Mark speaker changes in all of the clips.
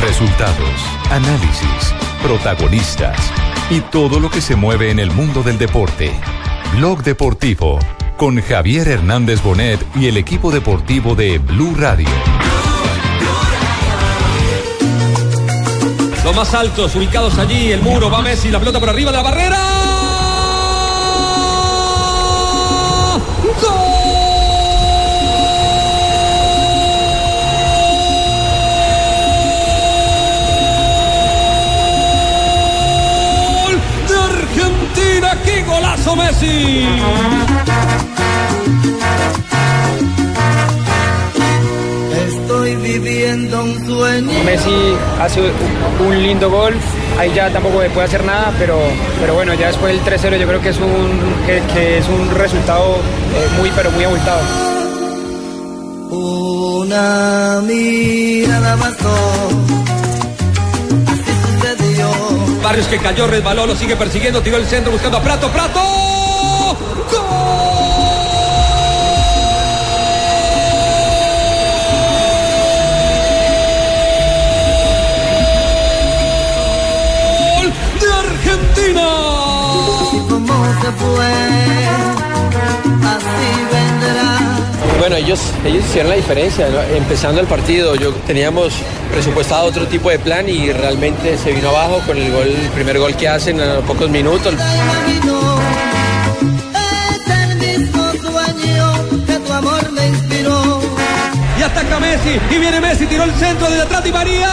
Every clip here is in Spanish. Speaker 1: Resultados, análisis, protagonistas y todo lo que se mueve en el mundo del deporte. Blog Deportivo con Javier Hernández Bonet y el equipo deportivo de Blue Radio.
Speaker 2: Los más altos ubicados allí, el muro, va Messi, la pelota por arriba de la barrera. ¡Gol! ¡De Argentina! ¡Qué golazo Messi!
Speaker 3: Estoy viviendo un sueño.
Speaker 4: Messi hace un- un lindo gol, ahí ya tampoco se puede hacer nada, pero, pero bueno, ya después del 3-0 yo creo que es un, que, que es un resultado eh, muy, pero muy abultado.
Speaker 3: Una mirada bastó. Así sucedió.
Speaker 2: Barrios que cayó, resbaló, lo sigue persiguiendo, tiró el centro buscando a Prato, Prato. ¡Gol de Argentina!
Speaker 3: Así como se fue. Así vendrá.
Speaker 5: Bueno, ellos, ellos hicieron la diferencia ¿no? empezando el partido. Yo teníamos presupuestado otro tipo de plan y realmente se vino abajo con el gol, el primer gol que hacen a los pocos minutos.
Speaker 3: Imaginó. Es el mismo sueño que tu amor me inspiró.
Speaker 2: Y ataca Messi, y viene Messi, tiró el centro desde atrás y María.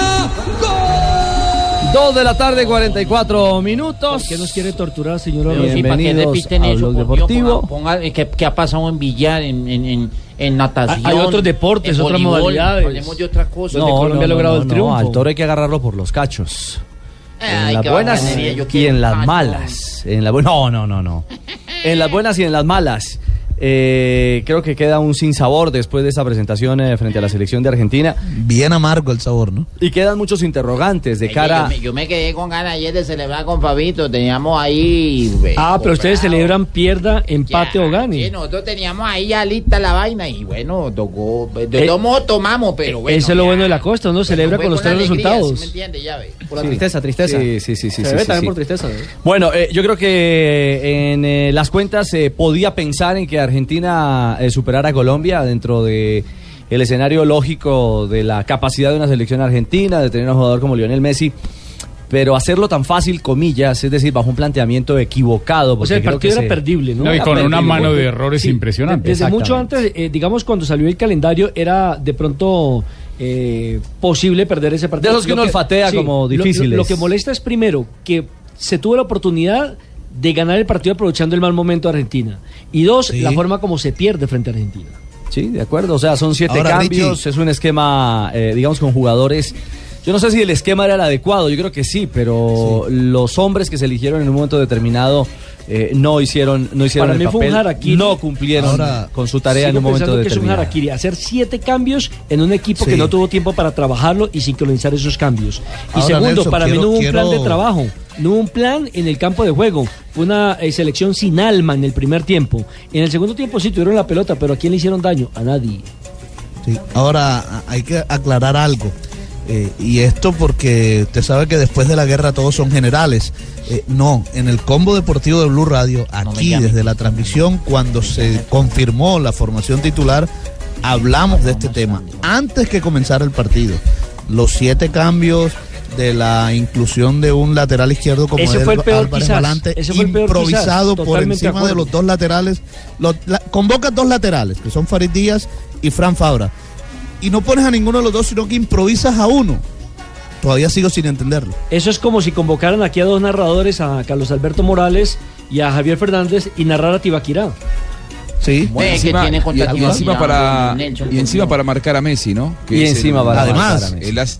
Speaker 6: Dos de la tarde, 44 minutos.
Speaker 7: ¿Qué nos quiere torturar, señor
Speaker 8: Pero sí, ¿para qué
Speaker 6: Bienvenidos
Speaker 8: repiten
Speaker 6: a
Speaker 8: eso,
Speaker 6: Blog
Speaker 8: por Dios?
Speaker 6: Deportivo.
Speaker 8: Ponga- ponga- eh, ¿qué, qué ha pasado en billar, en, en, en, en natación?
Speaker 7: Hay- hay otros deportes,
Speaker 8: en
Speaker 7: otras
Speaker 8: voleibol?
Speaker 7: modalidades.
Speaker 8: Hablemos de otra cosa.
Speaker 7: No, Colombia ha logrado el triunfo.
Speaker 6: al toro hay que agarrarlo por los cachos.
Speaker 8: Ay,
Speaker 6: en las
Speaker 8: qué
Speaker 6: buenas
Speaker 8: bacanería, yo
Speaker 6: y
Speaker 8: quiero
Speaker 6: en
Speaker 8: un
Speaker 6: las
Speaker 8: cacho.
Speaker 6: malas. En la bu- no, no, no, no. En las buenas y en las malas. Eh, creo que queda un sinsabor después de esa presentación eh, frente a la selección de Argentina.
Speaker 9: Bien amargo el sabor, ¿no?
Speaker 6: Y quedan muchos interrogantes de
Speaker 8: Oye,
Speaker 6: cara.
Speaker 8: Yo me, yo me quedé con ganas ayer de celebrar con Fabito. Teníamos ahí. eh,
Speaker 7: Ah, pero ustedes
Speaker 8: comprado.
Speaker 7: celebran pierda, empate
Speaker 8: Ya,
Speaker 7: o gane.
Speaker 8: Sí, nosotros teníamos ahí ya lista la vaina y bueno, tocó. De
Speaker 7: Eh,
Speaker 8: todos modos tomamos, pero bueno.
Speaker 7: Eso es lo
Speaker 8: ya.
Speaker 7: bueno de la costa, uno
Speaker 8: Pero
Speaker 7: celebra
Speaker 8: fue
Speaker 7: con los tres
Speaker 8: alegría,
Speaker 7: resultados.
Speaker 8: ¿sí me entiende? Ya ve.
Speaker 6: Sí. Sí, sí, sí, sí, sí, sí, sí.
Speaker 7: tristeza.
Speaker 6: Bueno, eh, yo creo que en eh, las cuentas se podía pensar en que Argentina eh, superara a Colombia dentro de el escenario lógico de la capacidad de una selección argentina, de tener a un jugador como Lionel Messi, pero hacerlo tan fácil, comillas, es decir, bajo un planteamiento equivocado.
Speaker 7: O
Speaker 6: porque
Speaker 7: sea, el
Speaker 6: creo
Speaker 7: partido
Speaker 6: que
Speaker 7: era
Speaker 6: se-
Speaker 7: perdible, ¿no?
Speaker 10: No, y
Speaker 6: Era
Speaker 10: con una
Speaker 6: perdible.
Speaker 10: mano de errores
Speaker 7: Sí,
Speaker 10: impresionante.
Speaker 7: Desde mucho
Speaker 6: Exactamente.
Speaker 7: antes, eh, digamos, cuando salió el calendario, era de pronto eh, posible perder ese partido.
Speaker 6: De esos que
Speaker 7: Lo
Speaker 6: uno olfatea como
Speaker 7: lo- lo-
Speaker 6: difíciles.
Speaker 7: Lo, que molesta es, primero, que se tuvo la oportunidad de ganar el partido aprovechando el mal momento de Argentina. Y dos,
Speaker 9: Sí.
Speaker 7: la forma como se pierde frente a Argentina.
Speaker 6: Sí, de acuerdo. O sea, son siete
Speaker 9: Ahora,
Speaker 6: cambios.
Speaker 9: Richie.
Speaker 6: Es un esquema, eh, digamos, con jugadores. Yo no sé si el esquema era el adecuado. Yo creo que sí, pero los hombres que se eligieron en un momento determinado eh, no hicieron, no hicieron
Speaker 7: Para
Speaker 6: el
Speaker 7: mí fue un
Speaker 6: papel,
Speaker 7: harakiri.
Speaker 6: No cumplieron
Speaker 9: Ahora,
Speaker 6: con su tarea
Speaker 7: Sigo
Speaker 6: en un momento
Speaker 7: pensando que es un
Speaker 6: determinado.
Speaker 7: harakiri, hacer siete cambios en un equipo que
Speaker 9: Sí.
Speaker 7: no tuvo tiempo para trabajarlo y sincronizar esos cambios. Y
Speaker 9: Ahora,
Speaker 7: segundo,
Speaker 9: Nelson,
Speaker 7: para mí
Speaker 9: quiero-
Speaker 7: no hubo un plan de
Speaker 9: quiero-
Speaker 7: trabajo, no hubo un plan en el campo de juego. Fue una eh, selección sin alma en el primer tiempo. En el segundo tiempo sí tuvieron la pelota, pero ¿a quién le hicieron daño? A nadie.
Speaker 9: Sí. Ahora a- hay que aclarar algo. eh, y esto porque usted sabe que después de la guerra todos son generales. Eh, no, en el combo deportivo de Blue Radio,
Speaker 8: me
Speaker 9: aquí
Speaker 8: llame.
Speaker 9: desde la transmisión, cuando se confirmó la formación titular, hablamos de este tema. Antes que comenzara el partido, los siete cambios de la inclusión de un lateral izquierdo como
Speaker 7: Ese fue el
Speaker 9: Edelva-
Speaker 7: peor
Speaker 9: Álvarez
Speaker 7: quizás,
Speaker 9: Balante,
Speaker 7: ese fue el peor quizás,
Speaker 9: improvisado por
Speaker 7: totalmente de
Speaker 9: encima de
Speaker 7: acuerdo.
Speaker 9: los dos laterales. Los, la- convocas dos laterales, que son Farid Díaz y Fran Fabra y no pones a ninguno de los dos, sino que improvisas a uno. Todavía sigo sin entenderlo.
Speaker 7: Eso es como si convocaran aquí a dos narradores, a Carlos Alberto Morales y a Javier Fernández, y narrar a Tibaquirá.
Speaker 9: Sí.
Speaker 8: Bueno, que tiene contra
Speaker 11: y encima
Speaker 8: Tibaquirá,
Speaker 11: para
Speaker 8: Nelson,
Speaker 11: y encima
Speaker 8: ¿no?
Speaker 11: para marcar a Messi, ¿no?
Speaker 6: Y
Speaker 11: es
Speaker 6: encima
Speaker 11: el-
Speaker 6: para
Speaker 9: Además,
Speaker 6: marcar a Messi.
Speaker 11: el as-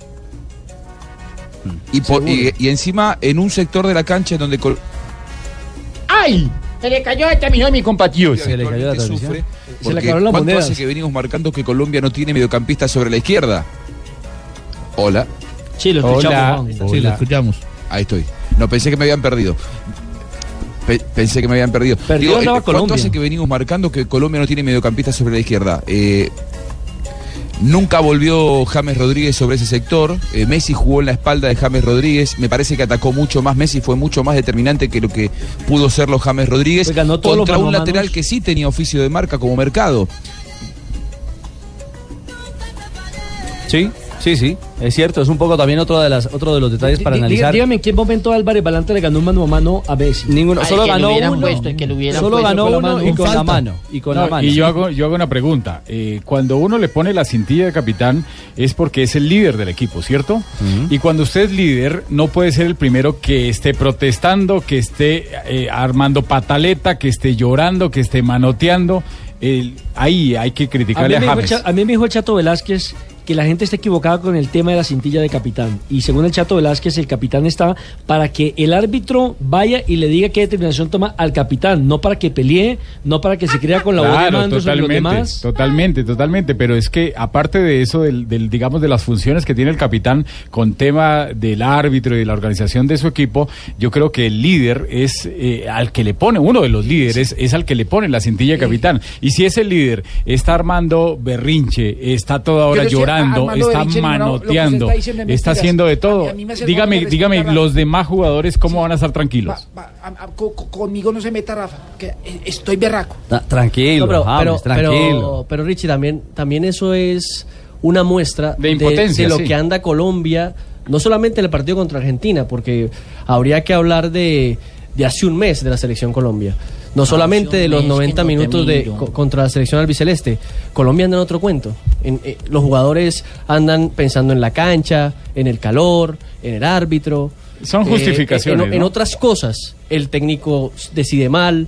Speaker 11: y, por- y- y encima en un sector de la cancha en donde Col-
Speaker 8: ¡Ay! Se le cayó este millón a mi compatriot.
Speaker 6: Se le cayó la
Speaker 11: actualmente
Speaker 6: transmisión.
Speaker 11: sufre,
Speaker 7: le
Speaker 11: porque
Speaker 7: acabaron las
Speaker 11: ¿cuánto
Speaker 7: monedas?
Speaker 11: hace que venimos marcando que Colombia no tiene mediocampista sobre la izquierda? Hola,
Speaker 7: Sí, lo escuchamos. Juan.
Speaker 9: Sí, lo escuchamos.
Speaker 11: ahí estoy. No pensé que me habían perdido. Pe- pensé que me habían perdido.
Speaker 7: Perdió
Speaker 11: eh,
Speaker 7: andaba
Speaker 11: ¿Cuánto
Speaker 7: Colombia.
Speaker 11: hace que venimos marcando que Colombia no tiene mediocampista sobre la izquierda? Eh, Nunca volvió James Rodríguez sobre ese sector. Eh, Messi jugó en la espalda de James Rodríguez. Me parece que atacó mucho más. Messi fue mucho más determinante que lo que pudo serlo James Rodríguez.
Speaker 7: Pues ganó todos los
Speaker 11: contra un
Speaker 7: mano a mano.
Speaker 11: lateral que sí tenía oficio de marca como mercado.
Speaker 6: Sí, sí, sí. Es cierto, es un poco también otro de, las, otro de los detalles para
Speaker 7: Dí- dí-
Speaker 6: analizar.
Speaker 7: Dígame en qué momento Álvarez Balanta le ganó un mano a mano a Messi.
Speaker 6: Ninguno,
Speaker 7: Al
Speaker 6: solo
Speaker 7: que le
Speaker 6: ganó
Speaker 7: hubieran
Speaker 6: uno.
Speaker 7: puesto, al que le hubieran
Speaker 6: solo
Speaker 7: puesto
Speaker 6: ganó
Speaker 7: con la
Speaker 6: uno
Speaker 7: mano,
Speaker 6: y
Speaker 7: con
Speaker 6: con la
Speaker 7: falta.
Speaker 6: mano. Y con la
Speaker 10: No,
Speaker 6: mano.
Speaker 10: y yo hago, yo hago una pregunta. Eh, cuando uno le pone la cintilla de capitán es porque es el líder del equipo, ¿cierto? Y cuando usted es líder, no puede ser el primero que esté protestando, que esté eh, armando pataleta, que esté llorando, que esté manoteando. El- ahí hay que
Speaker 7: A mí,
Speaker 10: criticarle
Speaker 7: me
Speaker 10: a,
Speaker 7: dijo, el
Speaker 10: James.
Speaker 7: Cha- a mí me dijo el Chato Velázquez que la gente está equivocada con el tema de la cintilla de capitán. Y según el Chato Velázquez, el capitán está para que el árbitro vaya y le diga qué determinación toma al capitán, no para que pelee, no para que se crea con la voz de
Speaker 10: Claro,
Speaker 7: mando sobre los
Speaker 10: totalmente,
Speaker 7: demás.
Speaker 10: totalmente, totalmente, pero es que aparte de eso, del, del, digamos, de las funciones que tiene el capitán con tema del árbitro y de la organización de su equipo, yo creo que el líder es eh, al que le pone, uno de los líderes es al que le pone la cintilla de capitán. Y si ese líder está armando berrinche, está toda hora
Speaker 12: Pero si
Speaker 10: llorando,
Speaker 12: Armando
Speaker 10: está
Speaker 12: berrinche, no, no, lo que usted
Speaker 10: manoteando,
Speaker 12: está diciendo es
Speaker 10: está
Speaker 12: mentiras.
Speaker 10: haciendo de
Speaker 12: A mí-
Speaker 10: todo,
Speaker 12: a mí me hace el favor de
Speaker 10: dígame,
Speaker 12: respetar
Speaker 10: dígame,
Speaker 12: a-
Speaker 10: los demás jugadores, ¿cómo van a estar tranquilos?
Speaker 12: A- a- co- co- conmigo no se meta Rafa, que eh, estoy berraco.
Speaker 6: Ta- Tranquilo,
Speaker 13: No, pero, pero-
Speaker 6: James, tranquilo.
Speaker 13: Pero, pero, Richie, también, también eso es una muestra de,
Speaker 6: impotencia,
Speaker 13: de lo
Speaker 6: sí.
Speaker 13: que anda Colombia, no solamente en el partido contra Argentina, porque habría que hablar de, de hace un mes de la selección Colombia. No solamente de los 90 minutos de, co- contra la selección albiceleste. Colombia anda en otro cuento. En- eh, los jugadores andan pensando en la cancha, en el calor, en el árbitro.
Speaker 10: Son
Speaker 13: eh,
Speaker 10: justificaciones,
Speaker 13: en- en
Speaker 10: ¿no?
Speaker 13: otras cosas, el técnico decide mal,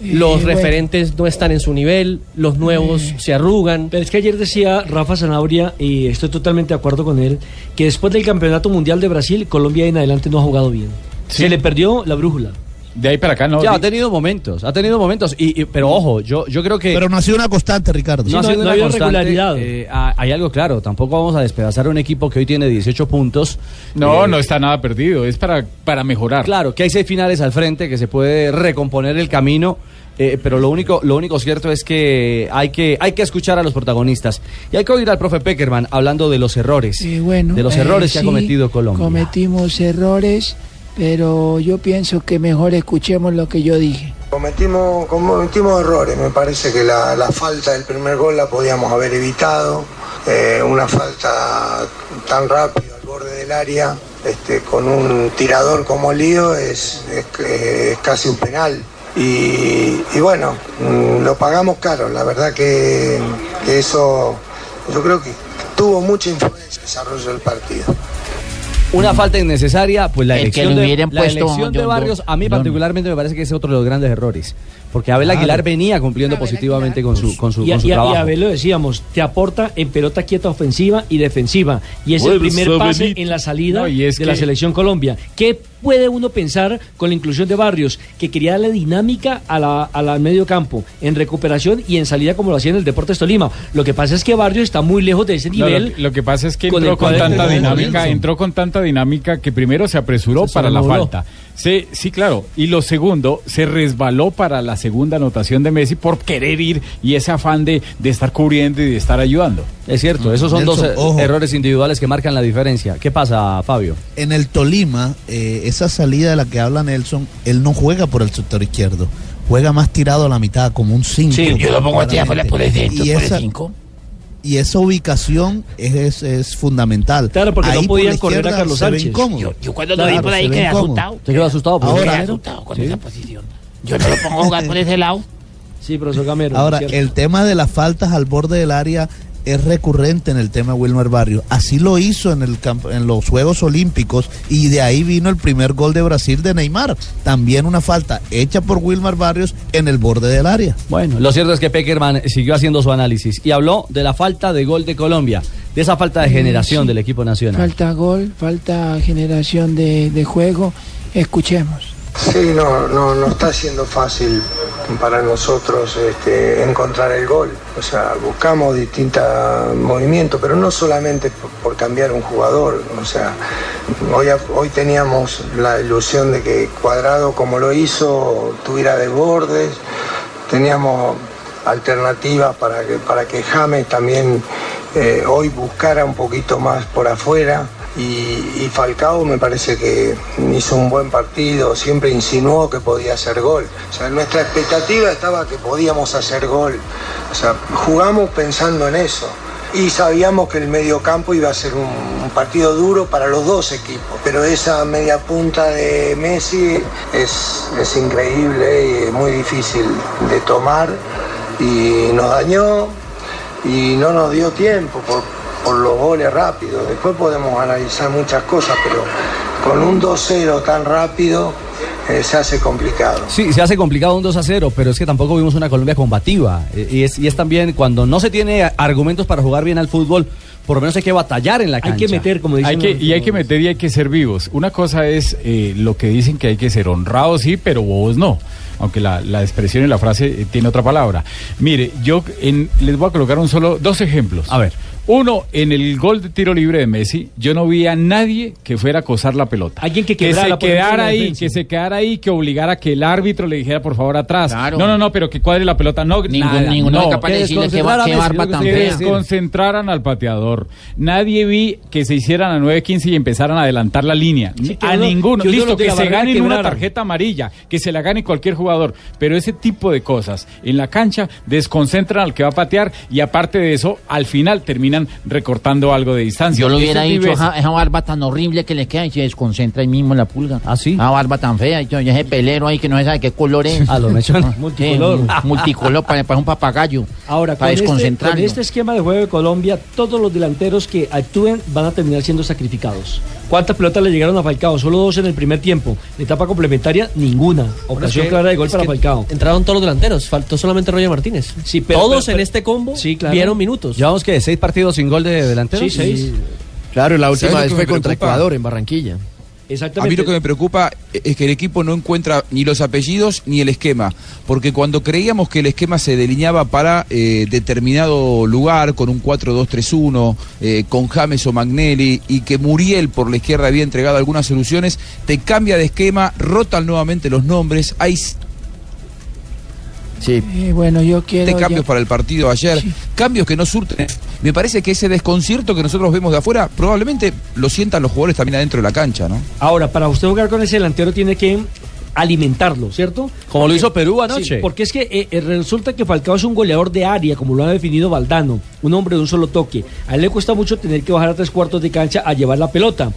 Speaker 13: los
Speaker 7: Eh, bueno.
Speaker 13: referentes no están en su nivel, los nuevos se arrugan.
Speaker 7: Mm. Pero es que ayer decía Rafa Zanabria, y estoy totalmente de acuerdo con él, que después del Campeonato Mundial de Brasil, Colombia en adelante no ha jugado bien. Se le perdió la brújula.
Speaker 10: De ahí para acá
Speaker 7: no.
Speaker 6: Ya, ha tenido momentos, ha tenido momentos. Y, y- pero ojo, yo, yo creo que.
Speaker 9: Pero no ha sido una constante, Ricardo.
Speaker 6: No ha sido una constante, eh, ah, hay algo claro, tampoco vamos a despedazar un equipo que hoy tiene 18 puntos. Eh,
Speaker 10: No, no está nada perdido, es para, para mejorar.
Speaker 6: Claro, que hay seis finales al frente, que se puede recomponer el camino. eh, pero lo único, lo único cierto es que hay, que hay que escuchar a los protagonistas. Y hay que oír al profe Peckerman hablando de los errores.
Speaker 12: Eh, bueno,
Speaker 6: de los
Speaker 12: eh,
Speaker 6: errores que ha
Speaker 12: sí,
Speaker 6: cometido Colombia.
Speaker 12: Cometimos errores, pero yo pienso que mejor escuchemos lo que yo dije.
Speaker 14: Cometimos, cometimos errores, me parece que la, la falta del primer gol la podíamos haber evitado, Eh, una falta tan rápida al borde del área, este, con un tirador como Lío es, es- es casi un penal. Y, y bueno, mm, lo pagamos caro, la verdad que, que eso yo creo que tuvo mucha influencia en el desarrollo del partido.
Speaker 6: Una falta innecesaria, pues la
Speaker 8: El que
Speaker 6: elección,
Speaker 8: le
Speaker 6: de,
Speaker 8: hubieran
Speaker 6: la
Speaker 8: puesto
Speaker 6: elección de
Speaker 8: John
Speaker 6: Barrios, a mí
Speaker 8: John.
Speaker 6: particularmente me parece que es otro de los grandes errores. Porque Abel
Speaker 7: Claro.
Speaker 6: Aguilar venía cumpliendo positivamente con su, con su,
Speaker 7: Y, a-
Speaker 6: con su
Speaker 7: y a- y
Speaker 6: trabajo.
Speaker 7: a Abel lo decíamos, te aporta en pelota quieta ofensiva y defensiva. Y es el
Speaker 6: Bueno,
Speaker 7: primer pase
Speaker 6: Abelito.
Speaker 7: en la salida
Speaker 6: No, y es
Speaker 7: de la
Speaker 6: que-
Speaker 7: selección Colombia. ¿Qué puede uno pensar con la inclusión de Barrios? Que quería darle dinámica a la, a la medio campo, en recuperación y en salida como lo hacía en el Deportes Tolima. Lo que pasa es que Barrios está muy lejos de ese
Speaker 10: No,
Speaker 7: nivel.
Speaker 10: lo, que- lo que pasa es que
Speaker 7: con el
Speaker 10: entró con,
Speaker 7: cuadro
Speaker 10: tanta
Speaker 7: de
Speaker 10: dinámica,
Speaker 7: Wilson.
Speaker 10: entró con tanta dinámica que primero se apresuró
Speaker 7: Se
Speaker 10: para la
Speaker 7: sobremodeló.
Speaker 10: falta. Sí, sí, claro. Y lo segundo, se resbaló para la segunda anotación de Messi por querer ir y ese afán de, de estar cubriendo y de estar ayudando.
Speaker 6: Es cierto, esos son dos
Speaker 9: Nelson,
Speaker 6: eh,
Speaker 9: ojo.
Speaker 6: errores individuales que marcan la diferencia. ¿Qué pasa, Fabio?
Speaker 9: en el Tolima, eh, esa salida de la que habla Nelson, él no juega por el sector izquierdo. Juega más tirado a la mitad, como un 5.
Speaker 8: Sí, yo lo pongo a ti afuera por el centro, por el
Speaker 9: cinco. Y esa ubicación es, es, es fundamental.
Speaker 7: Claro, porque no
Speaker 9: por la
Speaker 7: podían correr a
Speaker 9: izquierda
Speaker 7: Carlos
Speaker 9: se ve
Speaker 7: Sánchez.
Speaker 9: incómodo.
Speaker 7: Yo- yo cuando lo vi por ahí
Speaker 9: se ve
Speaker 7: quedé
Speaker 9: incómodo.
Speaker 7: asustado. Te quedó asustado, por
Speaker 8: Yo
Speaker 9: Ahora-
Speaker 8: quedé asustado con esa posición. Yo no lo pongo a jugar por ese lado.
Speaker 7: Sí, profesor Gamero.
Speaker 9: Ahora,
Speaker 7: ¿cierto?
Speaker 9: el tema de las faltas al borde del área es recurrente en el tema de Wilmer Barrio. Así lo hizo en, el camp- en los Juegos Olímpicos y de ahí vino el primer gol de Brasil de Neymar. También una falta hecha por Wilmer Barrios en el borde del área.
Speaker 6: Bueno, lo cierto es que Peckerman siguió haciendo su análisis y habló de la falta de gol de Colombia, de esa falta de
Speaker 12: Mm,
Speaker 6: generación
Speaker 12: sí.
Speaker 6: del equipo nacional.
Speaker 12: Falta gol, falta generación de, de juego. Escuchemos.
Speaker 14: Sí, no, no, no está siendo fácil para nosotros este, encontrar el gol. O sea, buscamos distintos movimientos, pero no solamente por, por cambiar un jugador. O sea, hoy, a- hoy teníamos la ilusión de que Cuadrado, como lo hizo, tuviera desbordes. Teníamos alternativas para que, para que James también eh, hoy buscara un poquito más por afuera. Y, y Falcao me parece que hizo un buen partido, siempre insinuó que podía hacer gol. O sea, nuestra expectativa estaba que podíamos hacer gol. O sea, jugamos pensando en eso y sabíamos que el mediocampo iba a ser un, un partido duro para los dos equipos. Pero esa media punta de Messi es, es increíble y es muy difícil de tomar y nos dañó y no nos dio tiempo por, por los goles rápidos. Después podemos analizar muchas cosas, pero con un 2-0 tan rápido eh, se hace complicado.
Speaker 6: Sí, se hace complicado un 2 a 0, pero es que tampoco vimos una Colombia combativa. Eh, Y es, y es también cuando no se tiene a- argumentos para jugar bien al fútbol, por lo menos hay que batallar en la cancha.
Speaker 10: Hay que- y hay que meter y hay que ser vivos. Una cosa es eh, lo que dicen que hay que ser honrados, sí, pero bobos no. Aunque la, la expresión y la frase eh, tiene otra palabra. Mire, yo en- les voy a colocar un solo dos ejemplos. A ver. Uno, en el gol de tiro libre de Messi, yo no vi a nadie que fuera a acosar la pelota. Alguien que
Speaker 7: quebrara
Speaker 10: se
Speaker 7: por encima de
Speaker 10: quedara
Speaker 7: la
Speaker 10: ahí,
Speaker 7: defensa.
Speaker 10: que se quedara ahí, que obligara a que el árbitro le dijera por favor atrás. No, no, no, pero que cuadre la pelota. No,
Speaker 8: Ningún-
Speaker 10: nada,
Speaker 8: ninguno
Speaker 10: no.
Speaker 8: es capaz de decirle qué ba- qué barba tan
Speaker 10: Que
Speaker 8: fea.
Speaker 10: desconcentraran al pateador. Nadie vi que se hicieran a 9.15 y empezaran a adelantar la línea.
Speaker 7: que
Speaker 10: a
Speaker 7: no-
Speaker 10: ninguno.
Speaker 7: que uno
Speaker 10: Listo,
Speaker 7: los de
Speaker 10: que
Speaker 7: la
Speaker 10: se
Speaker 7: barrera
Speaker 10: ganen una
Speaker 7: quebraran.
Speaker 10: tarjeta amarilla, que se la gane cualquier jugador. Pero ese tipo de cosas en la cancha desconcentran al que va a patear y aparte de eso, al final terminan recortando algo de distancia.
Speaker 8: Yo lo hubiera
Speaker 10: Ese
Speaker 8: dicho,
Speaker 10: tibes-
Speaker 8: esa, esa barba tan horrible que le queda y se desconcentra ahí mismo en la pulga. Ah, sí. Esa barba tan fea y todo, y ese pelero ahí que no se sabe qué color es.
Speaker 6: A lo
Speaker 7: mechón. Ah, Multicolor.
Speaker 8: multicolor. multicolor, para, para un papagayo.
Speaker 7: Ahora, con
Speaker 8: para
Speaker 7: este,
Speaker 8: desconcentrarlo.
Speaker 7: con este esquema de juego de Colombia, todos los delanteros que actúen van a terminar siendo sacrificados. ¿Cuántas pelotas le llegaron a Falcao? Solo dos en el primer tiempo. De etapa complementaria, ninguna.
Speaker 13: es
Speaker 7: Ocasión
Speaker 13: que-
Speaker 7: clara de gol
Speaker 13: es
Speaker 7: para
Speaker 13: que
Speaker 7: Falcao.
Speaker 13: Entraron todos los delanteros, faltó solamente Roger Martínez. Sí,
Speaker 7: pero-
Speaker 13: todos
Speaker 7: pero-
Speaker 13: en este combo
Speaker 7: Sí, claro.
Speaker 13: vieron minutos.
Speaker 6: Llevamos que seis partidos sin gol de delantero.
Speaker 13: Sí, seis.
Speaker 11: Claro,
Speaker 13: la última vez fue contra Ecuador,
Speaker 11: en Barranquilla. A
Speaker 7: Exactamente.
Speaker 11: mí lo que me preocupa es que el equipo no encuentra ni los apellidos ni el esquema, porque cuando creíamos que el esquema se delineaba para eh, determinado lugar, con un 4-2-3-1, eh, con James o Magnelli, y que Muriel por la izquierda había entregado algunas soluciones, te cambia de esquema, rotan nuevamente los nombres, hay s- Eh,
Speaker 12: Sí. bueno, yo quiero.
Speaker 11: de cambios
Speaker 12: ya-
Speaker 11: para el partido ayer, cambios que no surten. Me parece que ese desconcierto que nosotros vemos de afuera, probablemente lo sientan los jugadores también adentro de la cancha, ¿no?
Speaker 7: Ahora, para usted jugar con ese delantero tiene que alimentarlo, ¿cierto?
Speaker 11: Como lo hizo Perú anoche.
Speaker 7: Sí, porque es que eh, eh, resulta que Falcao es un goleador de área, como lo ha definido Valdano, un hombre de un solo toque. A él le cuesta mucho tener que bajar a tres cuartos de cancha a llevar la pelota.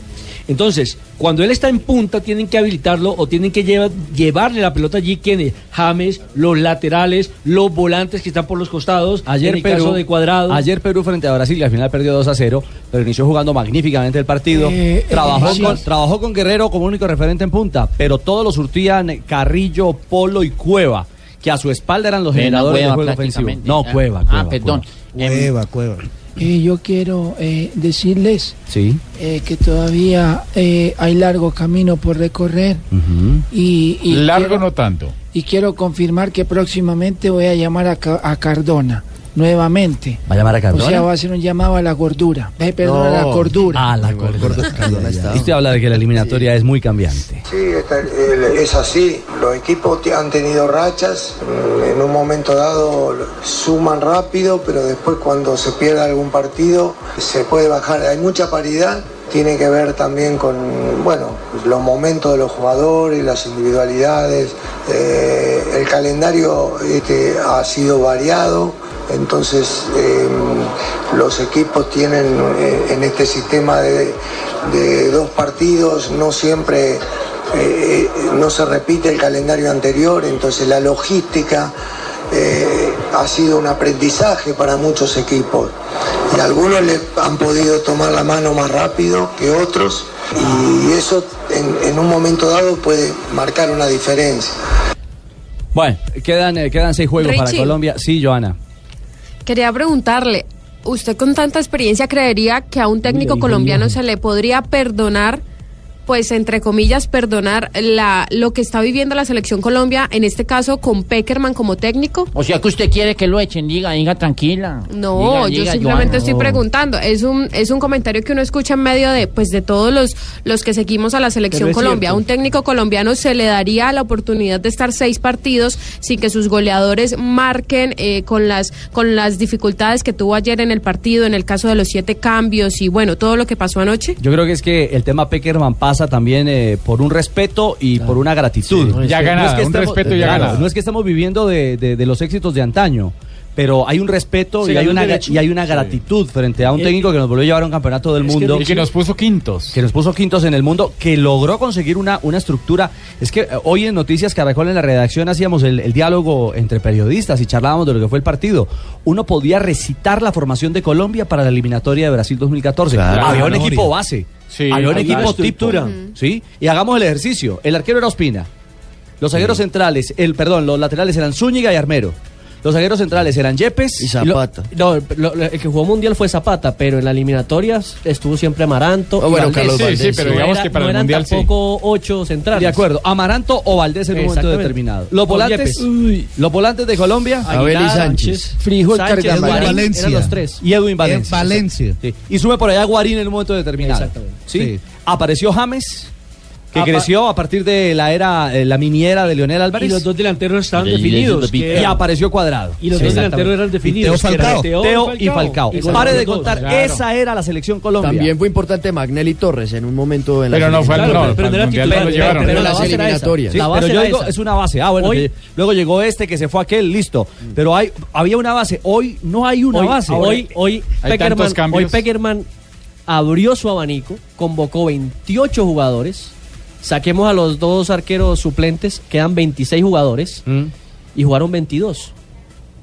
Speaker 7: Entonces, cuando él está en punta, tienen que habilitarlo o tienen que lleva- llevarle la pelota allí. ¿Quiénes? James, los laterales, los volantes que están por los costados. en
Speaker 6: Ayer
Speaker 7: el caso
Speaker 6: Perú,
Speaker 7: de Cuadrado.
Speaker 6: ayer Perú frente a Brasil, y al final perdió 2 a 0, pero inició jugando magníficamente el partido.
Speaker 7: Eh,
Speaker 6: trabajó,
Speaker 7: eh, sí.
Speaker 6: con, trabajó con Guerrero como único referente en punta, pero todos lo surtían Carrillo, Polo y Cueva, que a su espalda eran los
Speaker 8: Era
Speaker 6: generadores del
Speaker 8: Cueva
Speaker 6: juego ofensivo.
Speaker 8: prácticamente.
Speaker 6: No,
Speaker 8: Ah,
Speaker 6: Cueva,
Speaker 8: ah,
Speaker 6: Cueva.
Speaker 8: perdón. Em,
Speaker 6: Cueva, Cueva.
Speaker 12: Eh, yo quiero eh, decirles
Speaker 6: Sí.
Speaker 12: eh, que todavía eh, hay largo camino por recorrer. Y, y
Speaker 10: Largo
Speaker 12: quiero-
Speaker 10: no tanto.
Speaker 12: y quiero confirmar que próximamente voy a llamar a, Ca- a Cardona nuevamente.
Speaker 6: ¿Va a llamar a
Speaker 12: O sea,
Speaker 6: Cardona?
Speaker 12: va a hacer un llamado a la gordura. Eh, perdón, a la
Speaker 6: No.
Speaker 12: cordura.
Speaker 6: Ah, la cordura. Usted habla de que la eliminatoria es muy cambiante.
Speaker 14: Sí, está- el- es así. Los equipos te- han tenido rachas. mm, En un momento dado lo- suman rápido, pero después cuando se pierde algún partido se puede bajar. Hay mucha paridad. Tiene que ver también con, bueno, los momentos de los jugadores, las individualidades. Eh, el calendario este, ha sido variado. Entonces, eh, los equipos tienen eh, en este sistema de, de dos partidos, no siempre eh, eh, no se repite el calendario anterior, entonces la logística eh, ha sido un aprendizaje para muchos equipos. Y algunos le han podido tomar la mano más rápido que otros, y eso en- en un momento dado puede marcar una diferencia.
Speaker 6: Bueno, quedan, eh, quedan seis juegos para
Speaker 15: Richie.
Speaker 6: Colombia. Sí, Joana.
Speaker 15: Quería preguntarle, ¿usted con tanta experiencia creería que a un técnico
Speaker 6: ahí venía.
Speaker 15: colombiano se le podría perdonar pues entre comillas, perdonar la, lo que está viviendo la selección Colombia, en este caso con Peckerman como técnico?
Speaker 8: O sea que usted quiere que lo echen, diga, diga tranquila.
Speaker 15: No,
Speaker 8: Diga, diga,
Speaker 15: yo simplemente
Speaker 8: Joana.
Speaker 15: estoy preguntando. Es un es un comentario que uno escucha en medio de pues de todos los los que seguimos a la
Speaker 16: Pero
Speaker 15: selección
Speaker 16: es
Speaker 15: Colombia. A
Speaker 16: cierto.
Speaker 15: un técnico colombiano se le daría la oportunidad de estar seis partidos sin que sus goleadores marquen eh, con las con las dificultades que tuvo ayer en el partido, en el caso de los siete cambios y bueno todo lo que pasó anoche.
Speaker 6: Yo creo que es que el tema Peckerman pasa también eh, por un respeto y por una
Speaker 10: Sí,
Speaker 6: gratitud.
Speaker 10: ya
Speaker 6: No es
Speaker 10: ganada,
Speaker 6: que
Speaker 10: un respeto ya
Speaker 6: claro,
Speaker 10: ganada.
Speaker 6: No es que estamos viviendo de, de- de los éxitos de antaño, pero hay un respeto
Speaker 10: Sí,
Speaker 6: y,
Speaker 10: hay
Speaker 6: hay
Speaker 10: un
Speaker 6: una, gra-
Speaker 10: derecho.
Speaker 6: y hay una gratitud frente a un
Speaker 10: Eh,
Speaker 6: técnico que nos volvió a llevar a un campeonato del
Speaker 10: es que
Speaker 6: mundo.
Speaker 10: no- Y que nos
Speaker 6: puso quintos. Que nos puso quintos en el mundo, que logró conseguir una, una estructura. Es que eh, hoy en Noticias Caracol en la redacción hacíamos el, el diálogo entre periodistas y charlábamos de lo que fue el partido. Uno podía recitar la formación de Colombia para la eliminatoria de Brasil 2014.
Speaker 9: Claro.
Speaker 6: Había un
Speaker 9: Claro.
Speaker 6: equipo base.
Speaker 9: Sí,
Speaker 6: había un
Speaker 9: había
Speaker 6: equipo tipo.
Speaker 9: estructura.
Speaker 6: ¿sí? Y hagamos el ejercicio. El arquero era Ospina. Los zagueros centrales, el perdón, los laterales eran Zúñiga y Armero. Los zagueros centrales eran Yepes y Zapata.
Speaker 13: No, lo- lo- el que jugó mundial fue Zapata, pero en las eliminatorias estuvo siempre Amaranto.
Speaker 6: Oh, bueno, Carlos Sí, sí,
Speaker 13: Valdés.
Speaker 6: Valdés, pero
Speaker 13: No
Speaker 6: digamos
Speaker 13: era-
Speaker 6: que para
Speaker 13: no
Speaker 6: el
Speaker 13: eran
Speaker 6: mundial sí.
Speaker 13: tampoco ocho centrales.
Speaker 6: De acuerdo, Amaranto o Valdés en un momento
Speaker 13: Exactamente.
Speaker 6: determinado. Los
Speaker 13: Con
Speaker 6: volantes,
Speaker 13: Yepes.
Speaker 6: los volantes de Colombia,
Speaker 13: Abel y Aguilar, Sánchez. Sánchez, Frijol, Sánchez, Cargamán. Guarín, Valencia. eran los tres.
Speaker 6: Y Edwin Valencia.
Speaker 9: En Valencia.
Speaker 6: Sí. Y sube por allá Guarín en un momento determinado. ¿Sí? Apareció James, que
Speaker 9: Apa-
Speaker 6: creció a partir de la era, eh, la miniera de Leonel Álvarez.
Speaker 7: Y los dos delanteros estaban
Speaker 6: Y- y-
Speaker 7: definidos,
Speaker 6: Y,
Speaker 7: que-
Speaker 6: apareció cuadrado.
Speaker 7: Y los dos
Speaker 6: exactamente.
Speaker 7: delanteros eran definidos,
Speaker 6: Teo
Speaker 7: que
Speaker 6: Falcao.
Speaker 7: eran Teo
Speaker 6: Teo y Falcao.
Speaker 7: Falcao. Y
Speaker 6: Pare de
Speaker 7: los dos,
Speaker 6: contar,
Speaker 7: claro.
Speaker 6: esa era la selección Colombia.
Speaker 16: También fue importante Magnelli Torres en un momento en la
Speaker 6: Pero no fue al-
Speaker 16: eliminatoria.
Speaker 6: no, Pero no al era Mundial titular, lo llevaron.
Speaker 16: Pero,
Speaker 6: pero la
Speaker 16: las
Speaker 6: base era esa.
Speaker 16: eliminatorias.
Speaker 6: Sí, pero yo digo, es una base. Ah, bueno,
Speaker 16: Hoy-
Speaker 6: que- luego llegó este que se fue aquel, listo. Pero hay, había una base. Mm. Hoy no hay una
Speaker 13: hoy,
Speaker 6: base.
Speaker 13: Hoy, hoy,
Speaker 6: Hay tantos
Speaker 13: Peckerman,
Speaker 6: cambios.
Speaker 13: hoy Peckerman abrió su abanico, convocó 28 jugadores. Saquemos a los dos arqueros suplentes, quedan 26 jugadores
Speaker 6: Mm.
Speaker 13: y jugaron 22.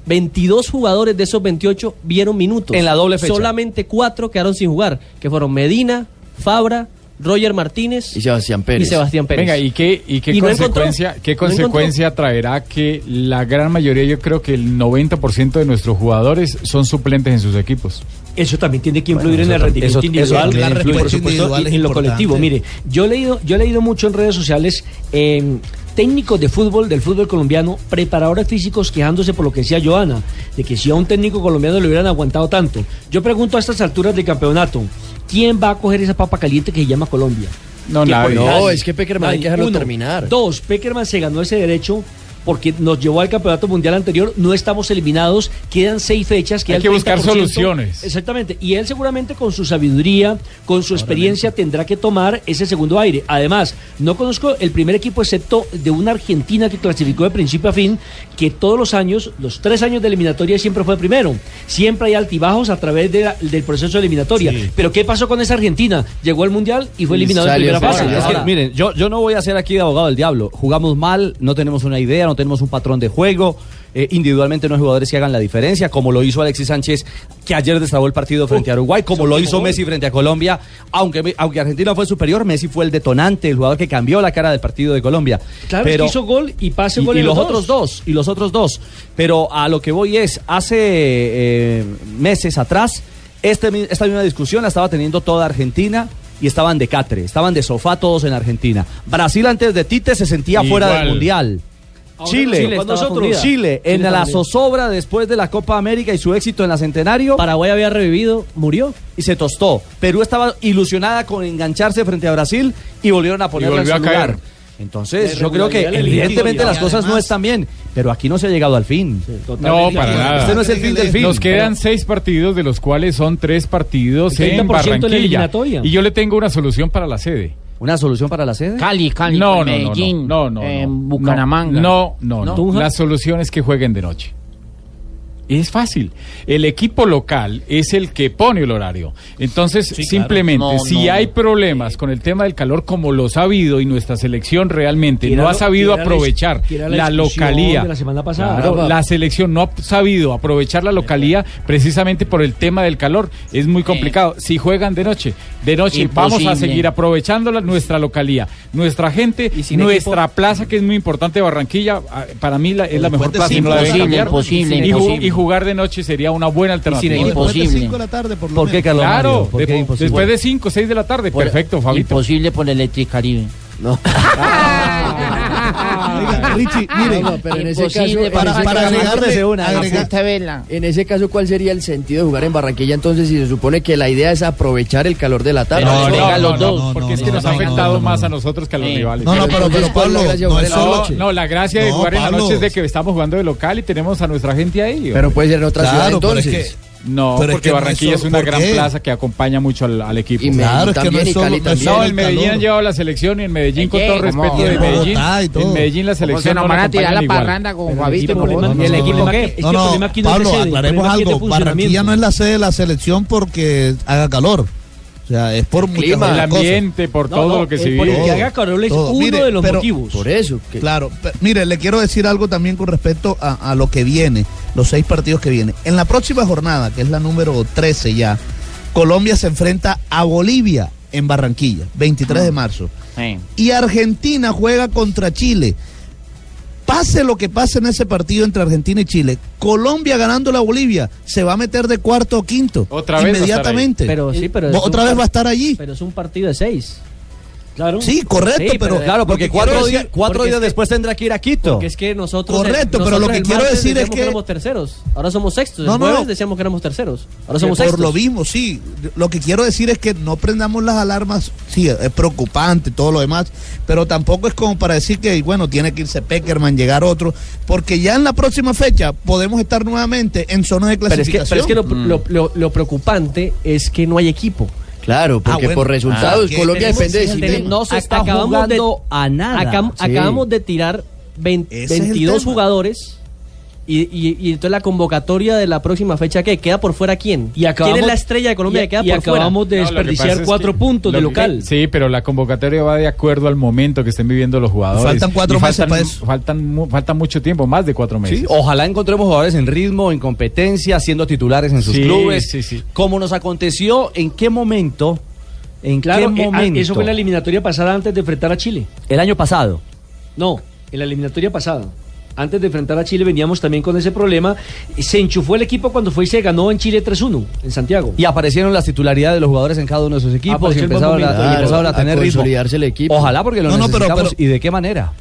Speaker 13: 22 jugadores de esos 28 vieron minutos.
Speaker 6: En la doble fecha.
Speaker 13: Solamente cuatro quedaron sin jugar, que fueron Medina, Fabra, Roger Martínez
Speaker 16: Y Sebastián Pérez.
Speaker 13: Y Sebastián Pérez.
Speaker 10: Venga, ¿y qué, y qué
Speaker 13: Y no encontró.
Speaker 10: consecuencia, qué
Speaker 13: No
Speaker 10: consecuencia traerá que la gran mayoría, yo creo que el 90% de nuestros jugadores son suplentes en sus equipos?
Speaker 7: Eso también tiene que
Speaker 10: Bueno,
Speaker 7: influir en
Speaker 10: eso
Speaker 7: el
Speaker 10: también- eso-
Speaker 7: rendimiento
Speaker 10: eso
Speaker 7: individual,
Speaker 10: también
Speaker 7: la
Speaker 10: influye.
Speaker 7: respuesta
Speaker 10: Por supuesto,
Speaker 7: individual
Speaker 10: es
Speaker 7: y en lo
Speaker 10: importante.
Speaker 7: colectivo. Mire, yo he leído, yo he leído mucho en redes sociales eh, técnicos de fútbol, del fútbol colombiano, preparadores físicos quejándose por lo que decía Joana, de que si a un técnico colombiano le hubieran aguantado tanto. Yo pregunto a estas alturas del campeonato, ¿quién va a coger esa papa caliente que se llama Colombia?
Speaker 16: No,
Speaker 7: Que
Speaker 16: nadie.
Speaker 7: por-
Speaker 16: No, es que Pekerman hay
Speaker 7: Nadie.
Speaker 16: que dejarlo
Speaker 7: Uno.
Speaker 16: terminar.
Speaker 7: Dos, Peckerman se ganó ese derecho porque nos llevó al campeonato mundial anterior, no estamos eliminados, quedan seis fechas, queda
Speaker 10: Hay
Speaker 7: el
Speaker 10: que buscar
Speaker 7: 30%.
Speaker 10: soluciones.
Speaker 7: Exactamente, y él seguramente con su sabiduría, con su experiencia tendrá que tomar ese segundo aire. Además, no conozco el primer equipo excepto de una Argentina que clasificó de principio a fin, que todos los años, los tres años de eliminatoria siempre fue primero. Siempre hay altibajos a través de la- del proceso de eliminatoria. Pero ¿qué pasó con esa Argentina? Llegó al Mundial y fue eliminado en primera fase.
Speaker 6: Es que,
Speaker 7: Ahora,
Speaker 6: miren, yo, yo no voy a ser aquí de abogado del diablo. Jugamos mal, no tenemos una idea, no tenemos un patrón de juego. eh, individualmente no hay jugadores que hagan la diferencia, como lo hizo Alexis Sánchez, que ayer destrabó el partido frente a Uruguay, como lo hizo Messi frente a Colombia. Aunque, me- aunque Argentina fue superior, Messi fue el detonante, el jugador que cambió la cara del partido de Colombia.
Speaker 7: Claro, es
Speaker 6: Pero-
Speaker 7: que hizo gol y pase
Speaker 6: y,
Speaker 7: gol
Speaker 6: y
Speaker 7: en
Speaker 6: los otros dos y los otros dos pero a lo que voy es hace eh, meses atrás este mi- esta misma discusión la estaba teniendo toda Argentina y estaban de catre estaban de sofá todos en Argentina Brasil antes de Tite se sentía fuera
Speaker 9: Igual.
Speaker 6: del mundial
Speaker 9: Ahora
Speaker 6: Chile,
Speaker 9: Chile
Speaker 6: con
Speaker 9: estaba
Speaker 6: nosotros.
Speaker 9: fundida.
Speaker 6: Chile, en
Speaker 9: Chile
Speaker 6: la
Speaker 9: también.
Speaker 6: zozobra después de la Copa América y su éxito en la Centenario.
Speaker 13: Paraguay había revivido, murió.
Speaker 6: Y se tostó. Perú estaba ilusionada con engancharse frente a Brasil y volvieron a ponerla en
Speaker 10: volvió
Speaker 6: su
Speaker 10: a caer.
Speaker 6: lugar. Entonces,
Speaker 10: La
Speaker 6: yo creo que
Speaker 10: irregularidad del
Speaker 6: evidentemente
Speaker 10: equipo,
Speaker 6: las
Speaker 10: y
Speaker 6: cosas no
Speaker 10: además-
Speaker 6: están bien, pero aquí no se ha llegado al fin.
Speaker 10: No, para nada.
Speaker 6: Este no es el fin del fin.
Speaker 10: Nos quedan seis partidos, de los cuales son tres partidos
Speaker 6: El
Speaker 10: en
Speaker 6: 30% de la
Speaker 10: Barranquilla.
Speaker 6: eliminatoria.
Speaker 10: Y yo le tengo una solución para la sede.
Speaker 6: ¿Una solución para la sede?
Speaker 8: Cali, Cali,
Speaker 10: No, no,
Speaker 8: con
Speaker 10: no, no,
Speaker 8: Medellín,
Speaker 10: no, no, no,
Speaker 8: eh,
Speaker 10: no.
Speaker 8: Bucaramanga.
Speaker 10: No, no, no.
Speaker 8: ¿Tunja?
Speaker 10: La solución es que jueguen de noche. Es fácil. El equipo local es el que pone el horario. Entonces,
Speaker 11: Sí, claro.
Speaker 10: simplemente,
Speaker 11: No,
Speaker 10: si
Speaker 11: no.
Speaker 10: hay problemas con el tema del calor, como lo ha sabido y nuestra selección realmente
Speaker 7: Quiera
Speaker 10: no ha
Speaker 7: lo-
Speaker 10: sabido
Speaker 7: quiera la-
Speaker 10: aprovechar
Speaker 7: quiera
Speaker 10: la,
Speaker 7: la discusión
Speaker 10: localía.
Speaker 7: de la semana pasada.
Speaker 10: Claro,
Speaker 7: Rafa.
Speaker 10: la selección no ha sabido aprovechar la localía precisamente por el tema del calor. Es muy complicado. Si juegan de noche, de noche vamos a
Speaker 11: Imposible.
Speaker 10: seguir aprovechando la- nuestra localía, nuestra gente,
Speaker 11: sin
Speaker 10: nuestra plaza que es muy importante, Barranquilla, ah, para mí la- es la mejor
Speaker 11: Puente
Speaker 10: plaza y
Speaker 11: sin
Speaker 10: no la deben
Speaker 11: posible,
Speaker 10: cambiar.
Speaker 11: imposible,
Speaker 10: y, ju-
Speaker 11: imposible.
Speaker 10: y jugar de noche sería una buena alternativa.
Speaker 9: No, después de cinco de la tarde, por lo
Speaker 10: ¿Por qué,
Speaker 9: menos.
Speaker 10: Carlos Claro, Mario? ¿Por qué de-
Speaker 8: imposible?
Speaker 10: después de 5, 6 de la tarde.
Speaker 8: Por-
Speaker 10: Perfecto, Fabito.
Speaker 8: Imposible por Electricaribe.
Speaker 16: No.
Speaker 9: Oiga, Richie, mire,
Speaker 16: No, no, pero en ese
Speaker 8: Imposible,
Speaker 16: caso, en
Speaker 8: para-
Speaker 16: ese
Speaker 8: para
Speaker 16: caso-
Speaker 8: agregarle-
Speaker 16: de una,
Speaker 8: agregar-
Speaker 16: en ese- En ese caso, ¿cuál sería el sentido de jugar en Barranquilla entonces si se supone que la idea es aprovechar el calor de la tarde?
Speaker 10: No, no, no, no, porque es que nos ha afectado más a nosotros que a los rivales.
Speaker 16: No, no, pero- pero, Entonces, ¿cuál es la Pablo, gracia de no jugar es en la solo- noche?
Speaker 10: no, la gracia de
Speaker 16: No,
Speaker 10: jugar en la
Speaker 16: Pablo.
Speaker 10: noche es de que estamos jugando de local y tenemos a nuestra gente ahí. hombre.
Speaker 16: Pero puede ser en otra
Speaker 10: Claro,
Speaker 16: ciudad
Speaker 10: pero es
Speaker 16: entonces.
Speaker 10: que- no,
Speaker 16: Pero es
Speaker 10: porque
Speaker 16: que no es
Speaker 10: Barranquilla es,
Speaker 16: solo-
Speaker 10: una
Speaker 16: ¿por
Speaker 10: gran
Speaker 16: qué?
Speaker 10: plaza que acompaña mucho al, al equipo.
Speaker 16: Y Medellín Claro, es que no también, es y solo- Cali no es también.
Speaker 10: No,
Speaker 16: solo
Speaker 10: en
Speaker 16: el
Speaker 10: Medellín
Speaker 16: calor.
Speaker 10: han llevado la selección y en Medellín, con
Speaker 8: ¿Qué?
Speaker 10: todo
Speaker 8: ¿Cómo?
Speaker 10: respeto de
Speaker 8: Y en
Speaker 10: Medellín,
Speaker 8: Bogotá y todo.
Speaker 10: en Medellín la
Speaker 8: Como si
Speaker 10: selección
Speaker 8: nos
Speaker 10: no
Speaker 8: van
Speaker 10: la
Speaker 8: a tirar
Speaker 10: acompañan
Speaker 8: la
Speaker 10: igual.
Speaker 8: parranda con
Speaker 10: Pero el
Speaker 8: Fabito,
Speaker 10: equipo
Speaker 8: por
Speaker 10: alemán-
Speaker 8: Bogotá.
Speaker 10: ¿Y el equipo
Speaker 8: No, no,
Speaker 10: qué?
Speaker 8: es que el
Speaker 9: No, no,
Speaker 8: problema aquí no es de
Speaker 9: Pablo,
Speaker 8: sede, el
Speaker 9: aclaremos
Speaker 8: problema aquí es de
Speaker 9: algo. Barranquilla
Speaker 8: funcionamiento.
Speaker 9: no es la sede de la selección porque haga calor. O sea, es por muchas
Speaker 10: clima,
Speaker 9: otras
Speaker 10: el
Speaker 9: cosas.
Speaker 10: ambiente, por No, todo no, lo
Speaker 8: eh,
Speaker 10: que se el- por el vive. que haga calor es uno de los motivos.
Speaker 9: Por
Speaker 16: eso.
Speaker 9: Claro. pe- mire, le quiero decir algo también con respecto a, a lo que viene, los seis partidos que vienen. En la próxima jornada, que es la número 13 ya, Colombia se enfrenta a Bolivia en Barranquilla, 23 de marzo. Y Argentina juega contra Chile. Pase lo que pase en ese partido entre Argentina y Chile, Colombia ganando la Bolivia se va a meter de cuarto o quinto.
Speaker 13: Otra vez va a estar
Speaker 9: Inmediatamente.
Speaker 13: ahí. Pero sí, pero
Speaker 9: Bo-
Speaker 13: es un
Speaker 9: Otra vez
Speaker 13: par-
Speaker 9: va a estar allí.
Speaker 13: Pero es un partido de seis. Claro.
Speaker 9: Sí, correcto, pero-
Speaker 6: Claro, porque
Speaker 13: lo que
Speaker 6: cuatro
Speaker 13: quiero
Speaker 6: días-
Speaker 13: decir-
Speaker 6: cuatro
Speaker 13: porque
Speaker 6: días
Speaker 13: es que-
Speaker 6: después tendrá que ir a Quito.
Speaker 13: Porque es que nosotros.
Speaker 6: Correcto,
Speaker 13: el-
Speaker 6: pero lo
Speaker 13: nosotros
Speaker 6: que
Speaker 13: el
Speaker 6: quiero
Speaker 13: martes
Speaker 6: decir es
Speaker 13: decíamos
Speaker 6: que-
Speaker 13: éramos terceros. Ahora somos sextos.
Speaker 9: No,
Speaker 13: el
Speaker 9: no,
Speaker 13: jueves
Speaker 9: no.
Speaker 13: decíamos que éramos terceros. Ahora somos
Speaker 9: por
Speaker 13: sextos.
Speaker 9: lo mismo, sí. Lo que quiero decir es que no prendamos las alarmas. Sí, es preocupante, todo lo demás. Pero tampoco es como para decir que, bueno, tiene que irse Peckerman, llegar otro. Porque ya en la próxima fecha podemos estar nuevamente en zona de
Speaker 13: Pero es que,
Speaker 9: clasificación.
Speaker 13: pero es que lo, lo- lo- lo preocupante es que no hay equipo.
Speaker 16: Claro,
Speaker 7: Ah,
Speaker 13: porque por resultados Colombia depende de sí mismo.
Speaker 7: No se está
Speaker 13: Acabamos
Speaker 7: jugando
Speaker 13: de-
Speaker 7: a nada.
Speaker 13: Acam-
Speaker 7: Sí.
Speaker 13: Acabamos de tirar vein-
Speaker 7: Ese es el
Speaker 13: 22
Speaker 7: tema.
Speaker 13: jugadores. Y, y- y entonces la convocatoria de la próxima fecha, ¿qué? ¿Queda por fuera quién?
Speaker 7: Y acabamos-
Speaker 13: ¿Quién es la estrella de Colombia que queda
Speaker 7: y
Speaker 13: por fuera?
Speaker 7: acabamos de No, lo que desperdiciar pasa es cuatro que- puntos de
Speaker 10: Lo que-
Speaker 7: local.
Speaker 10: sí, pero la convocatoria va de acuerdo al momento que estén viviendo los jugadores.
Speaker 6: Faltan cuatro
Speaker 10: Y
Speaker 6: meses
Speaker 10: faltan-
Speaker 6: para eso.
Speaker 10: Faltan, mu- falta mucho tiempo, más de cuatro meses.
Speaker 6: Sí, ojalá encontremos jugadores en ritmo, en competencia, siendo titulares en sus
Speaker 10: Sí,
Speaker 6: clubes.
Speaker 10: sí, sí.
Speaker 6: Como nos aconteció, ¿en qué momento? ¿En
Speaker 7: Claro,
Speaker 6: qué
Speaker 7: eh, ah,
Speaker 6: momento?
Speaker 7: eso fue en la eliminatoria pasada antes de enfrentar a Chile.
Speaker 6: El año pasado.
Speaker 7: No, en la eliminatoria pasada. Antes de enfrentar a Chile veníamos también con ese problema. Se enchufó el equipo cuando fue y se ganó en Chile 3-1, en Santiago.
Speaker 6: Y aparecieron las titularidades de los jugadores en cada uno de sus equipos y
Speaker 7: Apareció el buen
Speaker 6: empezaron, a,
Speaker 7: momento.
Speaker 6: y empezaron a
Speaker 7: Claro,
Speaker 6: tener
Speaker 7: a
Speaker 6: ritmo.
Speaker 7: consolidarse el equipo.
Speaker 6: Ojalá porque lo
Speaker 9: No, no, pero-
Speaker 6: necesitamos
Speaker 9: pero-
Speaker 6: y de qué manera.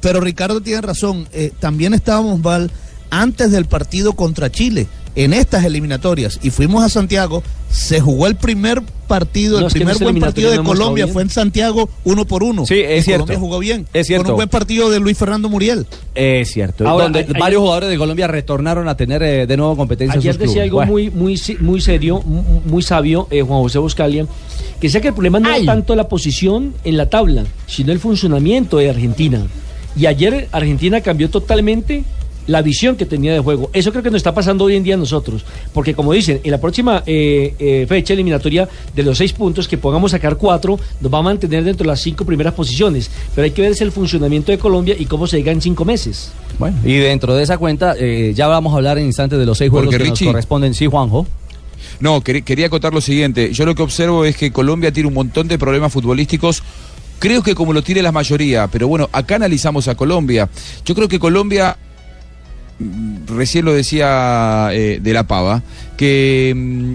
Speaker 9: Pero Ricardo tiene razón. eh, también estábamos mal antes del partido contra Chile en estas eliminatorias y fuimos a Santiago. Se jugó el primer partido,
Speaker 6: No,
Speaker 9: el
Speaker 6: es que en
Speaker 9: primer
Speaker 6: esta
Speaker 9: buen partido
Speaker 6: eliminatoria
Speaker 9: de
Speaker 6: no hemos
Speaker 9: Colombia
Speaker 6: jugado bien.
Speaker 9: fue en Santiago uno por uno.
Speaker 6: Sí, es
Speaker 9: Y
Speaker 6: cierto.
Speaker 9: Colombia jugó bien.
Speaker 6: Es cierto.
Speaker 9: Con un buen partido de Luis Fernando Muriel.
Speaker 6: Es cierto.
Speaker 9: Ahora,
Speaker 6: donde
Speaker 9: hay- hay-
Speaker 6: varios jugadores de Colombia retornaron a tener eh, de nuevo competencia en
Speaker 7: Ayer
Speaker 6: sus
Speaker 7: decía
Speaker 6: clubes.
Speaker 7: algo
Speaker 6: Bueno.
Speaker 7: muy, muy, se- muy serio, mu- muy sabio, eh, Juan José Buscalia, que sea que el problema no es tanto la posición en la tabla, sino el funcionamiento de Argentina. Y ayer Argentina cambió totalmente la visión que tenía de juego. Eso creo que nos está pasando hoy en día a nosotros. Porque como dicen, en la próxima eh, eh, fecha eliminatoria de los seis puntos que podamos sacar cuatro, nos va a mantener dentro de las cinco primeras posiciones. Pero hay que ver es el funcionamiento de Colombia y cómo se llega en cinco meses.
Speaker 6: Bueno, y dentro de esa cuenta, eh, ya vamos a hablar en instantes de los seis juegos
Speaker 11: Porque
Speaker 6: que nos
Speaker 11: Richie-
Speaker 6: corresponden. Sí, Juanjo.
Speaker 11: No, quer- quería acotar lo siguiente. Yo lo que observo es que Colombia tiene un montón de problemas futbolísticos. Creo que como lo tiene la mayoría, pero bueno, acá analizamos a Colombia. Yo creo que Colombia, mm, recién lo decía eh, de la pava, que mm,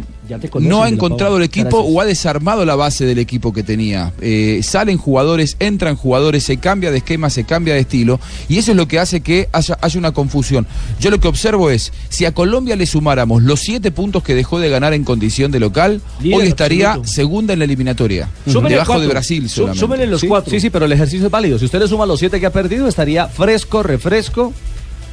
Speaker 7: conocen,
Speaker 11: no ha
Speaker 7: De La
Speaker 11: encontrado
Speaker 7: Pava.
Speaker 11: el equipo
Speaker 7: Gracias.
Speaker 11: o ha desarmado la base del equipo que tenía. Eh, salen jugadores, entran jugadores, se cambia de esquema, se cambia de estilo y eso es lo que hace que haya, haya una confusión. Yo lo que observo es, si a Colombia le sumáramos los siete puntos que dejó de ganar en condición de local,
Speaker 7: Líder
Speaker 11: hoy estaría
Speaker 7: absoluto.
Speaker 11: segunda en la eliminatoria,
Speaker 6: Súmele
Speaker 11: debajo
Speaker 6: cuatro.
Speaker 11: de Brasil
Speaker 6: Sú-
Speaker 11: solamente.
Speaker 6: súmele los cuatro. Sí, sí, pero el ejercicio es válido. Si usted le suma los siete que ha perdido, estaría fresco, refresco,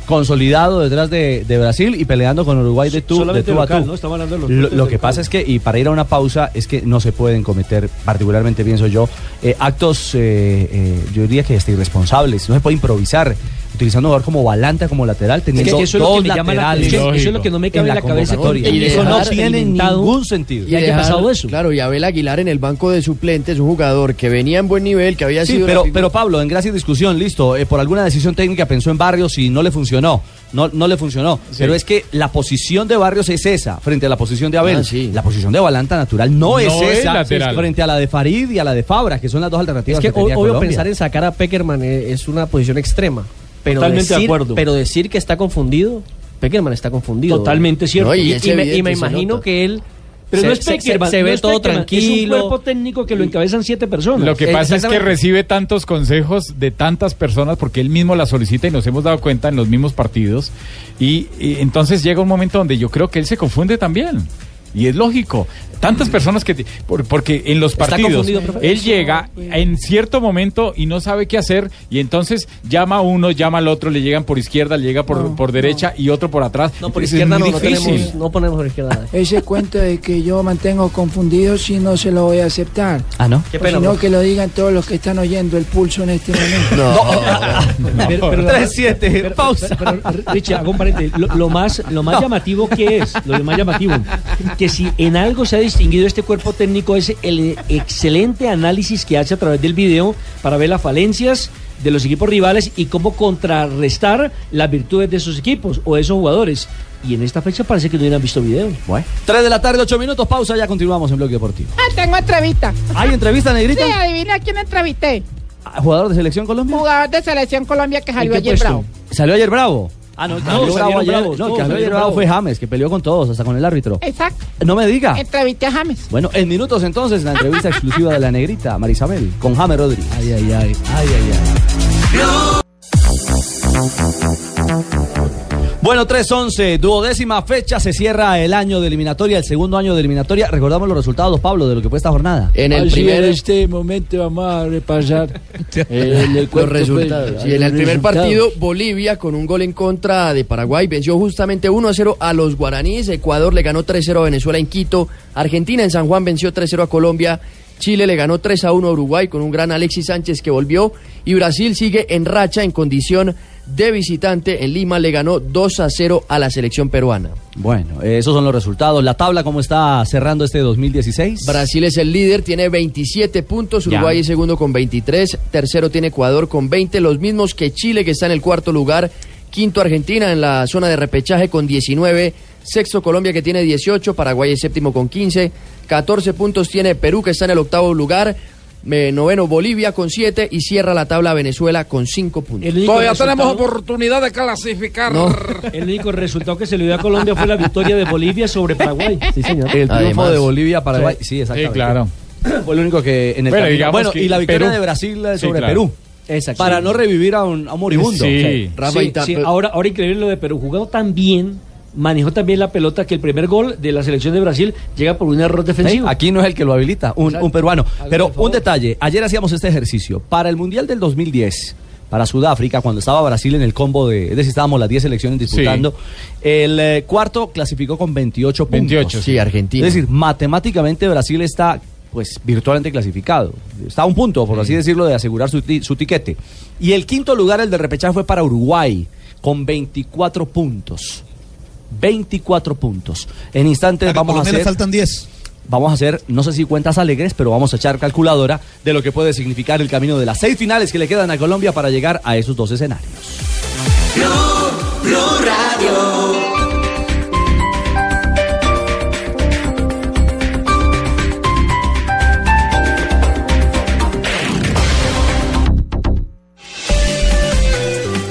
Speaker 6: consolidado detrás de, de Brasil y peleando con Uruguay de tú, de
Speaker 7: Solamente
Speaker 6: tú a
Speaker 7: local,
Speaker 6: tú.
Speaker 7: ¿no? Estamos hablando de los
Speaker 6: Lo,
Speaker 7: puntos
Speaker 6: lo
Speaker 7: de
Speaker 6: que pasa es que, y para ir a una pausa, es que no se pueden cometer, particularmente pienso yo, eh, actos, eh, eh, yo diría que hasta irresponsables. No se puede improvisar. Utilizando un jugador como Balanta, como lateral, teniendo
Speaker 7: que eso es lo
Speaker 6: dos
Speaker 7: que me llama la
Speaker 6: laterales.
Speaker 7: atención, eso es lo que no me cabe en la cabeza,
Speaker 6: convocatoria.
Speaker 16: y
Speaker 6: eso no
Speaker 16: dejar
Speaker 6: tiene
Speaker 16: alimentado-
Speaker 6: ningún sentido.
Speaker 16: Y haya pasado eso. Claro, y Abel Aguilar en el banco de suplentes, un jugador que venía en buen nivel, que había
Speaker 6: Sí,
Speaker 16: sido. la
Speaker 6: pero,
Speaker 16: figura-
Speaker 6: pero Pablo, en gracia y discusión, listo. eh, por alguna decisión técnica pensó en Barrios y no le funcionó. No, no le funcionó. Pero es que la posición de Barrios es esa frente a la posición de Abel.
Speaker 16: Ah, sí.
Speaker 6: La posición de Balanta natural no,
Speaker 16: No
Speaker 6: es
Speaker 16: es
Speaker 6: esa
Speaker 16: lateral.
Speaker 6: frente a la de Farid y a la de Fabra, que son las dos
Speaker 13: Es
Speaker 6: alternativas
Speaker 13: que
Speaker 6: que, tenía
Speaker 13: o- obvio
Speaker 6: Colombia.
Speaker 13: pensar en sacar a Peckerman eh, es una posición extrema. Pero
Speaker 6: Totalmente de
Speaker 13: decir,
Speaker 6: acuerdo.
Speaker 13: Pero decir que está confundido Peckerman está confundido.
Speaker 7: Totalmente cierto.
Speaker 13: Y,
Speaker 7: Y
Speaker 13: y
Speaker 7: es
Speaker 13: me,
Speaker 7: evidente,
Speaker 13: y me
Speaker 7: se
Speaker 13: imagino
Speaker 7: nota.
Speaker 13: que él
Speaker 7: Pero
Speaker 13: se,
Speaker 7: no es
Speaker 13: se- se-
Speaker 7: Peckerman,
Speaker 13: se
Speaker 7: no
Speaker 13: ve
Speaker 7: es
Speaker 13: todo
Speaker 7: Peckerman, Es un
Speaker 13: tranquilo.
Speaker 7: cuerpo técnico que lo encabezan siete personas.
Speaker 10: Lo que pasa es que
Speaker 7: Exactamente.
Speaker 10: recibe tantos consejos de tantas personas porque él mismo las solicita y nos hemos dado cuenta en los mismos partidos. Y, y entonces llega un momento donde yo creo que él se confunde también. Y es lógico. Tantas personas que... te- por- porque en los
Speaker 1: Está
Speaker 10: partidos
Speaker 1: confundido, profe.
Speaker 10: él llega en cierto momento y no sabe qué hacer y entonces llama a uno, llama al otro, le llegan por izquierda, le llega por, por derecha y otro por atrás.
Speaker 13: No, por
Speaker 10: Entonces es
Speaker 13: izquierda no,
Speaker 10: muy
Speaker 13: no,
Speaker 10: difícil.
Speaker 13: tenemos, no ponemos por izquierda. nada.
Speaker 12: Ese cuento de que yo mantengo confundido si no se lo voy a aceptar.
Speaker 6: Ah, ¿no?
Speaker 13: Qué
Speaker 12: O
Speaker 13: pena, pues.
Speaker 12: si no,
Speaker 13: profe.
Speaker 12: que lo digan todos los que están oyendo el pulso en este momento.
Speaker 7: Pero- pero-
Speaker 6: 3-7,
Speaker 7: pero-
Speaker 6: pausa.
Speaker 7: pero- pero, Richie, hago un paréntesis. Lo, lo más, lo más llamativo que es, lo más llamativo, que si en algo se ha distinguido este cuerpo técnico es el excelente análisis que hace a través del video para ver las falencias de los equipos rivales y cómo contrarrestar las virtudes de esos equipos o de esos jugadores. Y en esta fecha parece que no hubieran visto video.
Speaker 6: Bueno. 3 de la tarde, 8 minutos, pausa, ya continuamos en Bloque Deportivo.
Speaker 17: Ah, tengo entrevista.
Speaker 6: ¿Hay entrevista, Negrita?
Speaker 17: Sí, adivina quién entrevisté.
Speaker 6: Ah, ¿Jugador de Selección Colombia?
Speaker 17: Jugador de Selección Colombia que salió
Speaker 6: qué
Speaker 17: ayer
Speaker 6: puesto?
Speaker 17: bravo.
Speaker 6: ¿Salió ayer bravo? Ah,
Speaker 17: no,
Speaker 6: el que
Speaker 17: todos
Speaker 6: salió bravo
Speaker 17: salieron
Speaker 6: ayer-
Speaker 17: bravos,
Speaker 6: no, el
Speaker 17: todos
Speaker 6: que salió ayer
Speaker 17: salieron
Speaker 6: bravo Eh, fue
Speaker 17: bravos.
Speaker 6: James, que peleó con todos, hasta con el árbitro.
Speaker 17: Exacto.
Speaker 6: No me diga.
Speaker 17: Entrevisté a James.
Speaker 6: Bueno, en minutos entonces la entrevista exclusiva de la negrita Marisabel con James Rodríguez. Ay, ay, ay, ay, ay, Bueno, 3-11, duodécima fecha, se cierra el año de eliminatoria, el segundo año de eliminatoria. Recordamos los resultados, Pablo, de lo que fue esta jornada.
Speaker 18: Así en este momento vamos a repasar eh, el
Speaker 16: Los
Speaker 18: cuarto,
Speaker 16: resultados.
Speaker 18: pues,
Speaker 16: Sí, en el
Speaker 18: los
Speaker 16: primer
Speaker 18: resultados.
Speaker 16: partido, Bolivia, con un gol en contra de Paraguay, venció justamente 1-0 a los guaraníes. Ecuador le ganó 3-0 a Venezuela en Quito. Argentina en San Juan venció 3-0 a Colombia. Chile le ganó 3 a 1 a Uruguay con un gran Alexis Sánchez que volvió. Y Brasil sigue en racha en condición de visitante. En Lima le ganó 2 a 0 a la selección peruana.
Speaker 6: Bueno, eh, esos son los resultados. La tabla, ¿cómo está cerrando este 2016?
Speaker 16: Brasil es el líder, tiene 27 puntos,
Speaker 6: Ya.
Speaker 16: Uruguay es segundo con 23, tercero tiene Ecuador con 20, los mismos que Chile que está en el cuarto lugar, quinto Argentina en la zona de repechaje con 19, sexto Colombia que tiene 18, Paraguay es séptimo con 15, 14 puntos tiene Perú que está en el octavo lugar, eh, noveno Bolivia con 7 y cierra la tabla Venezuela con 5 puntos.
Speaker 19: Todavía tenemos oportunidad de clasificar.
Speaker 7: El único resultado que se le dio a Colombia fue la victoria de Bolivia sobre Paraguay. Sí, señor.
Speaker 6: El triunfo de Bolivia para Paraguay. Sí, exactamente.
Speaker 10: claro.
Speaker 6: Fue el único que en el
Speaker 10: Bueno,
Speaker 6: camino-
Speaker 10: digamos
Speaker 6: Bueno,
Speaker 10: que
Speaker 6: y la victoria
Speaker 10: Perú.
Speaker 6: de Brasil eh,
Speaker 10: Sí,
Speaker 6: sobre
Speaker 10: claro.
Speaker 6: Perú.
Speaker 7: Exacto.
Speaker 6: Para no revivir a un, a un moribundo.
Speaker 7: Sí.
Speaker 6: Rafa
Speaker 7: Sí,
Speaker 6: Ita-
Speaker 7: sí, Ahora, ahora increíble lo de Perú. Jugado tan bien, manejó tan bien la pelota que el primer gol de la selección de Brasil llega por un error defensivo.
Speaker 6: Sí, Aquí no es el que lo habilita, un, un peruano. Pero un detalle, ayer hacíamos este ejercicio. Para el Mundial del 2010, para Sudáfrica, cuando estaba Brasil en el combo de, es decir, estábamos las 10 selecciones disputando, el eh, cuarto clasificó con 28 puntos.
Speaker 16: 28, sí, Argentina.
Speaker 6: Es decir, matemáticamente Brasil está pues virtualmente clasificado. Está a un punto, por así decirlo, de asegurar su, ti- su tiquete. Y el quinto lugar, el de repechaje, fue para Uruguay, con 24 puntos. 24 puntos. En instantes vamos a
Speaker 9: Colombia le
Speaker 6: hacer...
Speaker 9: faltan 10.
Speaker 6: Vamos a hacer, no sé si cuentas alegres, pero vamos a echar calculadora de lo que puede significar el camino de las seis finales que le quedan a Colombia para llegar a esos dos escenarios.
Speaker 3: Blue Radio.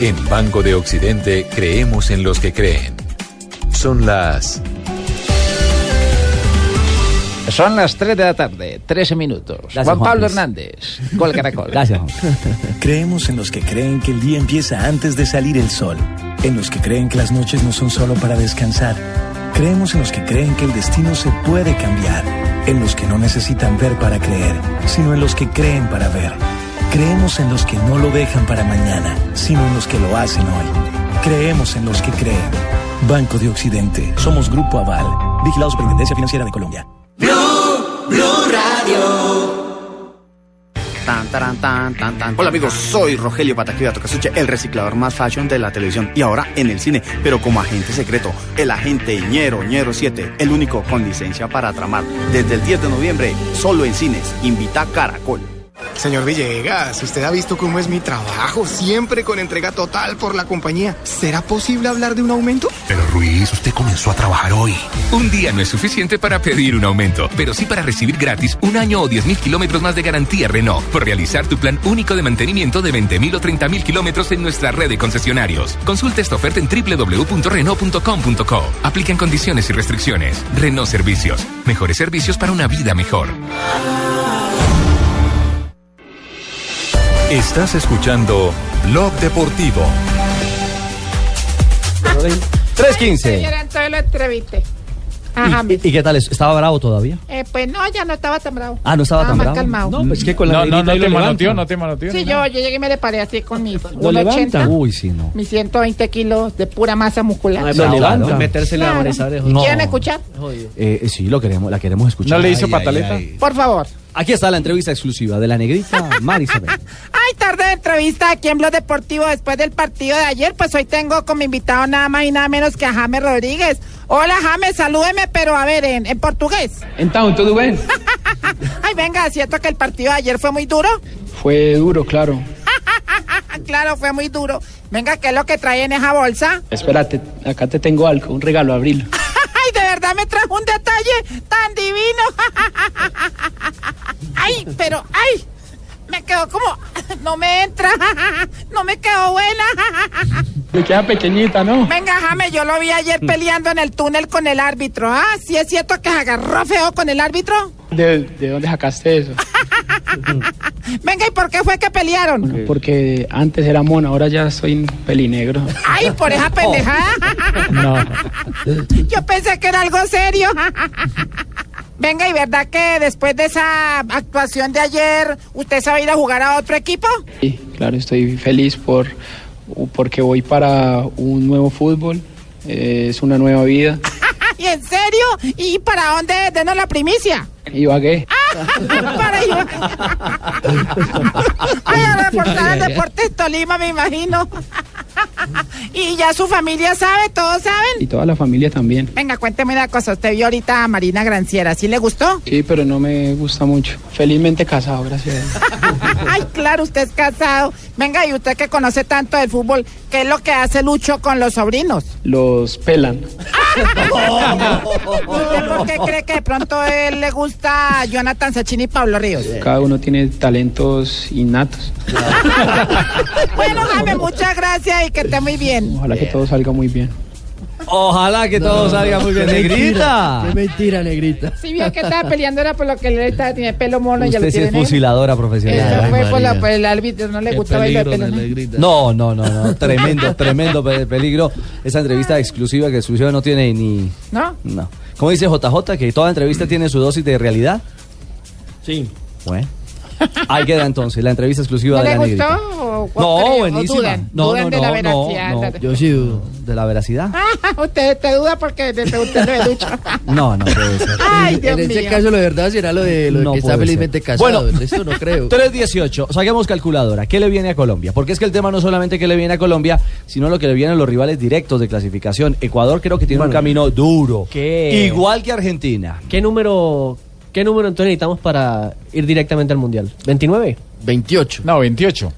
Speaker 1: En Banco de Occidente creemos en los que creen. Son las
Speaker 20: Son las 3 de la tarde, 13 minutos. Juan
Speaker 21: Juan
Speaker 20: Pablo
Speaker 21: Luis.
Speaker 20: Hernández, Gol Caracol.
Speaker 21: Creemos en los que creen que el día empieza antes de salir el sol. En los que creen que las noches no son solo para descansar. Creemos en los que creen que el destino se puede cambiar. En los que no necesitan ver para creer, sino en los que creen para ver. Creemos en los que no lo dejan para mañana, sino en los que lo hacen hoy. Creemos en los que creen. Banco de Occidente. Somos Grupo Aval. Vigilado Superintendencia Financiera de Colombia.
Speaker 3: Blue Radio.
Speaker 22: Tan, taran, tan, tan, tan. Hola amigos, soy Rogelio Pataquilla Tocasuche, el reciclador más fashion de la televisión y ahora en el cine, pero como agente secreto, el agente Ñero Ñero 7, el único con licencia para tramar. Desde el 10 de noviembre, solo en cines, invita Caracol.
Speaker 4: Señor Villegas, usted ha visto cómo es mi trabajo, siempre con entrega total por la compañía. ¿Será posible hablar de un aumento?
Speaker 5: Pero Ruiz, usted comenzó a trabajar hoy. Un día no es suficiente para pedir un aumento, pero sí para recibir gratis un año o 10.000 kilómetros más de garantía Renault por realizar tu plan único de mantenimiento de 20.000 o 30.000 kilómetros en nuestra red de concesionarios. Consulta esta oferta en www.renault.com.co. Aplican condiciones y restricciones. Renault Servicios. Mejores servicios para una vida mejor.
Speaker 1: Estás escuchando Blog Deportivo.
Speaker 6: 3.15.
Speaker 17: Señora, entonces lo entrevisté. A Ah,
Speaker 6: ¿Y-
Speaker 17: James.
Speaker 6: ¿Y, qué tal? es? ¿Estaba bravo todavía?
Speaker 17: Eh, pues no, ya no estaba tan bravo.
Speaker 6: Ah, no estaba tan
Speaker 17: más
Speaker 6: bravo.
Speaker 17: calmado.
Speaker 6: No, pues que con la
Speaker 10: No, no,
Speaker 6: negrita
Speaker 10: no
Speaker 6: ahí
Speaker 10: te
Speaker 6: lo
Speaker 10: manoteó,
Speaker 6: levanta.
Speaker 10: no te manoteó.
Speaker 17: Sí, yo, yo llegué y me le paré así con mis
Speaker 6: Lo
Speaker 17: 1,80,
Speaker 6: levanta. Uy, sí, no.
Speaker 17: mis 120 kilos de pura masa muscular.
Speaker 6: Ay, pero No, levanta. claro.
Speaker 13: Metérsele a
Speaker 17: Claro.
Speaker 13: Vanessa Arejo.
Speaker 6: No.
Speaker 17: ¿Quieren escuchar?
Speaker 6: Eh, eh, sí, lo queremos, la queremos escuchar.
Speaker 10: ¿No le hizo pataleta?
Speaker 17: Por favor.
Speaker 6: Aquí está la entrevista exclusiva de la negrita Marisabel.
Speaker 17: Ay, tarde de entrevista aquí en Blog Deportivo después del partido de ayer. Pues hoy tengo como invitado nada más y nada menos que a James Rodríguez. Hola, James, salúdeme, pero a ver, en, en portugués.
Speaker 23: Então, tudo bem?
Speaker 17: Ay, venga, ¿cierto que el partido de ayer fue muy duro?
Speaker 23: Foi duro, claro.
Speaker 17: Ah, claro, fue muy duro. Venga, ¿qué es lo que trae en esa bolsa?
Speaker 23: Espérate, acá te tengo algo, un regalo, abril.
Speaker 17: Ay, de verdad me trajo un detalle tan divino. Ay, pero, ay, me quedó como, no me entra, no me quedó buena.
Speaker 23: Me queda pequeñita, ¿no?
Speaker 17: Venga, James, yo lo vi ayer peleando en el túnel con el árbitro. Ah, sí es cierto que se agarró feo con el árbitro.
Speaker 23: ¿De, de dónde sacaste eso?
Speaker 17: Venga, ¿y por qué fue que pelearon?
Speaker 23: Porque antes era mono, ahora ya soy pelinegro.
Speaker 17: Ay, por esa pendejada.
Speaker 23: No.
Speaker 17: Yo pensé que era algo serio. Venga, ¿y verdad que después de esa actuación de ayer, usted se va a ir a jugar a otro equipo?
Speaker 23: Sí, claro, estoy feliz por porque voy para un nuevo fútbol, eh, es una nueva vida.
Speaker 17: Ay, ¿en serio? ¿Y para dónde? Denos la primicia.
Speaker 23: Ibagué.
Speaker 17: para ir. Ay, a reportar al Deportes Tolima, me imagino. y ya su familia sabe, todos
Speaker 23: y
Speaker 17: saben.
Speaker 23: toda la familia también.
Speaker 17: Venga, cuénteme una cosa. Usted vio ahorita a Marina Granciera, ¿sí le gustó?
Speaker 23: Sí, pero no me gusta mucho. Felizmente casado, gracias a Dios.
Speaker 17: Ay, claro, usted es casado. Venga, y usted que conoce tanto del fútbol, ¿qué es lo que hace Lucho con los sobrinos?
Speaker 23: Los pelan.
Speaker 17: ¿Usted por qué cree que de pronto a él le gusta a Jonathan Sachini y Pablo Ríos?
Speaker 23: Cada uno tiene talentos innatos.
Speaker 17: Bueno, Jaime, muchas gracias y que esté muy bien.
Speaker 23: Ojalá que todo salga muy bien.
Speaker 6: Ojalá que todo salga muy bien.
Speaker 23: qué
Speaker 6: Negrita.
Speaker 23: mentira,
Speaker 6: mentira, negrita.
Speaker 17: Si vio que estaba peleando era por lo que le estaba tiene pelo mono y ya
Speaker 6: Usted
Speaker 17: lo
Speaker 6: sí es
Speaker 17: tiene. ¿eh?
Speaker 6: fusiladora
Speaker 17: Eso
Speaker 6: profesional.
Speaker 17: fue por, la- por el árbitro, no le gustaba el pelo. ¿no?
Speaker 6: No, no, no, no. Tremendo, tremendo pe- peligro. Esa entrevista exclusiva que exclusiva no tiene ni.
Speaker 17: ¿No?
Speaker 6: No. ¿Cómo dice JJ? Que toda entrevista tiene su dosis de realidad. Sí. Bueno. Ahí queda entonces la entrevista exclusiva
Speaker 17: ¿No
Speaker 6: de
Speaker 17: le
Speaker 6: la
Speaker 17: gustó?
Speaker 6: negrita.
Speaker 17: ¿O,
Speaker 6: No,
Speaker 17: o cree- o
Speaker 6: buenísima.
Speaker 17: dudan?
Speaker 6: no,
Speaker 17: ¿Dudan
Speaker 6: no,
Speaker 17: de la
Speaker 6: no, no,
Speaker 17: veracidad?
Speaker 6: no. Yo sí dudo. ¿De la veracidad?
Speaker 17: Ah, usted te duda porque desde usted lo de Lucho.
Speaker 6: No, no puede ser.
Speaker 17: Ay, Dios
Speaker 16: en este
Speaker 17: mío.
Speaker 16: caso, lo de verdad será lo de, lo de
Speaker 6: No
Speaker 16: que está
Speaker 6: puede
Speaker 16: felizmente
Speaker 6: ser.
Speaker 16: casado.
Speaker 6: Bueno.
Speaker 16: Bueno, esto no creo.
Speaker 6: 318, saquemos calculadora. ¿Qué le viene a Colombia? Porque es que el tema no es solamente que le viene a Colombia, sino lo que le viene a los rivales directos de clasificación. Ecuador creo que tiene un
Speaker 13: Bueno.
Speaker 6: camino duro.
Speaker 13: ¿Qué?
Speaker 6: Igual que Argentina.
Speaker 13: ¿Qué número, ¿Qué número entonces necesitamos para ir directamente al Mundial? ¿29?
Speaker 16: 28.
Speaker 10: No, 28.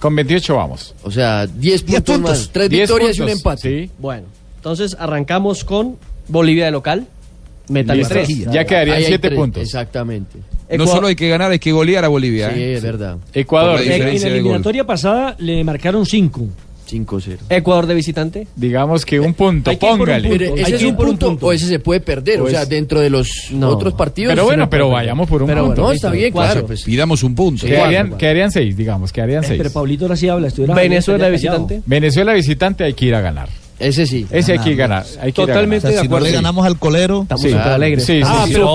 Speaker 10: Con 28 vamos.
Speaker 16: O sea, 10
Speaker 13: puntos más, tres victorias y un empate.
Speaker 10: Sí.
Speaker 13: Bueno, entonces arrancamos con Bolivia de local. Metal
Speaker 10: Listo.
Speaker 13: tres.
Speaker 10: Ya quedarían
Speaker 13: Ahí hay
Speaker 10: 7
Speaker 13: tres,
Speaker 10: puntos.
Speaker 16: Exactamente.
Speaker 10: Ecuador-
Speaker 11: No solo hay que ganar, hay que golear a Bolivia.
Speaker 10: Sí,
Speaker 11: ¿eh?
Speaker 10: es verdad.
Speaker 11: Por
Speaker 10: Ecuador.
Speaker 11: la
Speaker 10: En- en
Speaker 11: diferencia de gol.
Speaker 7: eliminatoria pasada le marcaron 5.
Speaker 16: 5-0.
Speaker 13: Ecuador de visitante.
Speaker 10: Digamos que un punto,
Speaker 13: Hay que ir por un
Speaker 10: póngale.
Speaker 13: punto. Mire,
Speaker 16: Ese es un punto, o ese se puede perder.
Speaker 10: O
Speaker 16: o sea,
Speaker 10: es-
Speaker 16: dentro de los otros partidos.
Speaker 10: Pero
Speaker 16: se
Speaker 10: bueno,
Speaker 16: no
Speaker 10: pero
Speaker 16: puede
Speaker 10: vayamos
Speaker 16: perder.
Speaker 10: por un
Speaker 16: Pero
Speaker 10: punto.
Speaker 16: no, está bien, claro.
Speaker 11: pues. Pidamos un punto.
Speaker 10: Quedarían, quedarían seis, digamos, quedarían seis.
Speaker 7: Pero Paulito ahora sí habla. estuviera-
Speaker 10: Venezuela
Speaker 7: estaría callado.
Speaker 10: visitante. Venezuela visitante hay que ir a ganar.
Speaker 16: Ese sí.
Speaker 10: Ese hay que ir a ganar. Hay que ir a ganar.
Speaker 9: O sea, si no le ganamos al colero,
Speaker 10: Sí. Sí, sí, sí.
Speaker 7: pero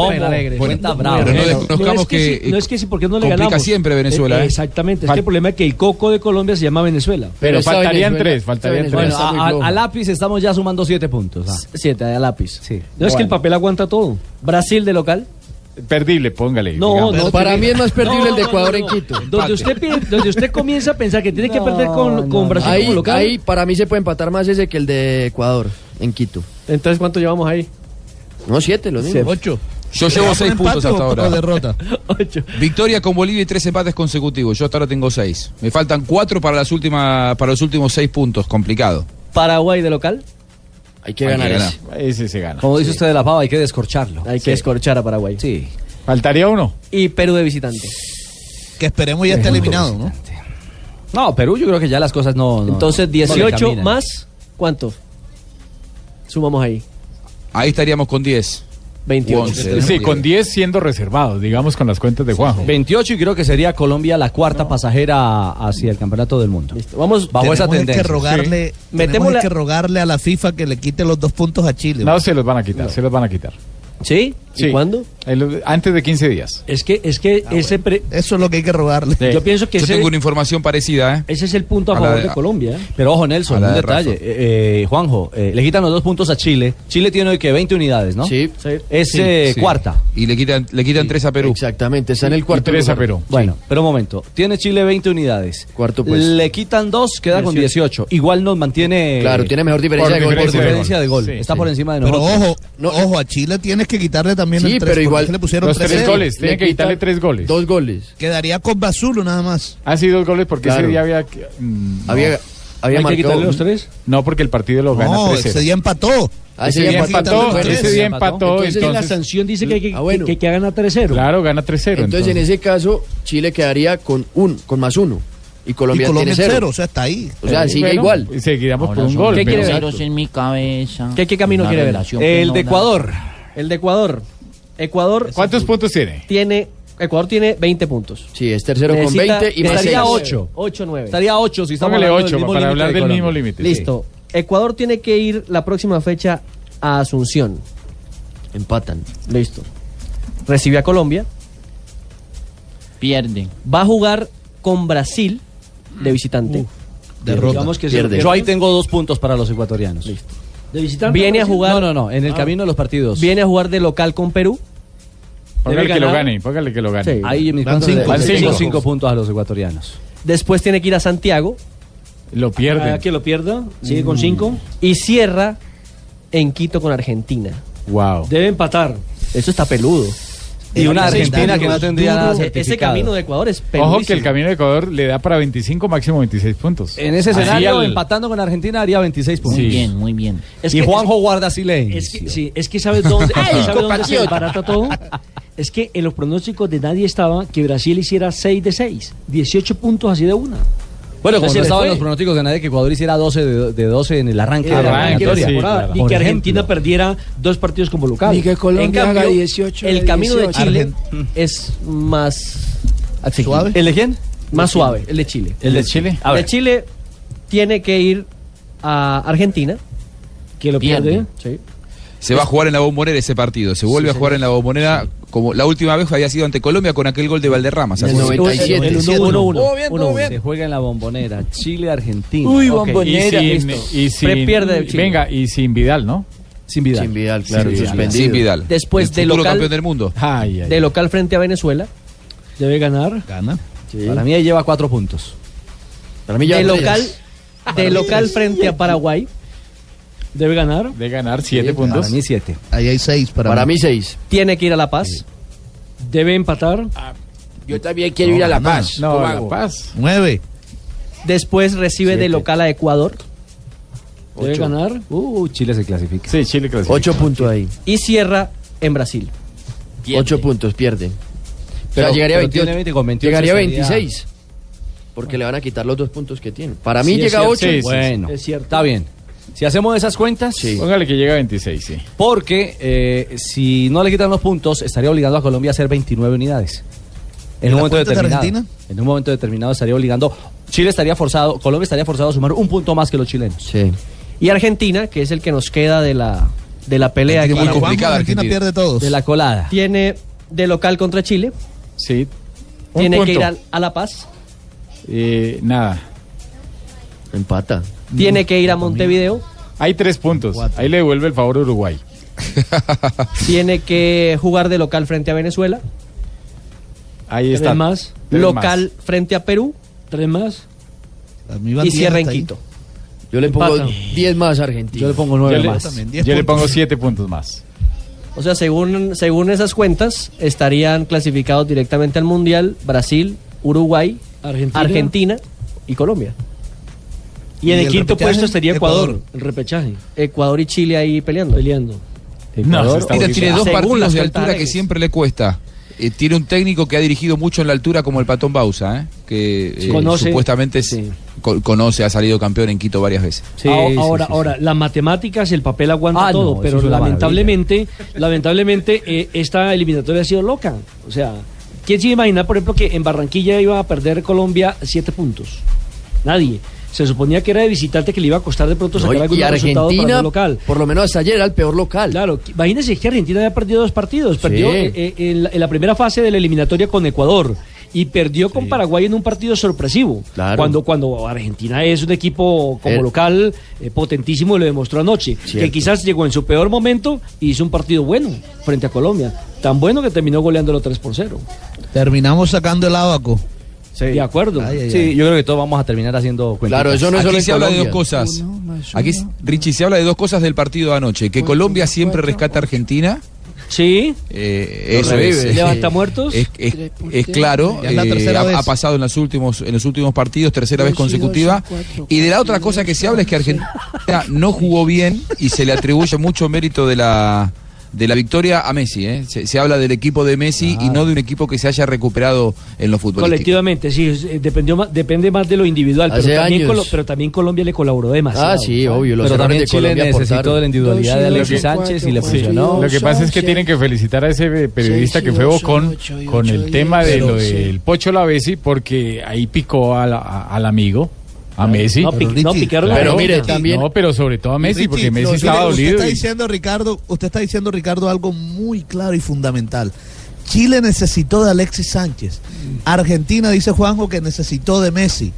Speaker 7: alegres. Cuenta bravo.
Speaker 11: Pero no
Speaker 7: Bueno,
Speaker 11: desconozcamos
Speaker 7: es
Speaker 11: que.
Speaker 7: sí, no es que sí, porque no le
Speaker 11: complica
Speaker 7: ganamos.
Speaker 11: siempre Venezuela,
Speaker 7: Eh,
Speaker 11: ¿eh?
Speaker 7: exactamente. Es que el problema es que el coco de Colombia se llama Venezuela.
Speaker 10: Pero esa faltarían Venezuela- tres, faltarían esa Venezuela tres. está
Speaker 6: Bueno,
Speaker 10: muy
Speaker 6: a, a-
Speaker 10: floja.
Speaker 6: a lápiz estamos ya sumando siete puntos. ah.
Speaker 13: Siete, a lápiz.
Speaker 6: Sí.
Speaker 7: No es que el papel aguanta todo.
Speaker 13: Brasil de local.
Speaker 10: Perdible, póngale.
Speaker 7: No,
Speaker 10: digamos.
Speaker 7: no,
Speaker 16: para mí
Speaker 7: tiene-
Speaker 16: es más perdible
Speaker 7: No,
Speaker 16: el de
Speaker 7: no,
Speaker 16: Ecuador
Speaker 7: no, no.
Speaker 16: en Quito.
Speaker 7: Donde usted, pi- donde usted comienza a pensar que tiene que perder con, con Brasil
Speaker 16: ahí,
Speaker 7: como local.
Speaker 16: ahí para mí se puede empatar más ese que el de Ecuador en Quito.
Speaker 13: Entonces, ¿cuánto llevamos ahí?
Speaker 16: No, siete, lo digo.
Speaker 13: Siete.
Speaker 16: Ocho.
Speaker 11: Yo
Speaker 9: ¿Le va
Speaker 11: llevo
Speaker 9: por
Speaker 11: seis
Speaker 9: empate
Speaker 11: puntos hasta
Speaker 9: o-
Speaker 11: ahora.
Speaker 9: o derrota?
Speaker 11: Victoria con Bolivia y tres empates consecutivos. Yo hasta ahora tengo seis. Me faltan cuatro para las últimas, para los últimos seis puntos. Complicado.
Speaker 13: Paraguay de local.
Speaker 11: Hay
Speaker 13: que ganar ese.
Speaker 10: Ese se gana.
Speaker 6: Como dice usted de la pava, hay que descorcharlo.
Speaker 13: Hay que descorchar a Paraguay.
Speaker 6: Sí.
Speaker 10: Faltaría uno.
Speaker 13: Y Perú de visitante.
Speaker 9: Que esperemos ya esté eliminado, ¿no?
Speaker 6: No, Perú yo creo que ya las cosas no... no-
Speaker 13: Entonces,
Speaker 6: no
Speaker 13: 18
Speaker 6: caminan.
Speaker 13: más, ¿cuánto? Sumamos ahí.
Speaker 11: Ahí estaríamos con 10.
Speaker 13: 28.
Speaker 10: Sí, con 10 siendo reservados, digamos, con las cuentas de Juanjo.
Speaker 6: 28 y creo que sería Colombia la cuarta pasajera hacia el campeonato del mundo.
Speaker 13: Vamos
Speaker 6: bajo esa
Speaker 9: Tenemos
Speaker 6: tendencia.
Speaker 9: que rogarle, tenemos que rogarle a la FIFA que le quite los dos puntos a Chile.
Speaker 10: No, se los van a quitar, se los van a quitar.
Speaker 13: ¿Sí?
Speaker 9: ¿Y cuándo? Ah,
Speaker 10: El- antes de 15 días.
Speaker 7: Es que, es que ese
Speaker 9: Eso es lo que hay que rogarle.
Speaker 7: Yo pienso que
Speaker 11: Yo
Speaker 7: ese-
Speaker 11: tengo una información parecida, ¿eh?
Speaker 7: Ese es el punto
Speaker 6: a favor
Speaker 11: la-
Speaker 6: de
Speaker 7: Colombia. ¿eh?
Speaker 6: Pero ojo, Nelson,
Speaker 11: A la
Speaker 6: un
Speaker 11: de
Speaker 6: detalle.
Speaker 11: Rafa.
Speaker 6: Eh, eh, Juanjo, eh, le quitan los dos puntos a Chile. Chile tiene hoy que 20 unidades, ¿no?
Speaker 16: Sí.
Speaker 6: Es
Speaker 11: Sí,
Speaker 6: eh,
Speaker 11: sí.
Speaker 6: cuarta.
Speaker 11: Y le quitan, le quitan tres a Perú.
Speaker 16: Exactamente, está en el
Speaker 11: cuarto Y tres a lugar. Perú,
Speaker 6: Bueno, pero un momento. Tiene Chile 20 unidades. Cuarto
Speaker 16: puesto.
Speaker 6: Le quitan dos, queda con 18. Igual nos mantiene.
Speaker 16: Claro, tiene mejor diferencia
Speaker 6: por
Speaker 16: de gol.
Speaker 6: Por
Speaker 16: Diferencia de
Speaker 6: diferencia
Speaker 16: gol.
Speaker 6: de gol.
Speaker 16: Sí,
Speaker 6: Está
Speaker 16: sí.
Speaker 6: por encima de
Speaker 9: Pero
Speaker 6: nosotros.
Speaker 9: ojo, ojo, a Chile tienes que quitarle también
Speaker 6: Sí,
Speaker 9: el tres,
Speaker 6: pero igual-
Speaker 9: porque le pusieron
Speaker 10: Los tres
Speaker 9: 3-0.
Speaker 10: goles, tienen que
Speaker 9: Le
Speaker 10: quitarle
Speaker 9: quitan
Speaker 10: tres goles.
Speaker 16: Dos goles.
Speaker 9: Quedaría con Basulo nada más.
Speaker 10: Ah, sí, dos goles porque
Speaker 9: Claro.
Speaker 10: ese día había. que- mm, no.
Speaker 9: Había- había
Speaker 10: ¿Hay que
Speaker 9: marcado-
Speaker 10: quitarle los tres? No, porque el partido lo gana
Speaker 9: No,
Speaker 10: 3-0.
Speaker 9: ese día empató.
Speaker 10: Ah, ese día empató, ese día empató,
Speaker 16: Entonces,
Speaker 10: entonces-
Speaker 16: la sanción
Speaker 7: dice
Speaker 16: que hay que- que- que
Speaker 7: gana 3-0.
Speaker 10: Claro, gana 3-0.
Speaker 16: Ah, Entonces, en ese caso, Chile quedaría con un, con más uno. Y Colombia,
Speaker 9: Colombia
Speaker 16: tiene
Speaker 9: cero,
Speaker 16: cero.
Speaker 9: o sea, está ahí.
Speaker 16: O sea,
Speaker 9: Eh,
Speaker 16: sigue
Speaker 9: bueno,
Speaker 16: igual.
Speaker 10: Y seguiríamos
Speaker 16: Ahora
Speaker 10: por un
Speaker 16: son
Speaker 10: gol.
Speaker 16: ¿Qué
Speaker 10: pero-
Speaker 16: quiere ver?
Speaker 8: Ceros en mi cabeza.
Speaker 13: ¿Qué, qué camino
Speaker 8: Una
Speaker 13: quiere ver?
Speaker 8: relación que no da.
Speaker 13: El de Ecuador. Ecuador.
Speaker 10: ¿Cuántos puntos tiene?
Speaker 13: Tiene. Ecuador tiene 20 puntos.
Speaker 16: Sí, es tercero con
Speaker 13: Necesita-
Speaker 16: 20 y más
Speaker 13: estaría
Speaker 16: seis.
Speaker 13: 8. 8, 9.
Speaker 6: Estaría 8 si estamos
Speaker 10: Póngale
Speaker 6: hablando del
Speaker 10: ocho,
Speaker 6: mismo
Speaker 10: para
Speaker 6: límite
Speaker 10: hablar
Speaker 6: de
Speaker 10: del
Speaker 6: Colombia.
Speaker 10: mismo límite.
Speaker 13: Listo. Ecuador tiene que ir la próxima fecha a Asunción.
Speaker 16: Empatan.
Speaker 13: Listo. Recibe a Colombia.
Speaker 8: Pierde.
Speaker 13: Va a jugar con Brasil de
Speaker 7: Uh,
Speaker 13: visitante.
Speaker 6: Derrota.
Speaker 13: Digamos que sí.
Speaker 6: Yo ahí tengo dos puntos para los ecuatorianos.
Speaker 7: ¿De visitante?
Speaker 13: Viene a
Speaker 7: Brasil?
Speaker 13: jugar. Ah.
Speaker 7: No, no,
Speaker 6: no. En el camino de los partidos.
Speaker 13: Viene a jugar de local con Perú.
Speaker 10: Póngale
Speaker 13: Debe
Speaker 10: que lo
Speaker 13: ganar.
Speaker 10: gane, póngale que lo gane.
Speaker 13: Sí. Ahí mis
Speaker 10: Van
Speaker 13: puntos de-
Speaker 10: cinco.
Speaker 13: van
Speaker 10: Van
Speaker 13: cinco.
Speaker 10: cinco.
Speaker 6: Cinco puntos a los ecuatorianos.
Speaker 13: Después tiene que ir a Santiago.
Speaker 10: Lo pierden.
Speaker 7: Ah, que lo pierda. Sigue con
Speaker 13: Mm.
Speaker 7: 5.
Speaker 13: Y cierra en Quito con Argentina.
Speaker 10: Wow.
Speaker 7: Debe empatar.
Speaker 13: Eso está peludo.
Speaker 10: Y una Argentina que no tendría nada
Speaker 13: Ese
Speaker 10: certificado.
Speaker 13: camino de Ecuador es peludísimo.
Speaker 10: Ojo que el camino de Ecuador le da para 25, máximo 26 puntos.
Speaker 6: En ese
Speaker 10: Así
Speaker 6: escenario,
Speaker 10: al-
Speaker 6: empatando con Argentina, haría 26 puntos.
Speaker 10: Muy bien,
Speaker 8: muy bien.
Speaker 7: Es
Speaker 6: y
Speaker 7: que-
Speaker 6: Juanjo guarda silencio.
Speaker 7: Es que, sí, es que ¿sabes dónde,
Speaker 6: Ay,
Speaker 7: ¿sabe dónde se
Speaker 6: compatriota.
Speaker 7: desbarata todo? Es que en los pronósticos de nadie estaba que Brasil hiciera 6 de 6. 18 puntos así de una.
Speaker 6: Bueno, como
Speaker 7: Se
Speaker 6: no
Speaker 7: le
Speaker 6: estaban
Speaker 7: fue.
Speaker 6: los pronósticos de nadie que Ecuador hiciera 12 de, de 12 en el arranque de la
Speaker 7: Arranque de
Speaker 6: eliminatoria.
Speaker 7: temporada. Y
Speaker 6: Por
Speaker 7: que
Speaker 6: ejemplo.
Speaker 7: Argentina perdiera dos partidos como local.
Speaker 13: Ni que Colombia
Speaker 7: En cambio,
Speaker 13: haga 18 de
Speaker 7: el camino de
Speaker 13: 18.
Speaker 7: Chile
Speaker 13: es más
Speaker 7: ¿Suave?
Speaker 13: ¿El de quién? Más suave, el de Chile.
Speaker 7: ¿El de Chile? A
Speaker 13: El de
Speaker 7: ver.
Speaker 13: Chile tiene que ir a Argentina.
Speaker 7: Que lo
Speaker 11: Pierde.
Speaker 13: Sí.
Speaker 11: Se va a jugar en la bombonera ese partido. Se vuelve a jugar en la bombonera como la última vez había sido ante Colombia con aquel gol de Valderrama. ¿se
Speaker 6: El
Speaker 11: acuerdan?
Speaker 6: 97. El 1-1.
Speaker 11: Todo bien, todo
Speaker 6: 1-1.
Speaker 11: bien.
Speaker 6: Se juega en la bombonera. Chile-Argentina.
Speaker 10: Ok,
Speaker 6: Ok.
Speaker 10: Y sin, y sin- Venga, y sin Vidal, ¿no?
Speaker 6: Sin Vidal.
Speaker 10: Sin
Speaker 16: Vidal,
Speaker 13: claro, suspendido. Sin Vidal. Después El de futuro local- campeón del
Speaker 11: mundo.
Speaker 10: Ay, ay.
Speaker 13: De local frente a Venezuela.
Speaker 7: Debe ganar.
Speaker 9: Gana.
Speaker 6: Para mí ahí lleva 4 puntos.
Speaker 16: Para
Speaker 13: mí ya De tres. local-
Speaker 7: de
Speaker 13: local frente a Paraguay.
Speaker 7: Debe ganar.
Speaker 10: De ganar 7 puntos.
Speaker 6: Para mí 7.
Speaker 9: Ahí hay 6 para,
Speaker 16: Para mí 6.
Speaker 13: Tiene que ir a La Paz.
Speaker 7: Debe empatar.
Speaker 19: Ah, Yo también quiero
Speaker 9: No,
Speaker 19: ir a La
Speaker 9: no,
Speaker 19: Paz.
Speaker 9: no,
Speaker 19: Tobago.
Speaker 9: La Paz. 9.
Speaker 13: Después recibe de local a Ecuador.
Speaker 7: Debe ganar.
Speaker 6: Uh, Chile se clasifica.
Speaker 10: Sí, Chile clasifica.
Speaker 16: 8 puntos ahí.
Speaker 13: Y cierra en Brasil.
Speaker 16: 8 puntos, pierde. Pero,
Speaker 13: Pero-
Speaker 16: llegaría a
Speaker 13: pero
Speaker 16: 28.
Speaker 13: tiene 20, con 28
Speaker 16: llegaría a
Speaker 13: sería-
Speaker 16: 26. Porque le van a quitar los dos puntos que tiene. Para mí
Speaker 6: Sí, es
Speaker 16: llega a
Speaker 6: cierto.
Speaker 16: 8.
Speaker 6: Sí, sí, Bueno, es cierto. está bien. Si hacemos esas cuentas,
Speaker 10: póngale que llega a 26, sí.
Speaker 6: Porque eh, si no le quitan los puntos, estaría obligando a Colombia a hacer 29 unidades. En
Speaker 9: ¿Y
Speaker 6: un
Speaker 9: la
Speaker 6: momento
Speaker 9: cuenta de
Speaker 6: determinado.
Speaker 9: Argentina?
Speaker 6: En un momento determinado estaría obligando. Chile estaría forzado, Colombia estaría forzado a sumar un punto más que los chilenos.
Speaker 16: Sí.
Speaker 13: Y Argentina, que es el que nos queda de la, de la pelea
Speaker 6: Argentina
Speaker 13: aquí.
Speaker 6: muy complicada, Argentina Argentina. pierde todos.
Speaker 13: De la colada. Tiene de local contra Chile.
Speaker 10: Sí. Un
Speaker 13: Tiene que
Speaker 10: punto.
Speaker 13: ir al- a, La Paz.
Speaker 10: Eh, nada.
Speaker 16: Empata.
Speaker 13: Tiene que ir a Montevideo.
Speaker 10: Hay 3 puntos. Ahí le devuelve el favor a Uruguay.
Speaker 13: Tiene que jugar de local frente a Venezuela.
Speaker 10: Ahí está.
Speaker 13: más.
Speaker 10: Tres
Speaker 13: local frente a Perú.
Speaker 7: Tres más.
Speaker 13: Y cierra en Quito.
Speaker 16: Yo le pongo
Speaker 13: Empatan.
Speaker 16: 10 más a Argentina.
Speaker 13: Yo le pongo nueve Yo le- más.
Speaker 10: Yo le pongo 7 puntos más.
Speaker 13: O sea, según, según esas cuentas, estarían clasificados directamente al Mundial Brasil, Uruguay,
Speaker 7: Argentina.
Speaker 13: Argentina y Colombia.
Speaker 7: Y en el quinto puesto estaría Ecuador,
Speaker 13: El repechaje. Ecuador y Chile ahí peleando.
Speaker 7: Peleando. Este
Speaker 13: Ecuador,
Speaker 11: Mira, tiene dos
Speaker 13: según
Speaker 11: partidos
Speaker 13: las
Speaker 11: de altura que
Speaker 13: cuentas
Speaker 11: siempre le cuesta. Eh, tiene un técnico que ha dirigido mucho en la altura como el Patón Bausa, ¿eh? que eh,
Speaker 7: Conoce.
Speaker 11: supuestamente es- co- conoce, ha salido campeón en Quito varias veces.
Speaker 7: ahora, ahora, ahora, las matemáticas, el papel aguanta
Speaker 11: Ah,
Speaker 7: todo,
Speaker 11: no, eso
Speaker 7: pero
Speaker 11: es una
Speaker 7: lamentablemente, lamentablemente eh, esta eliminatoria ha sido loca. O sea, ¿quién se iba a imaginar, por ejemplo, que en Barranquilla iba a perder Colombia siete puntos? Nadie. Se suponía que era de visitante que le iba a costar de pronto
Speaker 16: No,
Speaker 7: sacar
Speaker 16: y-
Speaker 7: algún
Speaker 16: y
Speaker 7: resultado para
Speaker 16: Argentina,
Speaker 7: no local.
Speaker 16: Por lo menos hasta ayer era el peor local.
Speaker 7: Claro, imagínense que Argentina había perdido dos partidos. Perdió eh, eh, en, la, en la primera fase de la eliminatoria con Ecuador y perdió con Paraguay en un partido sorpresivo.
Speaker 16: Claro.
Speaker 7: Cuando, cuando Argentina es un equipo como
Speaker 16: Eh.
Speaker 7: local eh, potentísimo y lo demostró anoche. Que
Speaker 16: Cierto.
Speaker 7: quizás llegó en su peor momento y hizo un partido bueno frente a Colombia. Tan bueno que terminó goleándolo 3 por 0.
Speaker 9: Terminamos sacando el abaco.
Speaker 7: De acuerdo.
Speaker 6: Sí, yo creo que todos vamos a terminar haciendo cuentas.
Speaker 11: Aquí se habla de dos cosas. Aquí, s- Richie, se habla de dos cosas del partido de anoche. Que Colombia siempre rescata a Argentina.
Speaker 7: Sí.
Speaker 11: Eh, eso
Speaker 7: revive,
Speaker 11: es. eh,
Speaker 7: levanta muertos.
Speaker 11: Es, es- es claro.
Speaker 7: Ya es la
Speaker 11: eh,
Speaker 7: tercera vez.
Speaker 11: ha, ha pasado en los últimos en los últimos partidos, tercera vez consecutiva. Y de la otra cosa que se habla es que Argentina no jugó bien y se le atribuye mucho mérito de la de la victoria a Messi. eh. Se, se habla del equipo de Messi y no de un equipo que se haya recuperado en los futbolistas.
Speaker 7: Colectivamente, sí, es- eh, dependió más- depende más de lo individual, pero
Speaker 11: Hace
Speaker 7: también,
Speaker 11: años.
Speaker 7: Colo- pero también Colombia le colaboró demasiado.
Speaker 16: Ah, sí, obvio, los
Speaker 7: Pero
Speaker 16: errores
Speaker 7: también
Speaker 16: de
Speaker 7: Chile
Speaker 16: Colombia
Speaker 7: necesitó de la individualidad de Alexis Sánchez y le funcionó.
Speaker 10: Lo que pasa es que tienen que felicitar a ese eh, periodista que fue Bocón con el tema de lo del Pocho Lavesi porque ahí picó a la- a- al amigo. A Messi.
Speaker 9: no, pic- no, picaron a
Speaker 10: Claro,
Speaker 9: la
Speaker 10: mire,
Speaker 9: boca.
Speaker 10: también. No, pero sobre todo a Messi, porque Messi estaba
Speaker 9: Usted
Speaker 10: dolido.
Speaker 9: está
Speaker 10: y-
Speaker 9: diciendo, Ricardo, usted está diciendo, Ricardo, algo muy claro y fundamental. Chile necesitó de Alexis Sánchez. Argentina, dice Juanjo, que necesitó de Messi.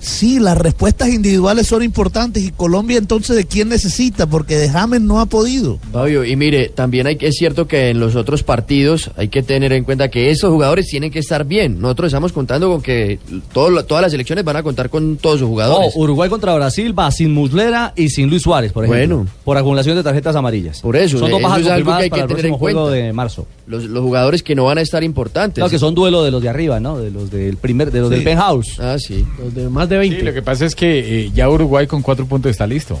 Speaker 9: Sí, las respuestas individuales son importantes. ¿Y Colombia entonces de quién necesita? Porque de James no ha podido.
Speaker 16: Fabio, y mire, también hay, que- es cierto que en los otros partidos hay que tener en cuenta que esos jugadores tienen que estar bien. Nosotros estamos contando con que todo lo- todas las elecciones van a contar con todos sus
Speaker 6: No,
Speaker 16: jugadores.
Speaker 6: Oh, Uruguay contra Brasil va sin Muslera y sin Luis Suárez, por ejemplo.
Speaker 16: Bueno.
Speaker 6: Por acumulación de tarjetas amarillas.
Speaker 16: Por eso,
Speaker 6: Son dos
Speaker 16: eh,
Speaker 6: bajas
Speaker 16: eso es algo que
Speaker 6: confirmadas
Speaker 16: hay que
Speaker 6: para el
Speaker 16: tener
Speaker 6: próximo
Speaker 16: en
Speaker 6: juego
Speaker 16: cuenta.
Speaker 6: de marzo.
Speaker 16: Los, los jugadores que no van a estar importantes.
Speaker 6: Claro que son duelo de los de arriba, ¿no? De los del primer, de los del penthouse.
Speaker 16: Ah, sí.
Speaker 7: Los de más de 20.
Speaker 10: lo que pasa es que eh, ya Uruguay con cuatro puntos está listo.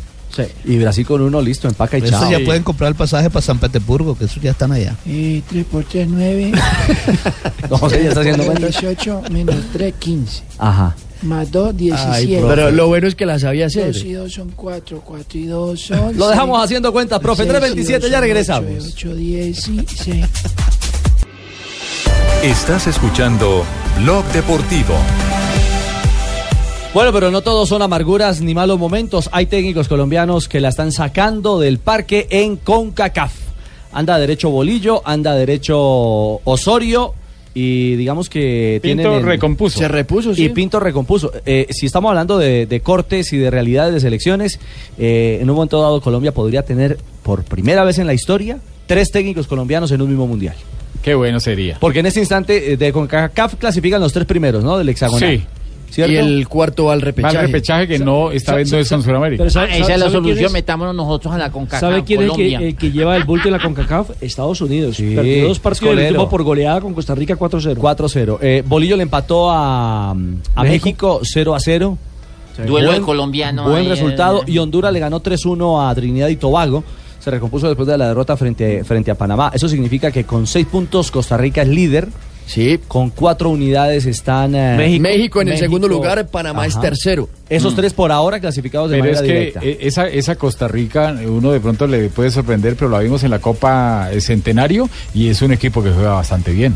Speaker 6: Y Brasil con uno listo, empaca y
Speaker 9: Eso
Speaker 6: chao.
Speaker 9: ya pueden comprar el pasaje para San Petersburgo, que eso ya están allá.
Speaker 12: Y 3 Eh, por 3, 9.
Speaker 6: No, ya está haciendo cuentas.
Speaker 12: 18 menos 3, 15.
Speaker 6: Ajá.
Speaker 12: Más 2, 17.
Speaker 16: Ay, pero lo bueno es que las sabía hacer.
Speaker 12: 2 y 2 son 4, 4 y 2 son.
Speaker 6: Lo dejamos haciendo cuentas, profe. 3.27, ya regresamos.
Speaker 12: 8, 10 y 6.
Speaker 1: Estás escuchando Blog Deportivo.
Speaker 6: Bueno, pero no todos son amarguras ni malos momentos. Hay técnicos colombianos que la están sacando del parque en CONCACAF. Anda derecho Bolillo, anda derecho Osorio y digamos que
Speaker 10: Pinto
Speaker 6: tienen el-
Speaker 10: recompuso. Se
Speaker 16: repuso,
Speaker 6: Y Pinto recompuso. Eh, si estamos hablando de, de cortes y de realidades de selecciones, eh, en un momento dado Colombia podría tener por primera vez en la historia tres técnicos colombianos en un mismo mundial.
Speaker 10: Qué bueno sería.
Speaker 6: Porque en este instante eh, de CONCACAF clasifican los tres primeros, ¿no? Del hexagonal.
Speaker 10: Sí.
Speaker 6: ¿Cierto?
Speaker 16: Y el cuarto al repechaje.
Speaker 10: Más repechaje que no está viendo eso en Sudamérica.
Speaker 8: Ah, esa es la
Speaker 7: quién
Speaker 8: solución,
Speaker 7: es?
Speaker 8: metámonos nosotros a la CONCACAF
Speaker 7: ¿Sabe quién es el que,
Speaker 8: Colombia.
Speaker 7: el que lleva el bulto en la CONCACAF? Estados Unidos. Perdió dos partidos y el
Speaker 6: escolero.
Speaker 7: último por goleada con Costa Rica 4-0.
Speaker 6: 4-0. Eh, Bolillo le empató a, a México 0 a 0.
Speaker 8: Duelo de colombiano
Speaker 6: Buen
Speaker 8: ahí,
Speaker 6: resultado. Y Honduras le ganó 3-1 a Trinidad y Tobago. Se recompuso después de la derrota frente, frente a Panamá. Eso significa que con 6 puntos Costa Rica es líder.
Speaker 16: Sí.
Speaker 6: Con 4 unidades están. eh,
Speaker 16: México, en el segundo lugar, Panamá es
Speaker 6: Ajá.
Speaker 16: tercero.
Speaker 6: Esos tres por ahora clasificados de
Speaker 10: Mm. Pero es
Speaker 6: manera
Speaker 10: que
Speaker 6: directa.
Speaker 10: eh, esa, esa Costa Rica, eh, uno de pronto le puede sorprender, pero la vimos en la Copa eh, Centenario y es un equipo que juega bastante bien.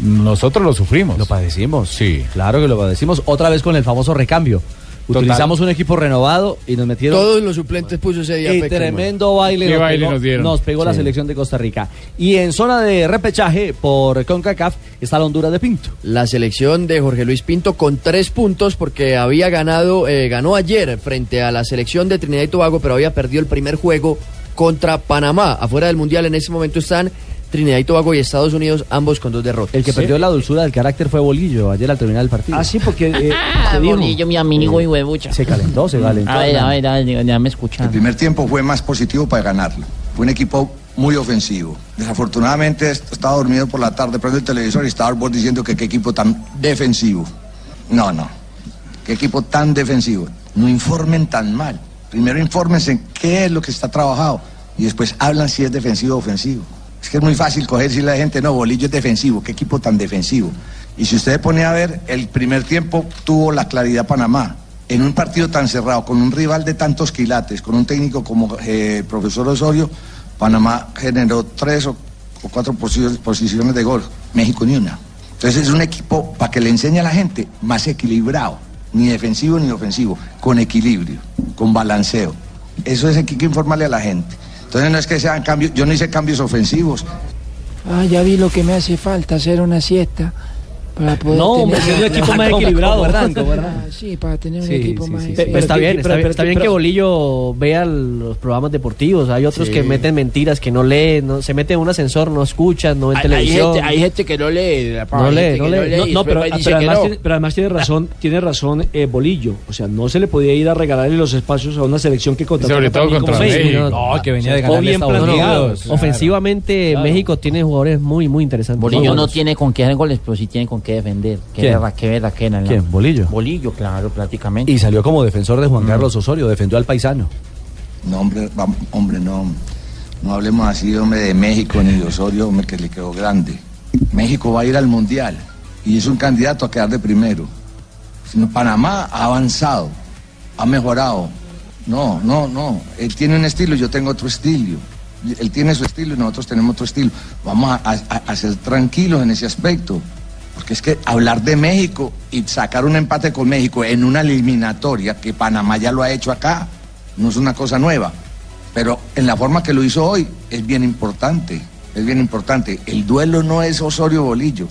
Speaker 10: Nosotros lo sufrimos. Lo
Speaker 6: padecimos.
Speaker 10: Sí.
Speaker 6: Claro que lo padecimos. Otra vez con el famoso recambio.
Speaker 10: Total.
Speaker 6: Utilizamos un equipo renovado y nos metieron.
Speaker 16: Todos los suplentes puso ese día.
Speaker 6: Y
Speaker 16: Peckerman.
Speaker 6: tremendo baile,
Speaker 16: Qué
Speaker 6: nos,
Speaker 16: baile
Speaker 6: pegó,
Speaker 16: nos dieron.
Speaker 6: nos pegó la
Speaker 16: Sí.
Speaker 6: selección de Costa Rica. Y en zona de repechaje por CONCACAF está la Honduras de Pinto.
Speaker 16: La selección de Jorge Luis Pinto con tres puntos porque había ganado, eh, ganó ayer frente a la selección de Trinidad y Tobago, pero había perdido el primer juego contra Panamá. Afuera del Mundial en ese momento están Trinidad y Tobago y Estados Unidos, ambos con dos derrotas.
Speaker 6: El que perdió la dulzura del carácter fue Bolillo ayer al terminar el partido.
Speaker 7: Ah, sí, porque
Speaker 8: Ah, Bolillo, mi amigo y huevucha.
Speaker 6: se calentó, se calentó.
Speaker 8: A ver, a
Speaker 6: Hernán.
Speaker 8: ver, a ver, déjame escuchar.
Speaker 2: El primer tiempo fue más positivo para ganarlo. Fue un equipo muy ofensivo. Desafortunadamente est- estaba dormido por la tarde, prendo el televisor y estaba vos diciendo que qué equipo tan defensivo. No, no. Qué equipo tan defensivo. No informen tan mal. Primero infórmense en qué es lo que está trabajado y después hablan si es defensivo o ofensivo. Es que es muy fácil coger si la gente, no, Bolillo es defensivo, qué equipo tan defensivo. Y si usted pone a ver, el primer tiempo tuvo la claridad Panamá. En un partido tan cerrado, con un rival de tantos quilates, con un técnico como eh, el profesor Osorio, Panamá generó tres o, o cuatro posi- posiciones de gol, México ni una. Entonces es un equipo, para que le enseñe a la gente, más equilibrado, ni defensivo ni ofensivo, con equilibrio, con balanceo. Eso es aquí que informarle a la gente. Entonces no es que sean cambios, yo no hice cambios ofensivos,
Speaker 12: Ah, ya vi lo que me hace falta, hacer una siesta para poder
Speaker 7: No,
Speaker 12: tener...
Speaker 7: hombre, es un equipo más
Speaker 12: Como-
Speaker 7: equilibrado.
Speaker 12: como Barranco,
Speaker 7: Barranco.
Speaker 12: Ah, Sí, para tener un
Speaker 13: Sí,
Speaker 12: equipo
Speaker 13: sí,
Speaker 12: más...
Speaker 13: sí, sí.
Speaker 12: equilibrado.
Speaker 13: Oh Pero está bien, está bien, está bien que
Speaker 12: pero-
Speaker 13: Bolillo vea los programas deportivos. Hay otros
Speaker 12: Sí.
Speaker 13: que meten mentiras, que no leen, no, se mete en un ascensor, no escuchan, no ven
Speaker 7: Hay- hay
Speaker 13: televisión.
Speaker 7: gente- hay
Speaker 20: gente que no lee.
Speaker 7: No lee, no lee. No, no, pero,
Speaker 10: pues,
Speaker 7: pero además, tiene, pero además tiene razón, tiene razón eh, Bolillo. O sea, no se le podía ir a regalarle los espacios a una selección que contrató.
Speaker 10: Sobre todo
Speaker 7: también como
Speaker 10: contra
Speaker 7: seis,
Speaker 10: México.
Speaker 7: ¿no?
Speaker 10: No, que venía
Speaker 7: O
Speaker 10: de
Speaker 7: sea,
Speaker 10: ganarle
Speaker 7: o bien
Speaker 10: Estados Unidos.
Speaker 7: planeados.
Speaker 10: Claro.
Speaker 13: Ofensivamente, México tiene jugadores muy, muy interesantes.
Speaker 8: Bolillo
Speaker 13: Muy
Speaker 8: no
Speaker 13: buenos.
Speaker 8: tiene con qué hacer goles, pero sí tiene con qué defender. Qué
Speaker 6: ¿Quién?
Speaker 8: verra, qué verra, qué nalga.
Speaker 6: ¿Quién? ¿Bolillo?
Speaker 8: Bolillo, claro, prácticamente. Mm.
Speaker 6: Y salió como defensor de Juan Carlos Osorio, defendió al paisano.
Speaker 2: No, hombre, vam- hombre, no. No hablemos así, hombre, de México ni de Osorio, hombre, que le quedó grande. México va a ir al Mundial y es un candidato a quedar de primero. Sino Panamá ha avanzado, ha mejorado. No, no, no. Él tiene un estilo, yo tengo otro estilo. Él tiene su estilo y nosotros tenemos otro estilo. Vamos a, a- a ser tranquilos en ese aspecto. Porque es que hablar de México y sacar un empate con México en una eliminatoria, que Panamá ya lo ha hecho acá, no es una cosa nueva, pero en la forma que lo hizo hoy es bien importante, es bien importante. El duelo no es Osorio Bolillo,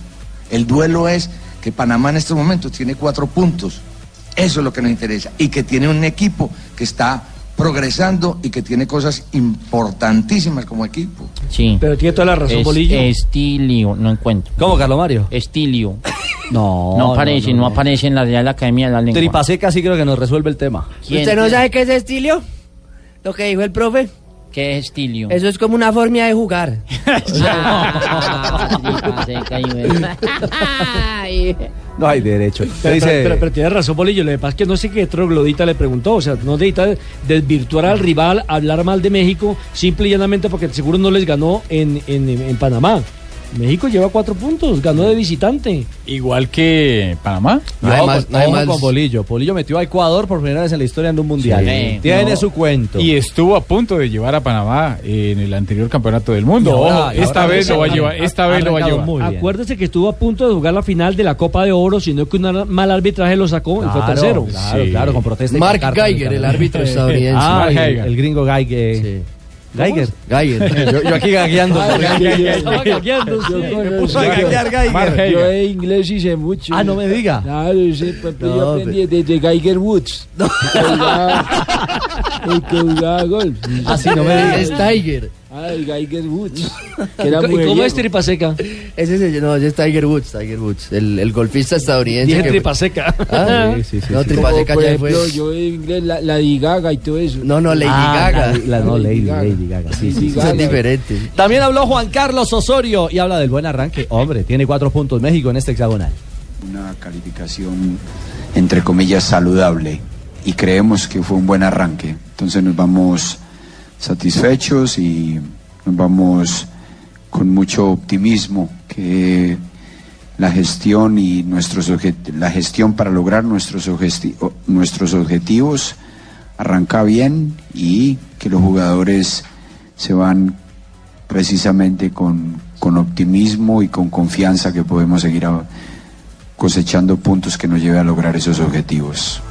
Speaker 2: el duelo es que Panamá en estos momentos tiene cuatro puntos, eso es lo que nos interesa, y que tiene un equipo que está progresando y que tiene cosas importantísimas como equipo.
Speaker 8: Sí.
Speaker 7: Pero tiene toda la
Speaker 8: razón,
Speaker 7: Bolillo.
Speaker 8: Estilio, no encuentro.
Speaker 6: ¿Cómo, Carlos Mario?
Speaker 8: Estilio.
Speaker 6: No,
Speaker 8: No aparece, no, aparece en la Real Academia de la Lengua.
Speaker 6: Tripaseca sí creo que nos resuelve el tema.
Speaker 8: ¿Quién?
Speaker 12: ¿Usted no sabe qué es estilio? Lo que dijo el profe.
Speaker 8: ¿Qué es Estilio?
Speaker 12: Eso es como una forma de jugar.
Speaker 6: No hay derecho.
Speaker 7: Pero,
Speaker 6: Dice-
Speaker 7: pero- pero- pero tiene razón Bolillo, lo que pasa es que no sé qué troglodita le preguntó, o sea, no necesita desvirtuar al rival, hablar mal de México, simple y llanamente porque seguro no les ganó en, en- en Panamá. México lleva cuatro puntos, ganó de visitante.
Speaker 10: Igual que Panamá.
Speaker 6: No, con- ojo con Bolillo. Bolillo metió a Ecuador por primera vez en la historia en un mundial. Tiene su cuento.
Speaker 10: Y estuvo a punto de llevar a Panamá en el anterior campeonato del mundo.
Speaker 7: Y ahora-
Speaker 10: Ojo,
Speaker 7: y ahora
Speaker 10: esta vez
Speaker 7: ha-
Speaker 10: lo va a llevar.
Speaker 7: ha-
Speaker 10: Esta
Speaker 7: ha
Speaker 10: vez lo va a
Speaker 7: arrancado
Speaker 10: llevar.
Speaker 7: muy bien. Acuérdese que estuvo a punto de jugar la final de la Copa de Oro, sino que un ar- mal arbitraje lo sacó y fue
Speaker 6: Claro,
Speaker 7: tercero.
Speaker 6: Claro, claro, con protesta. y
Speaker 7: Mark
Speaker 6: con carta en
Speaker 7: Geiger,
Speaker 6: camino.
Speaker 7: el árbitro estadounidense.
Speaker 6: Ah,
Speaker 7: Mark
Speaker 6: el-
Speaker 7: Geiger.
Speaker 6: el gringo Geiger. Geiger.
Speaker 12: Geiger.
Speaker 6: yo, yo aquí gagueando.
Speaker 18: Ah,
Speaker 6: Yo estaba
Speaker 18: Yo
Speaker 6: gagueando, sí.
Speaker 18: con
Speaker 6: Me
Speaker 18: el-
Speaker 6: puso a gaguear
Speaker 18: Mark
Speaker 6: Geiger. eh,
Speaker 18: Yo de inglés hice mucho.
Speaker 6: Ah, no me diga.
Speaker 18: Claro, sí, pues,
Speaker 6: No,
Speaker 18: yo aprendí desde Geiger Woods. El que jugaba golf.
Speaker 7: Así no me digas.
Speaker 18: Es Tiger. Ah, el Geiger Woods. Que era
Speaker 16: ¿Y
Speaker 18: muy
Speaker 16: cómo es
Speaker 7: Tripaseca?
Speaker 16: Ese es, el- no, ese es Tiger Woods, Tiger Woods, el, el golfista estadounidense.
Speaker 18: Dije
Speaker 16: que fue-
Speaker 18: Tripaseca.
Speaker 16: Ah,
Speaker 18: Sí, sí, sí,
Speaker 16: no,
Speaker 18: sí.
Speaker 16: Tripaseca
Speaker 18: Como, por
Speaker 16: ya fue.
Speaker 18: ejemplo, Yo de inglés, la, Lady Gaga y todo eso.
Speaker 16: No, no, Lady
Speaker 6: Ah,
Speaker 16: Gaga.
Speaker 6: la- la- no, Lady, Lady Gaga. Sí, sí, sí.
Speaker 16: Son diferentes.
Speaker 6: También habló Juan Carlos Osorio y habla del buen arranque. Hombre, tiene cuatro puntos México en este hexagonal.
Speaker 2: Una calificación, entre comillas, saludable y creemos que fue un buen arranque. Entonces nos vamos satisfechos y nos vamos con mucho optimismo que la gestión y nuestros obje- la gestión para lograr nuestros objesti- o- nuestros objetivos arranca bien y que los jugadores se van precisamente con, con optimismo y con confianza que podemos seguir a- cosechando puntos que nos lleve a lograr esos objetivos.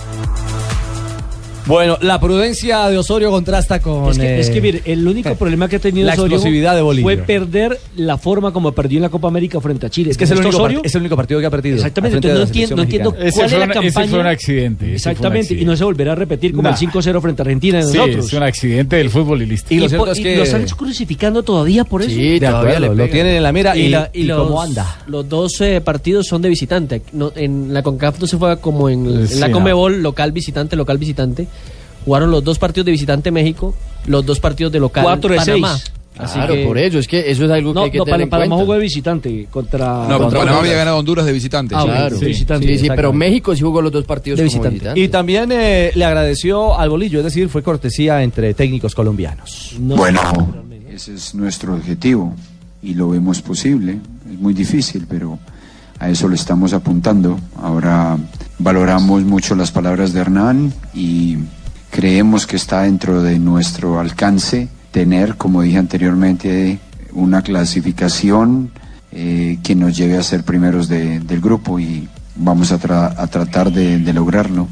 Speaker 6: Bueno, la prudencia de Osorio contrasta con.
Speaker 7: Es que, es que,
Speaker 6: eh,
Speaker 7: mire, el único problema que ha tenido
Speaker 6: la
Speaker 7: Osorio
Speaker 6: explosividad de Bolillo.
Speaker 7: fue perder la forma como perdió en la Copa América frente a Chile.
Speaker 6: Es que es el,
Speaker 7: Ernesto
Speaker 6: único
Speaker 7: Osorio-
Speaker 6: part- es el único partido que ha perdido.
Speaker 7: Exactamente,
Speaker 6: al frente
Speaker 7: entonces no
Speaker 6: de la
Speaker 7: entiendo, no entiendo
Speaker 6: selección mexicana.
Speaker 7: cuál es la campaña.
Speaker 10: fue un accidente, ese fue un
Speaker 7: Exactamente, y no se volverá a repetir como
Speaker 10: Nah.
Speaker 7: el 5-0 frente a Argentina de
Speaker 10: Sí,
Speaker 7: nosotros.
Speaker 10: es un accidente del fútbol y listo.
Speaker 7: Y, lo están crucificando todavía por eso.
Speaker 10: Sí, De todavía acuerdo, le lo pegan. tienen en la mira y-
Speaker 13: la-
Speaker 10: y
Speaker 13: los,
Speaker 10: cómo anda.
Speaker 13: Los 12 partidos son de visitante. No, en la CONCAF no se juega como en, en
Speaker 10: Sí,
Speaker 13: la
Speaker 10: no.
Speaker 13: Comebol, local visitante, local visitante. Jugaron los dos partidos de visitante México, los dos partidos de local
Speaker 7: Cuatro de
Speaker 13: Panamá.
Speaker 7: seis. Así
Speaker 16: Claro,
Speaker 7: que-
Speaker 16: por ello, es que eso es algo que
Speaker 7: No,
Speaker 16: hay que
Speaker 7: no,
Speaker 16: tener
Speaker 7: Pan-
Speaker 16: en
Speaker 7: Panamá
Speaker 16: cuenta.
Speaker 7: jugó de visitante contra.
Speaker 11: No, Panamá
Speaker 7: contra
Speaker 11: había
Speaker 7: Honduras.
Speaker 11: ganado a Honduras de visitante.
Speaker 7: Ah,
Speaker 11: sí.
Speaker 7: claro.
Speaker 11: Sí.
Speaker 7: Visitante,
Speaker 16: Sí, sí, pero
Speaker 7: exactamente.
Speaker 16: México sí jugó los dos partidos
Speaker 7: De
Speaker 16: como
Speaker 7: visitante.
Speaker 16: visitante.
Speaker 6: Y también eh, le agradeció al bolillo, es decir, fue cortesía entre técnicos colombianos.
Speaker 14: Bueno, ese es nuestro objetivo y lo vemos posible. Es muy difícil, pero a eso lo estamos apuntando. Ahora valoramos mucho las palabras de Hernán y creemos que está dentro de nuestro alcance tener, como dije anteriormente, una clasificación eh, que nos lleve a ser primeros de- del grupo y vamos a, tra- a tratar de- de lograrlo.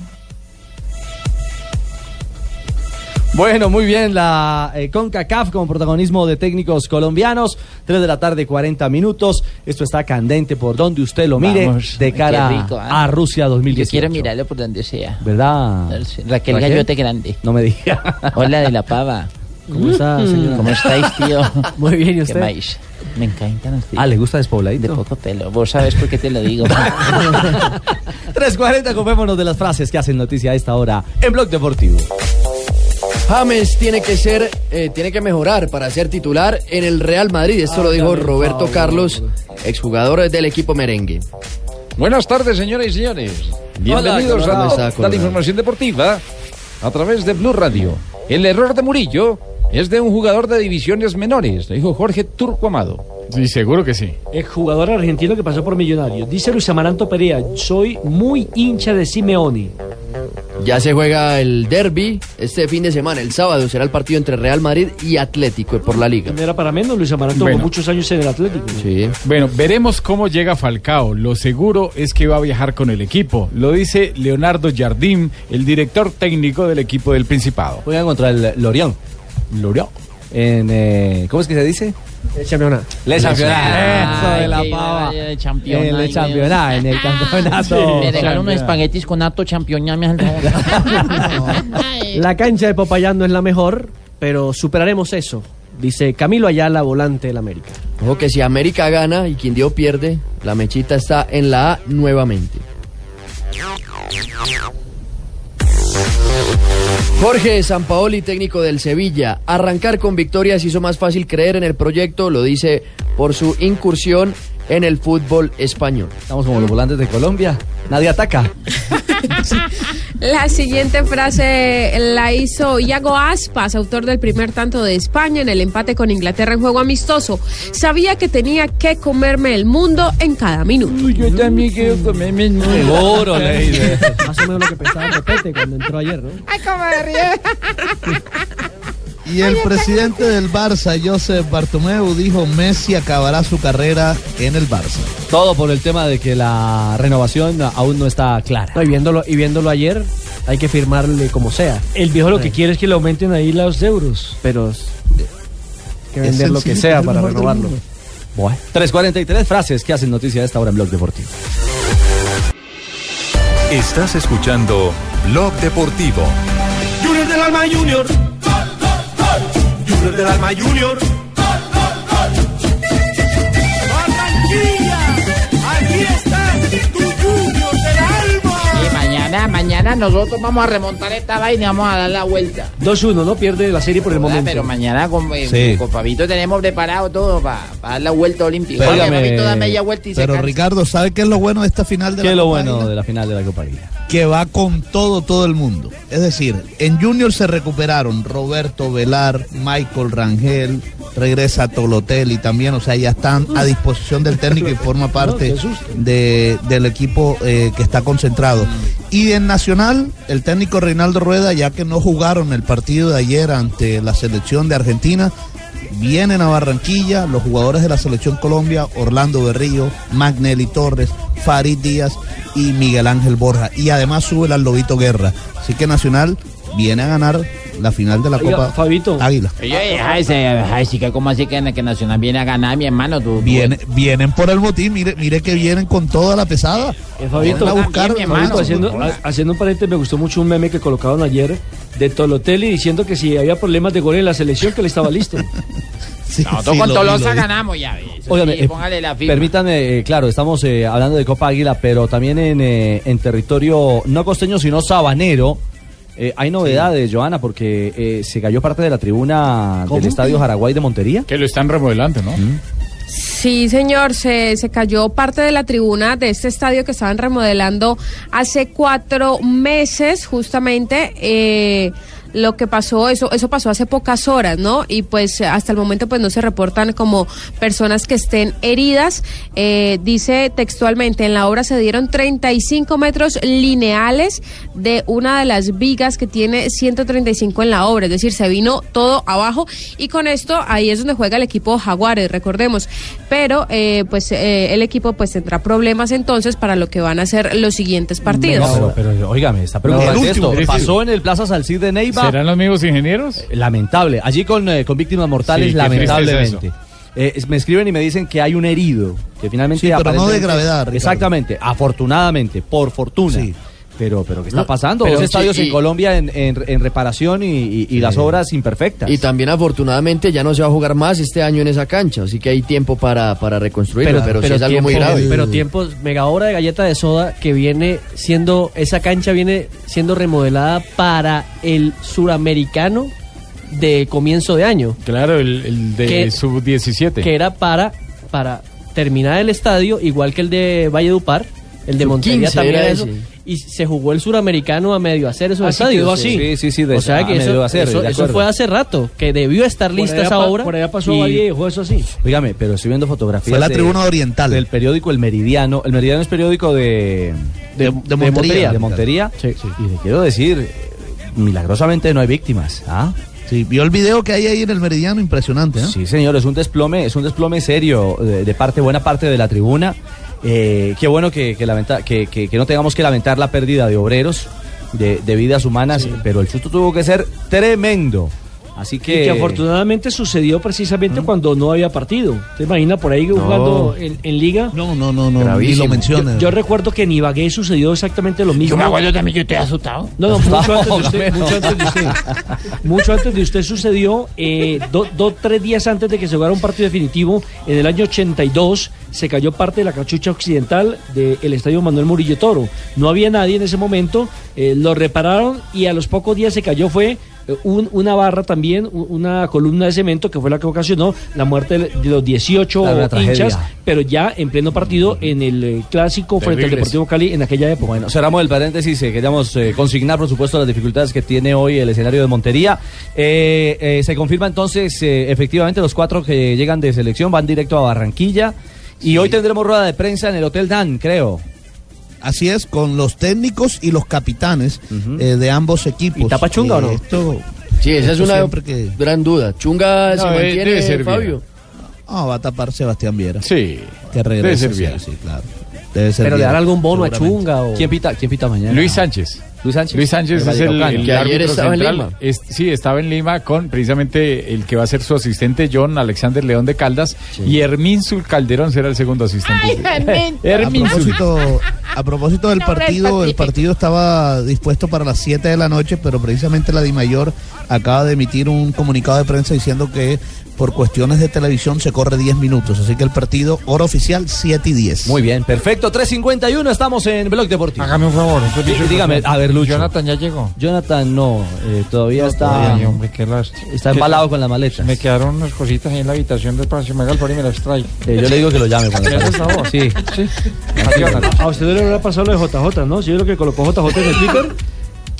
Speaker 6: Bueno, muy bien, la eh, CONCACAF como protagonismo de técnicos colombianos, 3 de la tarde, 40 minutos. Esto está candente por donde usted lo mire
Speaker 8: Vamos,
Speaker 6: de
Speaker 8: qué
Speaker 6: cara
Speaker 8: rico, ah.
Speaker 6: a Rusia
Speaker 8: Yo
Speaker 6: 2018.
Speaker 8: quiero mirarlo por donde sea.
Speaker 6: ¿Verdad?
Speaker 8: Raquel Gallote Grande.
Speaker 6: No me diga.
Speaker 8: Hola de la pava.
Speaker 6: ¿Cómo está, señora?
Speaker 8: ¿Cómo estáis, tío?
Speaker 6: Muy bien, ¿y
Speaker 8: ¿Qué
Speaker 6: usted?
Speaker 8: más? Me encantan los tíos.
Speaker 6: Ah, ¿le gusta despobladito?
Speaker 8: De poco pelo. Vos sabes por qué te lo digo.
Speaker 6: 3.40, comémonos de las frases que hacen noticia a esta hora en Blog Deportivo.
Speaker 16: James tiene que ser, eh, tiene que mejorar para ser titular en el Real Madrid. Esto
Speaker 7: Ah,
Speaker 16: lo dijo Roberto Carlos, exjugador del equipo merengue.
Speaker 19: Buenas tardes, señoras y señores. Bienvenidos
Speaker 16: Hola, ¿cómo está,
Speaker 19: a la
Speaker 16: Colorado?
Speaker 19: información deportiva a través de Blue Radio. El error de Murillo es de un jugador de divisiones menores, lo dijo Jorge Turco Amado.
Speaker 10: Sí, seguro que sí.
Speaker 7: El jugador argentino que pasó por Millonarios. Dice Luis Amaranto Perea, soy muy hincha de Simeone.
Speaker 16: Ya se juega el derby este fin de semana. El sábado será el partido entre Real Madrid y Atlético por la liga.
Speaker 7: No era para menos, Luis Amaranto
Speaker 10: Bueno.
Speaker 7: jugó muchos años en el Atlético.
Speaker 10: Bueno, veremos cómo llega Falcao. Lo seguro es que va a viajar con el equipo. Lo dice Leonardo Jardim, el director técnico del equipo del Principado.
Speaker 6: Juegan contra el Lorient.
Speaker 10: Lorient.
Speaker 6: En, eh, ¿Cómo es que se dice?
Speaker 13: El campeonato.
Speaker 6: Le Eh. Championnat. Eso de la
Speaker 8: Ay, que
Speaker 6: pava.
Speaker 8: iba a ir al
Speaker 6: En
Speaker 8: Championnat,
Speaker 6: el
Speaker 8: ay,
Speaker 6: campeonato, en el campeonato.
Speaker 8: Me regalan unos espaguetis con ato champiñón, me hacen el favor.
Speaker 13: La cancha de Popayán no es la mejor, pero superaremos eso. Dice Camilo Ayala, volante del América.
Speaker 16: Ojo que si América gana y quien dio pierde, la mechita está en la A nuevamente. Jorge Sampaoli, técnico del Sevilla. Arrancar con victorias hizo más fácil creer en el proyecto, lo dice por su incursión en el fútbol español.
Speaker 6: Estamos como los volantes de Colombia. Nadie ataca.
Speaker 15: La siguiente frase la hizo Iago Aspas, autor del primer tanto de España en el empate con Inglaterra en juego amistoso. Sabía que tenía que comerme el mundo en cada minuto.
Speaker 19: Yo también quiero comerme el mundo.
Speaker 6: Seguro, Leide.
Speaker 13: Más o menos lo que pensaba Repete cuando entró ayer, ¿no?
Speaker 17: Ay, cómo me ríe.
Speaker 9: Y el presidente del Barça, Josep Bartomeu, dijo Messi acabará su carrera en el Barça.
Speaker 6: Todo por el tema de que la renovación aún no está clara.
Speaker 13: No, y, viéndolo, y viéndolo ayer, hay que firmarle como sea.
Speaker 7: El viejo lo que quiere es que le aumenten ahí los euros.
Speaker 13: Pero
Speaker 7: que
Speaker 13: vender lo que sea para renovarlo.
Speaker 6: Bueno, 3.43 frases que hacen noticia a esta hora en Blog Deportivo.
Speaker 1: Estás escuchando Blog Deportivo.
Speaker 3: Junior del Alma Junior. Gol, gol, gol. Junior del Alma Junior. Gol, gol, gol. Aquí estás, tu Junior del Alma.
Speaker 8: Y mañana, mañana nosotros vamos a remontar esta vaina y vamos a dar la vuelta.
Speaker 7: 2-1, ¿no? Pierde la serie por el
Speaker 8: Joda,
Speaker 7: momento.
Speaker 8: Ah, Pero mañana con, eh,
Speaker 7: Sí.
Speaker 8: con Fabito tenemos preparado todo para dar la vuelta olímpica.
Speaker 9: Pero-
Speaker 8: Oye, Fabito da media vuelta y se
Speaker 9: Pero
Speaker 8: cansa.
Speaker 9: Ricardo, ¿sabe qué es lo bueno de esta final de
Speaker 6: ¿Qué
Speaker 9: la
Speaker 6: es lo
Speaker 9: Copa
Speaker 6: bueno
Speaker 9: Águila?
Speaker 6: de la final de la Copa Águila?
Speaker 9: Que va con todo, todo el mundo. Es decir, en Junior se recuperaron Roberto Velar, Michael Rangel, regresa Tolotelli también, o sea, ya están a disposición del técnico y forma parte de- del equipo eh, que está concentrado. Y en Nacional, el técnico Reinaldo Rueda, ya que no jugaron el partido de ayer ante la selección de Argentina, vienen a Barranquilla los jugadores de la selección Colombia, Orlando Berrío, Magnelli Torres, Farid Díaz y Miguel Ángel Borja. Y además sube el Lobito Guerra. Así que Nacional viene a ganar la final de la
Speaker 8: Oiga,
Speaker 9: Copa Águila.
Speaker 8: Oye, ay, se- ay, sí que como así que, que Nacional viene a ganar, mi hermano. Tú, tú-
Speaker 9: Viene- vienen por el botín, mire, mire que vienen con toda la pesada.
Speaker 7: Eh,
Speaker 8: Eh,
Speaker 7: Fabito,
Speaker 9: Vienen a buscar,
Speaker 7: Fabito, haciendo, ha- haciendo un paréntesis, me gustó mucho un meme que colocaron ayer de Tolotelli diciendo que si había problemas de gol en la selección, que él estaba listo.
Speaker 8: Nosotros con Tolosa ganamos ya. eso sí,
Speaker 6: Óigame, eh,
Speaker 8: póngale la firma.
Speaker 6: permítanme, eh, claro, estamos eh, hablando de Copa Águila, pero también en, eh, en territorio no costeño, sino sabanero, Eh, hay novedades, Joana, porque eh, se cayó parte de la tribuna
Speaker 10: ¿Cómo?
Speaker 6: del Estadio Jaraguay de Montería. Mm.
Speaker 10: Que lo están remodelando, ¿no?
Speaker 15: Sí, señor, se, se cayó parte de la tribuna de este estadio que estaban remodelando hace cuatro meses, justamente. eh, lo que pasó, eso, eso pasó hace pocas horas, ¿no? Y pues hasta el momento pues no se reportan como personas que estén heridas. Eh, dice textualmente, en la obra se dieron 35 metros lineales de una de las vigas que tiene 135 en la obra, es decir, se vino todo abajo y con esto ahí es donde juega el equipo Jaguares, recordemos. Pero eh, pues eh, el equipo pues tendrá problemas entonces para lo que van a ser los siguientes partidos.
Speaker 6: No, pero, pero, óigame, está
Speaker 10: No,
Speaker 6: preocupante
Speaker 10: el último,
Speaker 6: esto.
Speaker 10: es decir-
Speaker 6: Pasó en el Plaza Salcid de Neiva. Eh,
Speaker 10: ¿Serán los mismos ingenieros?
Speaker 6: Lamentable. Allí con, eh, con víctimas mortales,
Speaker 10: Sí, qué tristeza
Speaker 6: lamentablemente.
Speaker 10: eso.
Speaker 6: Eh, es- me escriben y me dicen que hay un herido, que finalmente...
Speaker 9: Sí, pero no de
Speaker 6: aparentemente-
Speaker 9: gravedad, Ricardo.
Speaker 6: Exactamente, afortunadamente, por fortuna. Pero, pero, ¿qué está
Speaker 9: Mm.
Speaker 16: No,
Speaker 6: pasando?
Speaker 16: pero
Speaker 6: Dos
Speaker 16: sí,
Speaker 6: estadios
Speaker 16: y-
Speaker 6: en Colombia en, en- en reparación y, y- y las obras imperfectas.
Speaker 16: Y también afortunadamente ya no se va a jugar más este año en esa cancha, así que hay tiempo para, para reconstruirla, pero, sí es algo muy
Speaker 13: tiempo-
Speaker 16: grave.
Speaker 13: Pero tiempos, mega hora de galleta de soda que viene siendo, esa cancha viene siendo remodelada para el suramericano de comienzo de año.
Speaker 10: Claro, el, el de
Speaker 13: Que-
Speaker 10: sub-17.
Speaker 13: que era para, para terminar el estadio, igual que el de Valledupar, el de
Speaker 6: Sub
Speaker 13: Montería
Speaker 6: 15
Speaker 13: también
Speaker 6: era
Speaker 13: era Ah, eso.
Speaker 6: ese.
Speaker 13: Y se jugó el suramericano a medio hacer esos
Speaker 6: Así
Speaker 13: estadios.
Speaker 6: quedó así. Sí, sí, sí, de-
Speaker 13: o sea
Speaker 6: a
Speaker 13: que
Speaker 6: medio
Speaker 13: eso,
Speaker 6: hacer,
Speaker 13: eso-
Speaker 6: de
Speaker 13: eso
Speaker 6: acuerdo.
Speaker 13: fue hace rato, que debió estar lista
Speaker 7: allá
Speaker 13: esa
Speaker 7: pa-
Speaker 13: obra.
Speaker 7: por allá pasó Valle y dejó
Speaker 13: eso así.
Speaker 6: Dígame, pero estoy viendo fotografías.
Speaker 9: Fue la
Speaker 6: de-
Speaker 9: tribuna oriental.
Speaker 6: Del periódico El Meridiano. El Meridiano es periódico de.
Speaker 9: De- de Montería.
Speaker 6: De Montería. Y le quiero decir, eh, milagrosamente no hay víctimas. ¿ah?
Speaker 9: Sí, vio el video que hay ahí en el Meridiano, impresionante. ¿eh?
Speaker 6: Sí, señor, es un desplome, es un desplome serio eh, de, de parte, buena parte de la tribuna. Eh, qué bueno que, que lamenta- que- que- que no tengamos que lamentar la pérdida de obreros, de, de vidas humanas, pero el susto tuvo que ser tremendo. Así que.
Speaker 7: Y que afortunadamente sucedió
Speaker 9: ¿Mm?
Speaker 7: precisamente cuando no había partido. ¿Te imaginas por ahí jugando en, en liga?
Speaker 9: No, no, no,
Speaker 7: no,
Speaker 9: ni lo menciones.
Speaker 7: Yo, yo recuerdo que en Ibagué sucedió exactamente lo mismo.
Speaker 8: me acuerdo también, yo estoy asustado.
Speaker 7: No, no, mucho antes de
Speaker 8: No,
Speaker 7: usted,
Speaker 8: no.
Speaker 7: mucho antes de usted. Mucho antes de usted sucedió, eh, do- dos, tres días antes de que se jugara un partido definitivo, en el año 82 se cayó parte de la cachucha occidental del estadio Manuel Murillo Toro. No había nadie en ese momento, eh, lo repararon y a los pocos días se cayó fue eh, un- una barra también, u- una columna de cemento que fue la que ocasionó la muerte de de los 18
Speaker 6: Claro, una tragedia.
Speaker 7: hinchas, pero ya en pleno partido en el eh, clásico frente al
Speaker 6: Terribles.
Speaker 7: Deportivo Cali en aquella época.
Speaker 6: Bueno, cerramos el paréntesis. eh, queríamos eh, consignar, por supuesto, las dificultades que tiene hoy el escenario de Montería. Eh, eh, se confirma entonces, eh, efectivamente, los cuatro que llegan de selección van directo a Barranquilla. Y hoy tendremos rueda de prensa en el Hotel Dan, creo.
Speaker 9: Así es, con los técnicos y los capitanes eh, de ambos equipos. ¿Y tapa
Speaker 16: chunga o no?
Speaker 9: Esto,
Speaker 16: Sí, esa es
Speaker 9: esto
Speaker 16: una
Speaker 9: siempre que-
Speaker 16: gran duda. Chunga se
Speaker 9: No, eh,
Speaker 16: mantiene,
Speaker 9: debe ser
Speaker 16: Fabio.
Speaker 9: Ah, va a tapar Sebastián Viera.
Speaker 10: Sí.
Speaker 9: Que
Speaker 10: Debe
Speaker 9: regresa.
Speaker 10: ser
Speaker 9: sí,
Speaker 10: Viera.
Speaker 9: sí, claro. Debe ser
Speaker 10: Pero le
Speaker 9: Viera,
Speaker 10: dará algún bono a
Speaker 9: seguramente.
Speaker 10: Chunga o-
Speaker 6: ¿Quién pita, quién pita mañana?
Speaker 10: Luis Sánchez.
Speaker 6: Luis Sánchez.
Speaker 10: Luis Sánchez
Speaker 6: El
Speaker 10: es el,
Speaker 6: vallecaucano.
Speaker 10: el
Speaker 6: Que ayer
Speaker 10: árbitro
Speaker 6: estaba en
Speaker 10: central.
Speaker 6: Lima.
Speaker 10: Es- sí, estaba en Lima con precisamente el que va a ser su asistente John Alexander León de Caldas y Hermín Sul Calderón será el segundo asistente.
Speaker 9: A
Speaker 10: Hermín Sul.
Speaker 9: propósito, a propósito del partido, el partido estaba dispuesto para las 7 de la noche, pero precisamente la DIMAYOR acaba de emitir un comunicado de prensa diciendo que por cuestiones de televisión se corre 10 minutos, así que el partido hora oficial 7 y 10.
Speaker 6: Muy bien, perfecto. 351, estamos en Blog Deportivo. Hágame un favor. Dígame, a ver, Lucho.
Speaker 20: Jonathan ya llegó.
Speaker 6: Jonathan no, eh, todavía está.
Speaker 20: Ay, hombre, qué las...
Speaker 6: Está embalado con las maletas.
Speaker 20: Me quedaron unas cositas ahí en la habitación del espacio. Me haga el favor y me las trae.
Speaker 6: Eh, yo le digo que lo llame cuando
Speaker 20: Me hace el
Speaker 6: aparezca.
Speaker 20: favor.
Speaker 6: Sí.
Speaker 7: A usted le habrá pasado lo de JJ, ¿no? Si yo lo que colocó JJ en el Twitter,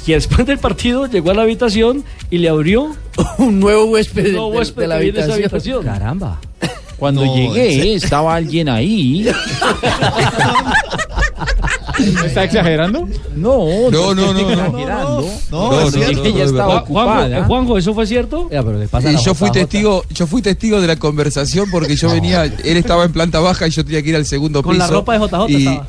Speaker 7: que después del partido llegó a la habitación y le abrió
Speaker 16: un nuevo huésped,
Speaker 7: de, la habitación.
Speaker 6: Caramba.
Speaker 8: Cuando
Speaker 7: No, en
Speaker 8: llegué,
Speaker 7: serio.
Speaker 8: estaba alguien ahí.
Speaker 10: ¿Está exagerando?
Speaker 8: No,
Speaker 10: No, no, no,
Speaker 8: estoy
Speaker 10: no.
Speaker 8: exagerando.
Speaker 10: No, no,
Speaker 8: Cuando
Speaker 10: no,
Speaker 8: llegué,
Speaker 10: no,
Speaker 8: ya
Speaker 10: no,
Speaker 8: estaba
Speaker 10: no,
Speaker 11: ¿ah?
Speaker 8: ocupada. Eh,
Speaker 7: Juanjo, ¿eso fue cierto?
Speaker 6: Ya, pero le
Speaker 11: Y yo fui testigo, yo fui testigo de la conversación porque yo venía, él estaba en planta baja y yo tenía que ir al segundo
Speaker 7: Con
Speaker 11: piso.
Speaker 7: la ropa de JJ
Speaker 11: y,
Speaker 7: estaba.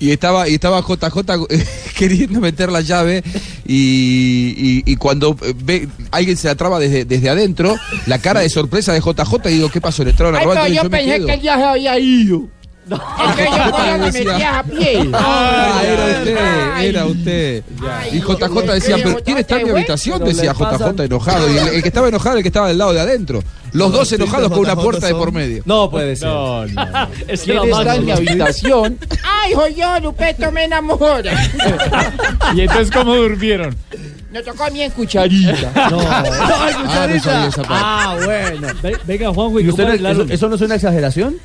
Speaker 11: Y estaba, y estaba JJ queriendo meter la llave y, y- y cuando eh, ve, alguien se la traba desde, desde adentro, la cara de sorpresa de JJ y digo, ¿qué pasó? ¿Le entraron a
Speaker 3: Ay,
Speaker 11: robar?
Speaker 3: pero
Speaker 11: Entonces
Speaker 3: yo
Speaker 11: me
Speaker 3: pensé
Speaker 11: quedo.
Speaker 3: que ya se había ido. Es que yo por la
Speaker 11: Ah, Decía-
Speaker 3: metía a pie.
Speaker 11: Ah, era usted, era usted. Y JJ decía, pero ¿quién está en mi habitación?
Speaker 3: Pero le
Speaker 11: Decía JJ
Speaker 3: pasan-
Speaker 11: enojado. Y el, el que estaba enojado era el que estaba del lado de adentro. Los dos enojados con una puerta de por medio.
Speaker 6: No puede ser.
Speaker 7: Es
Speaker 11: que la mano, los pibes.
Speaker 3: Ay, hijo yo, Lupeto me enamora.
Speaker 10: ¿Y entonces cómo durmieron?
Speaker 8: Nos tocó a mí en cucharita.
Speaker 7: No,
Speaker 8: Ah, no sabía
Speaker 7: cucharita.
Speaker 8: esa parte.
Speaker 7: Ah, bueno. Ve- Venga, Juanjo, ¿y
Speaker 6: ¿Y usted
Speaker 7: cómo
Speaker 6: no-
Speaker 7: bailaron?
Speaker 6: eso, eso no es una exageración?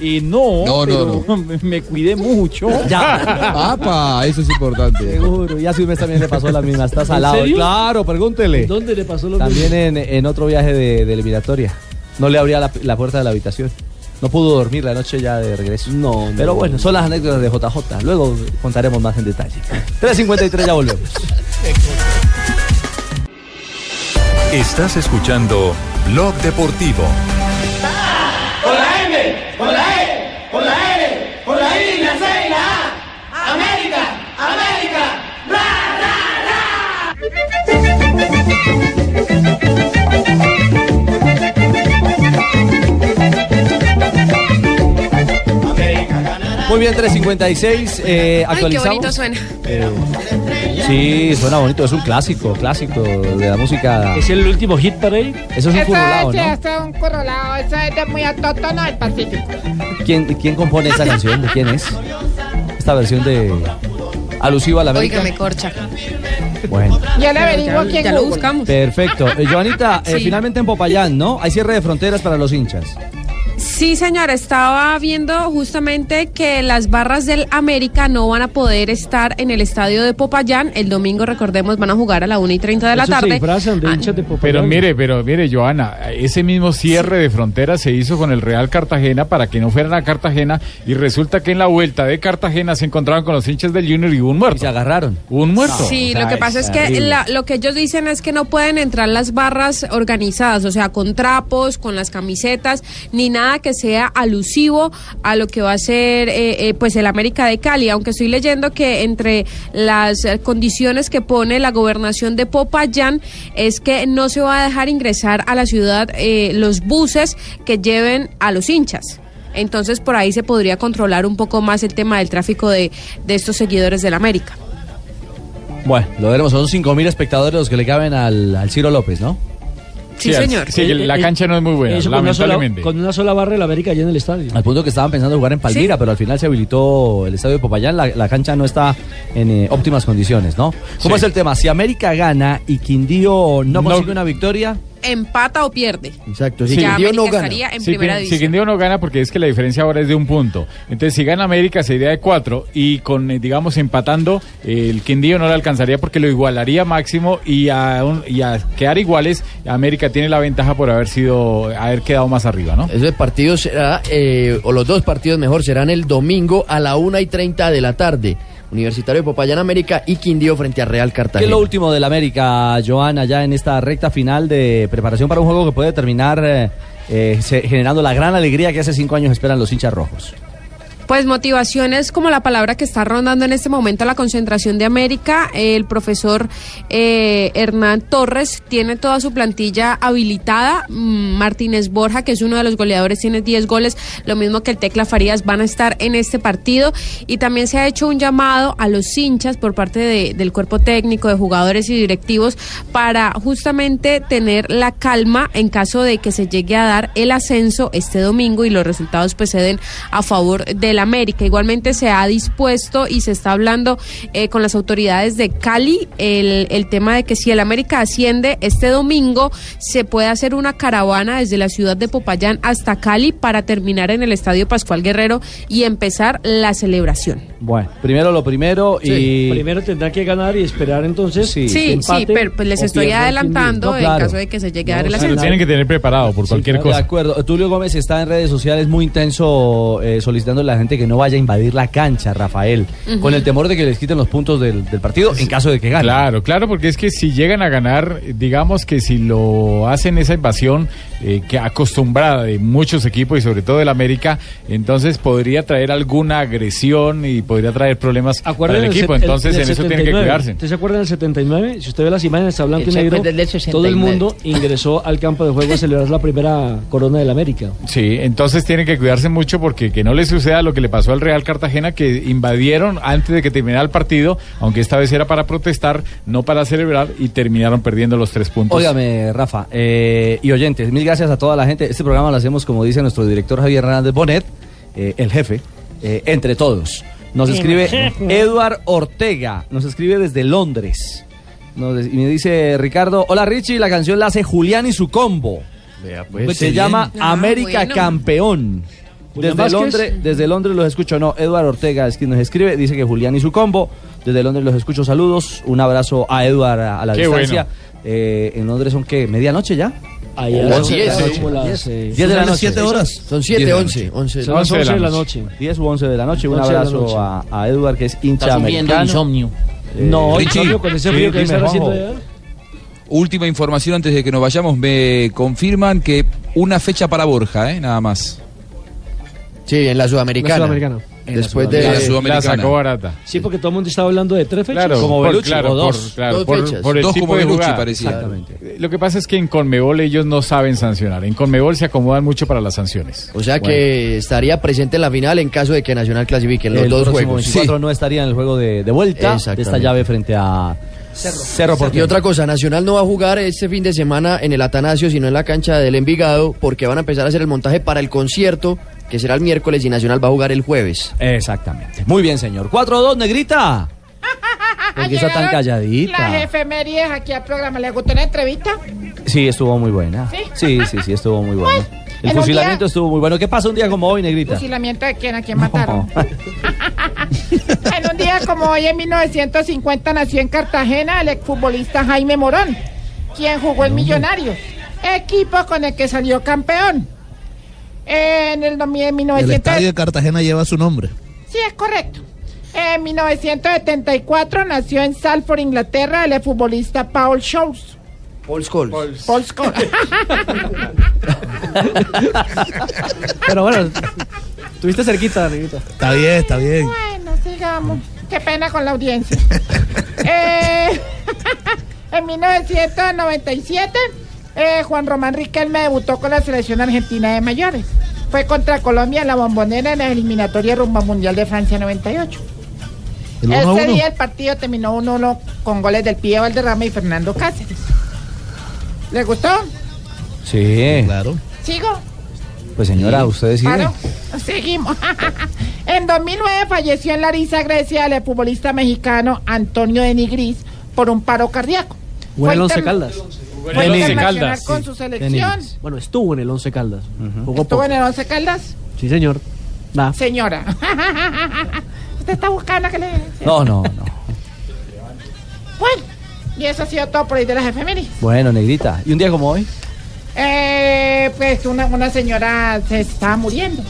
Speaker 19: Y no,
Speaker 6: No, no,
Speaker 19: pero me- me cuidé mucho.
Speaker 6: Ya.
Speaker 11: ¡Apa! Eso es importante.
Speaker 6: Seguro, y a su mes también le pasó la misma, está salado.
Speaker 7: serio?
Speaker 6: Claro, pregúntele.
Speaker 7: ¿Dónde le pasó lo
Speaker 6: También en,
Speaker 7: mismo?
Speaker 6: en otro viaje de, de eliminatoria. No le abría la, la puerta de la habitación. No pudo dormir la noche ya de regreso. No, Pero bueno, son las anécdotas de JJ. Luego contaremos más en detalle. 3.53, ya volvemos.
Speaker 1: Estás escuchando Blog Deportivo.
Speaker 3: Con la M, con la E, con la L, con la I, la C y la A. América, América, ra, ra,
Speaker 6: Muy bien, 3.56. Eh,
Speaker 15: Ay, qué bonito
Speaker 6: actualizamos.
Speaker 15: suena.
Speaker 6: Eh, sí, suena bonito. Es un clásico, clásico de la música. ¿Es
Speaker 7: el último hit para él?
Speaker 6: Eso es un furulao,
Speaker 17: sí,
Speaker 6: ¿no?
Speaker 17: esto es un curulao, eso es de muy autóctono del Pacífico.
Speaker 6: ¿Quién, ¿Quién compone esa canción? ¿De quién es? Esta versión de. alusiva a la América.
Speaker 15: Óigame, corcha.
Speaker 6: Bueno.
Speaker 17: Ya le averiguo aquí en
Speaker 15: Ya lo
Speaker 17: Google.
Speaker 15: buscamos.
Speaker 6: Perfecto. Eh, Joanita, eh,
Speaker 15: Sí.
Speaker 6: finalmente en Popayán, ¿no? Hay cierre de fronteras para los hinchas.
Speaker 15: Sí, señora, estaba viendo justamente que las barras del América no van a poder estar en el estadio de Popayán. El domingo, recordemos, van a jugar a la 1 y 30 de la
Speaker 10: Eso se
Speaker 15: tarde. Ah,
Speaker 10: disfrazan de hinchas de Pero mire, pero mire, Joana, ese mismo cierre de fronteras se hizo con el Real Cartagena para que no fueran a Cartagena y resulta que en la vuelta de Cartagena se encontraron con los hinchas del Junior y hubo un muerto. se
Speaker 6: agarraron.
Speaker 10: Un muerto.
Speaker 15: Sí,
Speaker 10: O sea,
Speaker 15: lo que pasa es que
Speaker 10: terrible.
Speaker 15: la- lo que ellos dicen es que no pueden entrar las barras organizadas, o sea, con trapos, con las camisetas, ni nada que sea alusivo a lo que va a ser eh, eh, pues el América de Cali, aunque estoy leyendo que entre las eh, condiciones que pone la gobernación de Popayán es que no se va a dejar ingresar a la ciudad eh, los buses que lleven a los hinchas. Entonces por ahí se podría controlar un poco más el tema del tráfico de, de estos seguidores del América.
Speaker 6: Bueno, lo veremos. Son 5.000 espectadores los que le caben al, al Ciro López, ¿no? Eh,
Speaker 15: Sí, señor.
Speaker 10: Sí, que la cancha no es muy buena,
Speaker 7: Eso con una sola-
Speaker 10: lamentablemente.
Speaker 7: Con una sola barra de la América allá en el estadio.
Speaker 6: Al punto que estaban pensando jugar en Palmira, pero al final se habilitó el estadio de Popayán. La, la cancha no está en eh, óptimas condiciones, ¿no? ¿Cómo es el tema? Si América gana y Quindío no consigue una victoria,
Speaker 15: empata o pierde.
Speaker 6: Exacto,
Speaker 15: sí. Ya América estaría en primera
Speaker 10: que-
Speaker 15: división.
Speaker 10: Si Quindío no gana, porque es que la diferencia ahora es de un punto. Entonces, si gana América, sería de cuatro. Y con, eh, digamos, empatando, eh, el Quindío no le alcanzaría porque lo igualaría máximo. Y a, un- y a quedar iguales, América tiene la ventaja por haber sido haber quedado más arriba, ¿no?
Speaker 16: Ese partido será, eh, o los dos partidos mejor, serán el domingo a la 1 y 30 de la tarde. Universitario de Popayán América y Quindío frente a Real
Speaker 6: ¿qué es
Speaker 16: Cartagena.
Speaker 6: lo último del América, Joana, ya en esta recta final de preparación para un juego que puede terminar eh, eh, se- generando la gran alegría que hace cinco años esperan los hinchas rojos?
Speaker 15: Pues motivación es como la palabra que está rondando en este momento la concentración de América. El profesor eh, Hernán Torres tiene toda su plantilla habilitada. Mm, Martínez Borja, que es uno de los goleadores, tiene 10 goles, lo mismo que el Tecla Farías, van a estar en este partido. Y también se ha hecho un llamado a los hinchas por parte de- del cuerpo técnico, de jugadores y directivos, para justamente tener la calma en caso de que se llegue a dar el ascenso este domingo y los resultados pues se den a favor del América. Igualmente se ha dispuesto y se está hablando eh, con las autoridades de Cali el, el tema de que si el América asciende este domingo se puede hacer una caravana desde la ciudad de Popayán hasta Cali para terminar en el Estadio Pascual Guerrero y empezar la celebración.
Speaker 6: Bueno, primero lo primero
Speaker 7: Sí,
Speaker 6: y...
Speaker 7: Primero tendrá que ganar y esperar entonces.
Speaker 15: Sí, sí, pero pues les estoy adelantando en caso de que se llegue a dar el
Speaker 10: lo
Speaker 15: ascenso.
Speaker 10: tienen que tener preparado por cualquier
Speaker 6: De
Speaker 10: cosa.
Speaker 6: acuerdo. Tulio Gómez está en redes sociales muy intenso eh, solicitando a la gente que no vaya a invadir la cancha, Rafael,
Speaker 10: Ujú.
Speaker 6: con el temor de que les quiten los puntos del, del partido en caso de que gane.
Speaker 10: Claro, claro, porque es que si llegan a ganar, digamos que si lo hacen esa invasión eh, que acostumbrada de muchos equipos y sobre todo del América, entonces podría traer alguna agresión y podría traer problemas para el
Speaker 7: Acuérdense,
Speaker 10: equipo.
Speaker 7: el-
Speaker 10: Entonces
Speaker 7: del
Speaker 10: en eso tienen que
Speaker 7: 79.
Speaker 10: cuidarse.
Speaker 7: ¿Usted se acuerda del 79? Si usted ve las imágenes a blanco
Speaker 10: El
Speaker 7: y negro,
Speaker 10: Chaco es del
Speaker 7: todo el
Speaker 10: 79.
Speaker 7: mundo ingresó al campo de juego a celebrar la primera corona del América.
Speaker 10: Sí, entonces tienen que cuidarse mucho porque que no les suceda lo que le pasó al Real Cartagena, que invadieron antes de que terminara el partido, aunque esta vez era para protestar, no para celebrar, y terminaron perdiendo los tres puntos.
Speaker 6: Óigame, Rafa, eh, y oyentes, mil gracias a toda la gente. Este programa lo hacemos, como dice nuestro director Javier Hernández Bonet, eh, el jefe, eh, entre todos. Nos
Speaker 7: El
Speaker 6: escribe
Speaker 7: jefe.
Speaker 6: Eduard Ortega, nos escribe desde Londres. Nos de- y me dice Ricardo, hola Richie, la canción la hace Julián y su combo. Se llama América Campeón.
Speaker 7: pues, Julián
Speaker 6: Desde
Speaker 7: Vázquez.
Speaker 6: Londres, desde Londres los escucho. No, Eduardo Ortega es quien nos escribe. Dice que Julián y su combo. Desde Londres los escucho. Saludos. Un abrazo a Eduardo a, a la
Speaker 7: Qué
Speaker 6: distancia. Eh, en Londres son qué? ¿Medianoche ya?
Speaker 7: Ahí a
Speaker 6: O
Speaker 7: las
Speaker 6: once
Speaker 7: diez,
Speaker 6: de la
Speaker 7: sí.
Speaker 6: noche.
Speaker 7: Como las, eh,
Speaker 6: Diez
Speaker 7: son
Speaker 6: de la
Speaker 7: las
Speaker 6: noche.
Speaker 7: siete horas. Son siete,
Speaker 6: Diez de la
Speaker 7: once,
Speaker 6: noche.
Speaker 7: once. Son las once de la noche.
Speaker 6: 10 u 11 de la noche. Un
Speaker 7: Once de la
Speaker 6: abrazo
Speaker 7: noche.
Speaker 6: a, a Eduard, que es hincha
Speaker 8: Está sufriendo
Speaker 6: americano.
Speaker 8: insomnio.
Speaker 7: No,
Speaker 11: Richie,
Speaker 7: insomnio con ese
Speaker 11: sí,
Speaker 7: frío que
Speaker 11: dime,
Speaker 7: están haciendo
Speaker 11: Juanjo.
Speaker 7: allá.
Speaker 11: Última información antes de que nos vayamos. Me confirman que una fecha para Borja, ¿eh? nada más.
Speaker 16: Sí, en la Sudamericana.
Speaker 7: La Sudamericana.
Speaker 16: Después de
Speaker 11: La Sudamericana.
Speaker 10: barata.
Speaker 7: Sí, porque todo el mundo estaba hablando de tres fechas.
Speaker 10: Claro, por- claro, por- claro, por- por el tipo de jugada.
Speaker 7: Exactamente.
Speaker 10: Eh, Lo que pasa es que en Conmebol ellos no saben sancionar. En Conmebol se acomodan mucho para las sanciones.
Speaker 16: O sea que estaría presente en la final en caso de que Nacional clasifique en los
Speaker 10: El
Speaker 16: dos
Speaker 10: próximo
Speaker 16: juegos.
Speaker 10: 24
Speaker 6: no estaría en el juego de, vuelta de esta llave frente a Cerro,
Speaker 16: Y
Speaker 6: Porteño.
Speaker 16: otra cosa, Nacional no va a jugar este fin de semana en el Atanasio, sino en la cancha del Envigado, porque van a empezar a hacer el montaje para el concierto, que será el miércoles, y Nacional va a jugar el jueves.
Speaker 6: Exactamente. Muy bien, señor. 4-2, negrita. ¿Por qué está
Speaker 17: Llegaron
Speaker 6: tan
Speaker 17: Ah, Las
Speaker 6: calladita?
Speaker 17: efemerías aquí al programa. ¿Les gustó la entrevista?
Speaker 6: Sí, estuvo muy buena. Sí, sí, sí, estuvo muy buena.
Speaker 17: en
Speaker 6: El
Speaker 17: un
Speaker 6: fusilamiento estuvo muy bueno. ¿Qué pasa un día como hoy, negrita?
Speaker 17: Fusilamiento de quién, a quién mataron.
Speaker 6: No.
Speaker 17: en un día como hoy, en 1950, nació en Cartagena el exfutbolista Jaime Morón, quien jugó en Millonarios, equipo con el que salió campeón. En el domi- en
Speaker 9: El
Speaker 17: 1900
Speaker 9: estadio de Cartagena lleva su nombre.
Speaker 17: Sí, es correcto. En 1974 nació en Salford, Inglaterra, el futbolista Paul Scholes.
Speaker 16: Paul Scholes.
Speaker 17: Paul Scholes.
Speaker 7: Pero bueno, estuviste cerquita, amiguita.
Speaker 9: Está bien, está bien.
Speaker 17: Bueno, sigamos. Qué pena con la audiencia. Eh, en 1997, eh, Juan Román Riquelme debutó con la selección argentina de mayores. Fue contra Colombia en la bombonera en la eliminatoria rumba mundial de Francia 98.
Speaker 9: El uno a
Speaker 17: Ese
Speaker 9: uno.
Speaker 17: día el partido terminó 1-1 con goles del Pío Valderrama y Fernando Cáceres. ¿Le gustó?
Speaker 6: Sí. Claro.
Speaker 17: ¿Sigo?
Speaker 6: Pues señora, usted decide.
Speaker 17: Claro, seguimos. en 2009 falleció en Larisa, Grecia, el futbolista mexicano Antonio de Nigris por un paro cardíaco.
Speaker 7: Jugó en el
Speaker 17: Fue
Speaker 7: Once
Speaker 17: inter-
Speaker 7: Caldas.
Speaker 17: Fue internacional con su selección.
Speaker 7: Bueno, estuvo en el Once Caldas. Jugó
Speaker 17: ¿Estuvo
Speaker 7: poco.
Speaker 17: en el Once Caldas?
Speaker 7: Sí, señor. Va.
Speaker 17: Señora. Usted está buscando que le...
Speaker 6: No, no, no.
Speaker 17: Bueno, y eso ha sido todo por ahí de las efemérides.
Speaker 6: Bueno, negrita. ¿Y un día como hoy?
Speaker 17: Eh, pues una, una señora se estaba muriendo.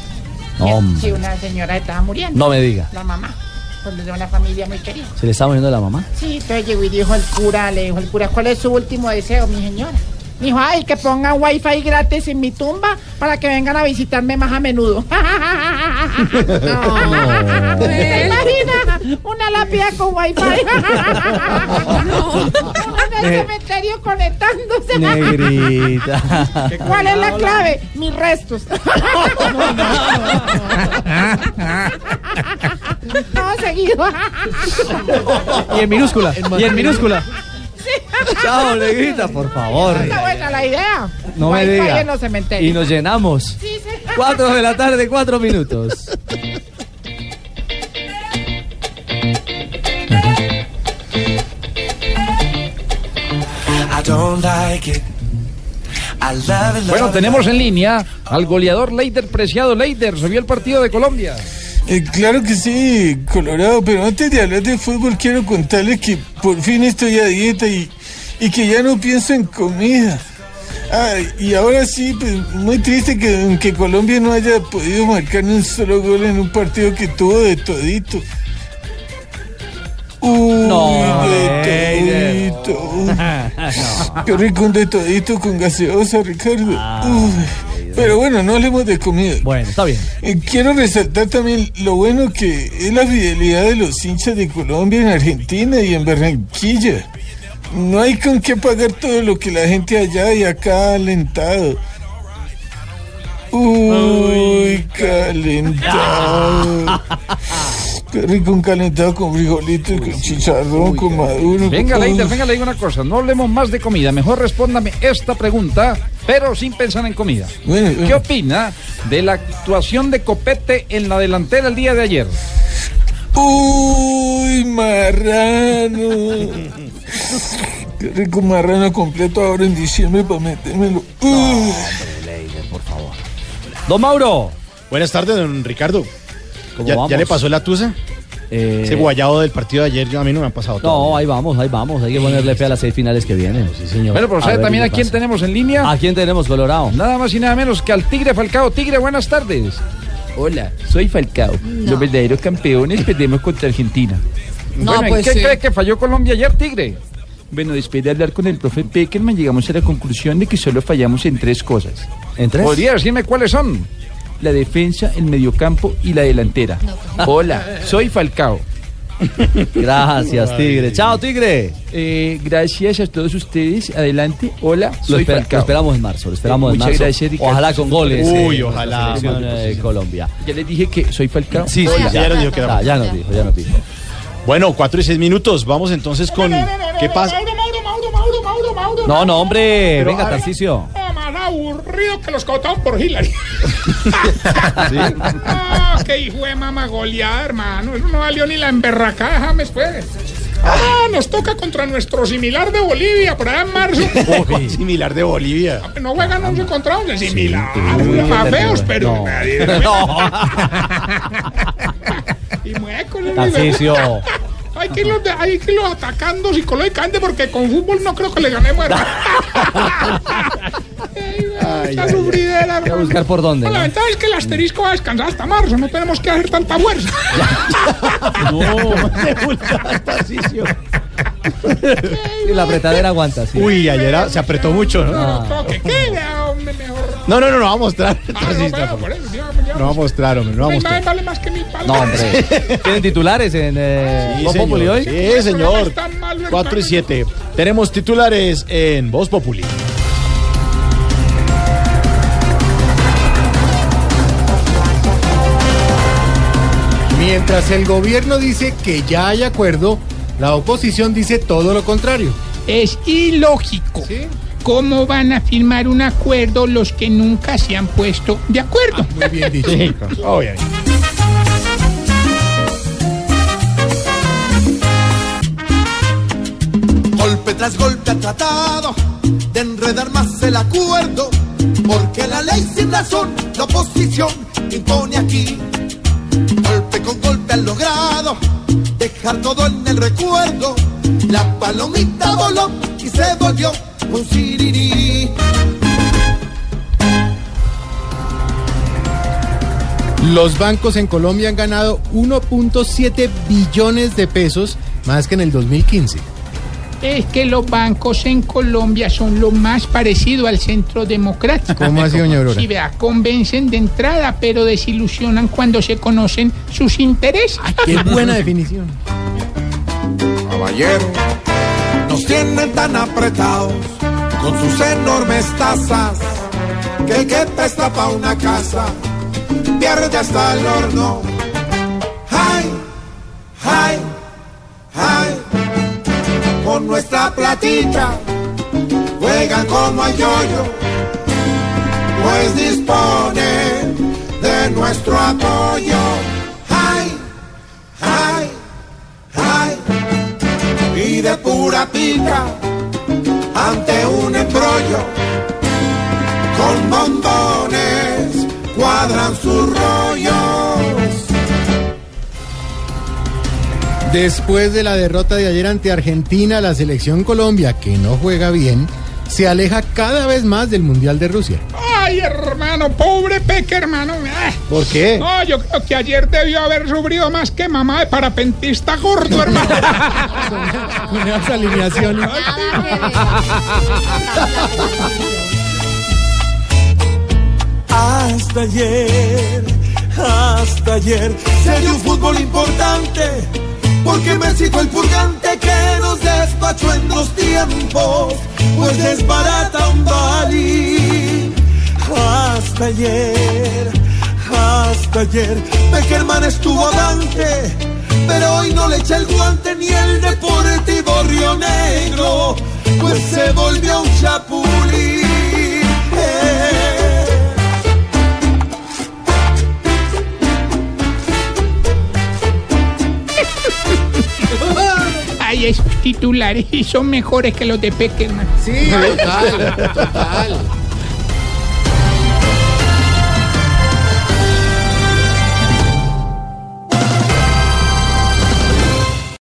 Speaker 6: No,
Speaker 17: Sí,
Speaker 6: hombre.
Speaker 17: una señora estaba muriendo.
Speaker 6: No me diga.
Speaker 17: La mamá, pues, de una familia muy querida.
Speaker 6: ¿Se le está muriendo la mamá?
Speaker 17: Sí, entonces llegó y dijo el cura, le dijo el cura, ¿cuál es su último deseo, mi señora? Dijo, ay, que pongan wifi gratis en mi tumba para que vengan a visitarme más a menudo. ¿Se imagina? Una lápida con wifi. Uno en el
Speaker 6: Ne-
Speaker 17: cementerio conectándose.
Speaker 6: Negrita.
Speaker 17: ¿Cuál es la clave? Mis restos. Todo seguido.
Speaker 7: Y en minúscula. y en minúscula.
Speaker 17: Sí.
Speaker 6: Chao, negrita, por favor.
Speaker 17: Está buena la idea.
Speaker 6: No me
Speaker 17: Wifi
Speaker 6: diga.
Speaker 17: en los cementerios.
Speaker 6: Y nos llenamos.
Speaker 17: Sí, sí.
Speaker 6: 4 de la tarde, 4 minutos.
Speaker 19: Bueno, tenemos en línea al goleador Leider Preciado. Leider, se vio el partido de Colombia.
Speaker 18: Eh, claro que sí, Colorado, pero antes de hablar de fútbol quiero contarles que por fin estoy a dieta y, y que ya no pienso en comida. Ah, y ahora sí, pues muy triste que, que Colombia no haya podido marcar ni un solo gol en un partido que tuvo de todito. Uy,
Speaker 3: No,
Speaker 18: de
Speaker 3: Leider.
Speaker 18: todito. uy. Qué rico un de todito con gaseosa, Ricardo. Uy. Pero bueno, no hablemos de comida.
Speaker 6: Ah, Bueno, está bien.
Speaker 18: Eh, Quiero resaltar también lo bueno que es la fidelidad de los hinchas de Colombia en Argentina y en Barranquilla. No hay con qué pagar todo lo que la gente allá y acá ha alentado. Uy, calentado. Qué rico un calentado con frijolitos, con chicharrón, con maduro.
Speaker 19: Venga,
Speaker 18: con-
Speaker 19: Leider, venga, le digo una cosa. No hablemos más de comida. Mejor respóndame esta pregunta, pero sin pensar en comida. ¿Qué opina de la actuación de Copete en la delantera el día de ayer?
Speaker 18: Uy, marrano. Qué rico marrano completo ahora en diciembre para metérmelo. Ugh.
Speaker 6: por favor. Don Mauro.
Speaker 4: Oh. Buenas tardes, don Ricardo.
Speaker 6: ¿Cómo
Speaker 4: ¿Ya,
Speaker 6: vamos? Eh,
Speaker 4: ya le pasó la tusa? Ese guayado del partido de ayer yo- a mí no me ha pasado
Speaker 6: No, ahí vamos, ahí vamos. Hay que ponerle fe a las seis finales que vienen. Sí, señor.
Speaker 4: Bueno, pero
Speaker 19: ¿sabe también a quién
Speaker 6: tenemos en línea? ¿A quién tenemos, Colorado?
Speaker 19: Nada más y nada menos que al Tigre Falcao. Tigre, buenas tardes.
Speaker 21: Hola, soy Falcao. Los verdaderos campeones perdemos contra Argentina.
Speaker 19: No, Bueno, ¿en pues, qué sí. cree
Speaker 21: que falló Colombia ayer, Tigre? Bueno, después de hablar con el profe Peckerman, llegamos a la conclusión de que solo fallamos en tres cosas. ¿En
Speaker 19: tres?
Speaker 21: ¿Podría decirme cuáles son? La defensa, el mediocampo y la delantera.
Speaker 19: pues
Speaker 21: Hola, soy Falcao.
Speaker 6: Gracias, Tigre. Chao, Tigre.
Speaker 21: Eh, gracias a todos ustedes. Adelante. Hola,
Speaker 6: Lo,
Speaker 21: soy
Speaker 6: espera- lo
Speaker 21: Falcao.
Speaker 6: esperamos en marzo, lo esperamos
Speaker 21: Eh,
Speaker 6: en
Speaker 21: muchas
Speaker 6: marzo.
Speaker 21: gracias, Ricardo.
Speaker 6: ojalá con goles.
Speaker 21: Uy,
Speaker 6: eh,
Speaker 21: ojalá.
Speaker 6: la selección, eh, Colombia.
Speaker 21: Ya les dije que soy Falcao.
Speaker 6: Sí, sí, ya.
Speaker 4: nos dijo que
Speaker 6: Ah, ya nos dijo, ya nos dijo.
Speaker 4: Bueno, cuatro y seis minutos. Vamos entonces con. ¿Qué pasa?
Speaker 6: No, no, hombre.
Speaker 4: Pero, a
Speaker 6: venga,
Speaker 4: ver.
Speaker 6: Tarcicio.
Speaker 22: más aburrido que los cotados por Hillary. Ah, qué hijo de mamá goleada, hermano. Eso no valió ni la emberracada, James, pues. Ah, nos toca contra nuestro similar de Bolivia, por allá en marzo.
Speaker 4: Similar de Bolivia.
Speaker 22: No juegan 11 contra 11, similar. ah, más feos, pero. Y muecos, ¿no?
Speaker 6: Tarcicio.
Speaker 22: Hay que, irlos de- hay que irlos atacando psicológicamente porque con fútbol no creo que le ganemos. hermano. Esta sufridera,
Speaker 6: Voy a buscar por dónde.
Speaker 22: La
Speaker 6: ¿no?
Speaker 22: ventaja es que el asterisco va a descansar hasta marzo, no tenemos que hacer tanta fuerza.
Speaker 6: Y la apretadera aguanta, sí. Ah.
Speaker 4: Uy, ayer ah, se apretó mucho, ¿no?
Speaker 22: No, que quede, hombre, mejor.
Speaker 4: No, no, no, no va a mostrar.
Speaker 22: Ah, no, bueno, por eso, digamos, ya.
Speaker 4: No va a mostrar, hombre, no va a
Speaker 22: Mi
Speaker 4: mostrar.
Speaker 22: madre vale más que mi padre.
Speaker 6: No, hombre. ¿Tienen titulares en eh,
Speaker 4: Sí,
Speaker 6: Voz
Speaker 4: señor.
Speaker 6: Populi hoy?
Speaker 4: Sí, señor. 4 y 7. Tenemos titulares en Voz Populi.
Speaker 24: Mientras el gobierno dice que ya hay acuerdo, la oposición dice todo lo contrario.
Speaker 22: Es ilógico. ¿Cómo van a firmar un acuerdo los que nunca se han puesto de acuerdo?
Speaker 24: Ah,
Speaker 22: muy bien dicho.
Speaker 4: Obviamente.
Speaker 25: Golpe tras golpe ha tratado de enredar más el acuerdo, porque la ley sin razón la oposición impone aquí. Golpe con golpe han logrado dejar todo en el recuerdo. La palomita voló y se volvió un sirirí.
Speaker 24: Los bancos en Colombia han ganado 1.7 billones de pesos más que en el 2015.
Speaker 22: Es que los bancos en Colombia son lo más parecido al centro democrático.
Speaker 24: ¿Cómo así, doña Aurora?
Speaker 22: Sí, vea, convencen de entrada, pero desilusionan cuando se conocen sus intereses.
Speaker 24: Qué buena definición.
Speaker 25: Caballero, nos tienen tan apretados con sus enormes tasas que el que pesta pa' una casa pierde hasta el horno. ¡Ay! ¡Ay! ¡Ay! Con nuestra platita juegan como al yoyo, pues disponen de nuestro apoyo. ¡Ay! ¡Ay! ¡Ay! y de pura pica ante un embrollo. Con bombones cuadran sus rollos.
Speaker 24: Después de la derrota de ayer ante Argentina, la selección Colombia, que no juega bien, se aleja cada vez más del Mundial de Rusia.
Speaker 22: Ay, hermano, pobre Peque, hermano. Ah.
Speaker 24: ¿Por qué?
Speaker 22: No, yo creo que ayer debió haber sufrido más que mamá de parapentista gordo, hermano.
Speaker 24: Con esas alineaciones.
Speaker 25: Hasta ayer, hasta ayer, se dio un fútbol importante, porque México el purgante que nos despachó en los tiempos, pues desbarata un balín. Hasta ayer, hasta ayer, Beckerman estuvo Dante, pero hoy no le echa el guante ni el Deportivo Río Negro, pues se volvió un chapulín. Eh.
Speaker 22: Ay,
Speaker 4: 10 titulares y son mejores que los de Peckerman.
Speaker 12: Sí, total, total.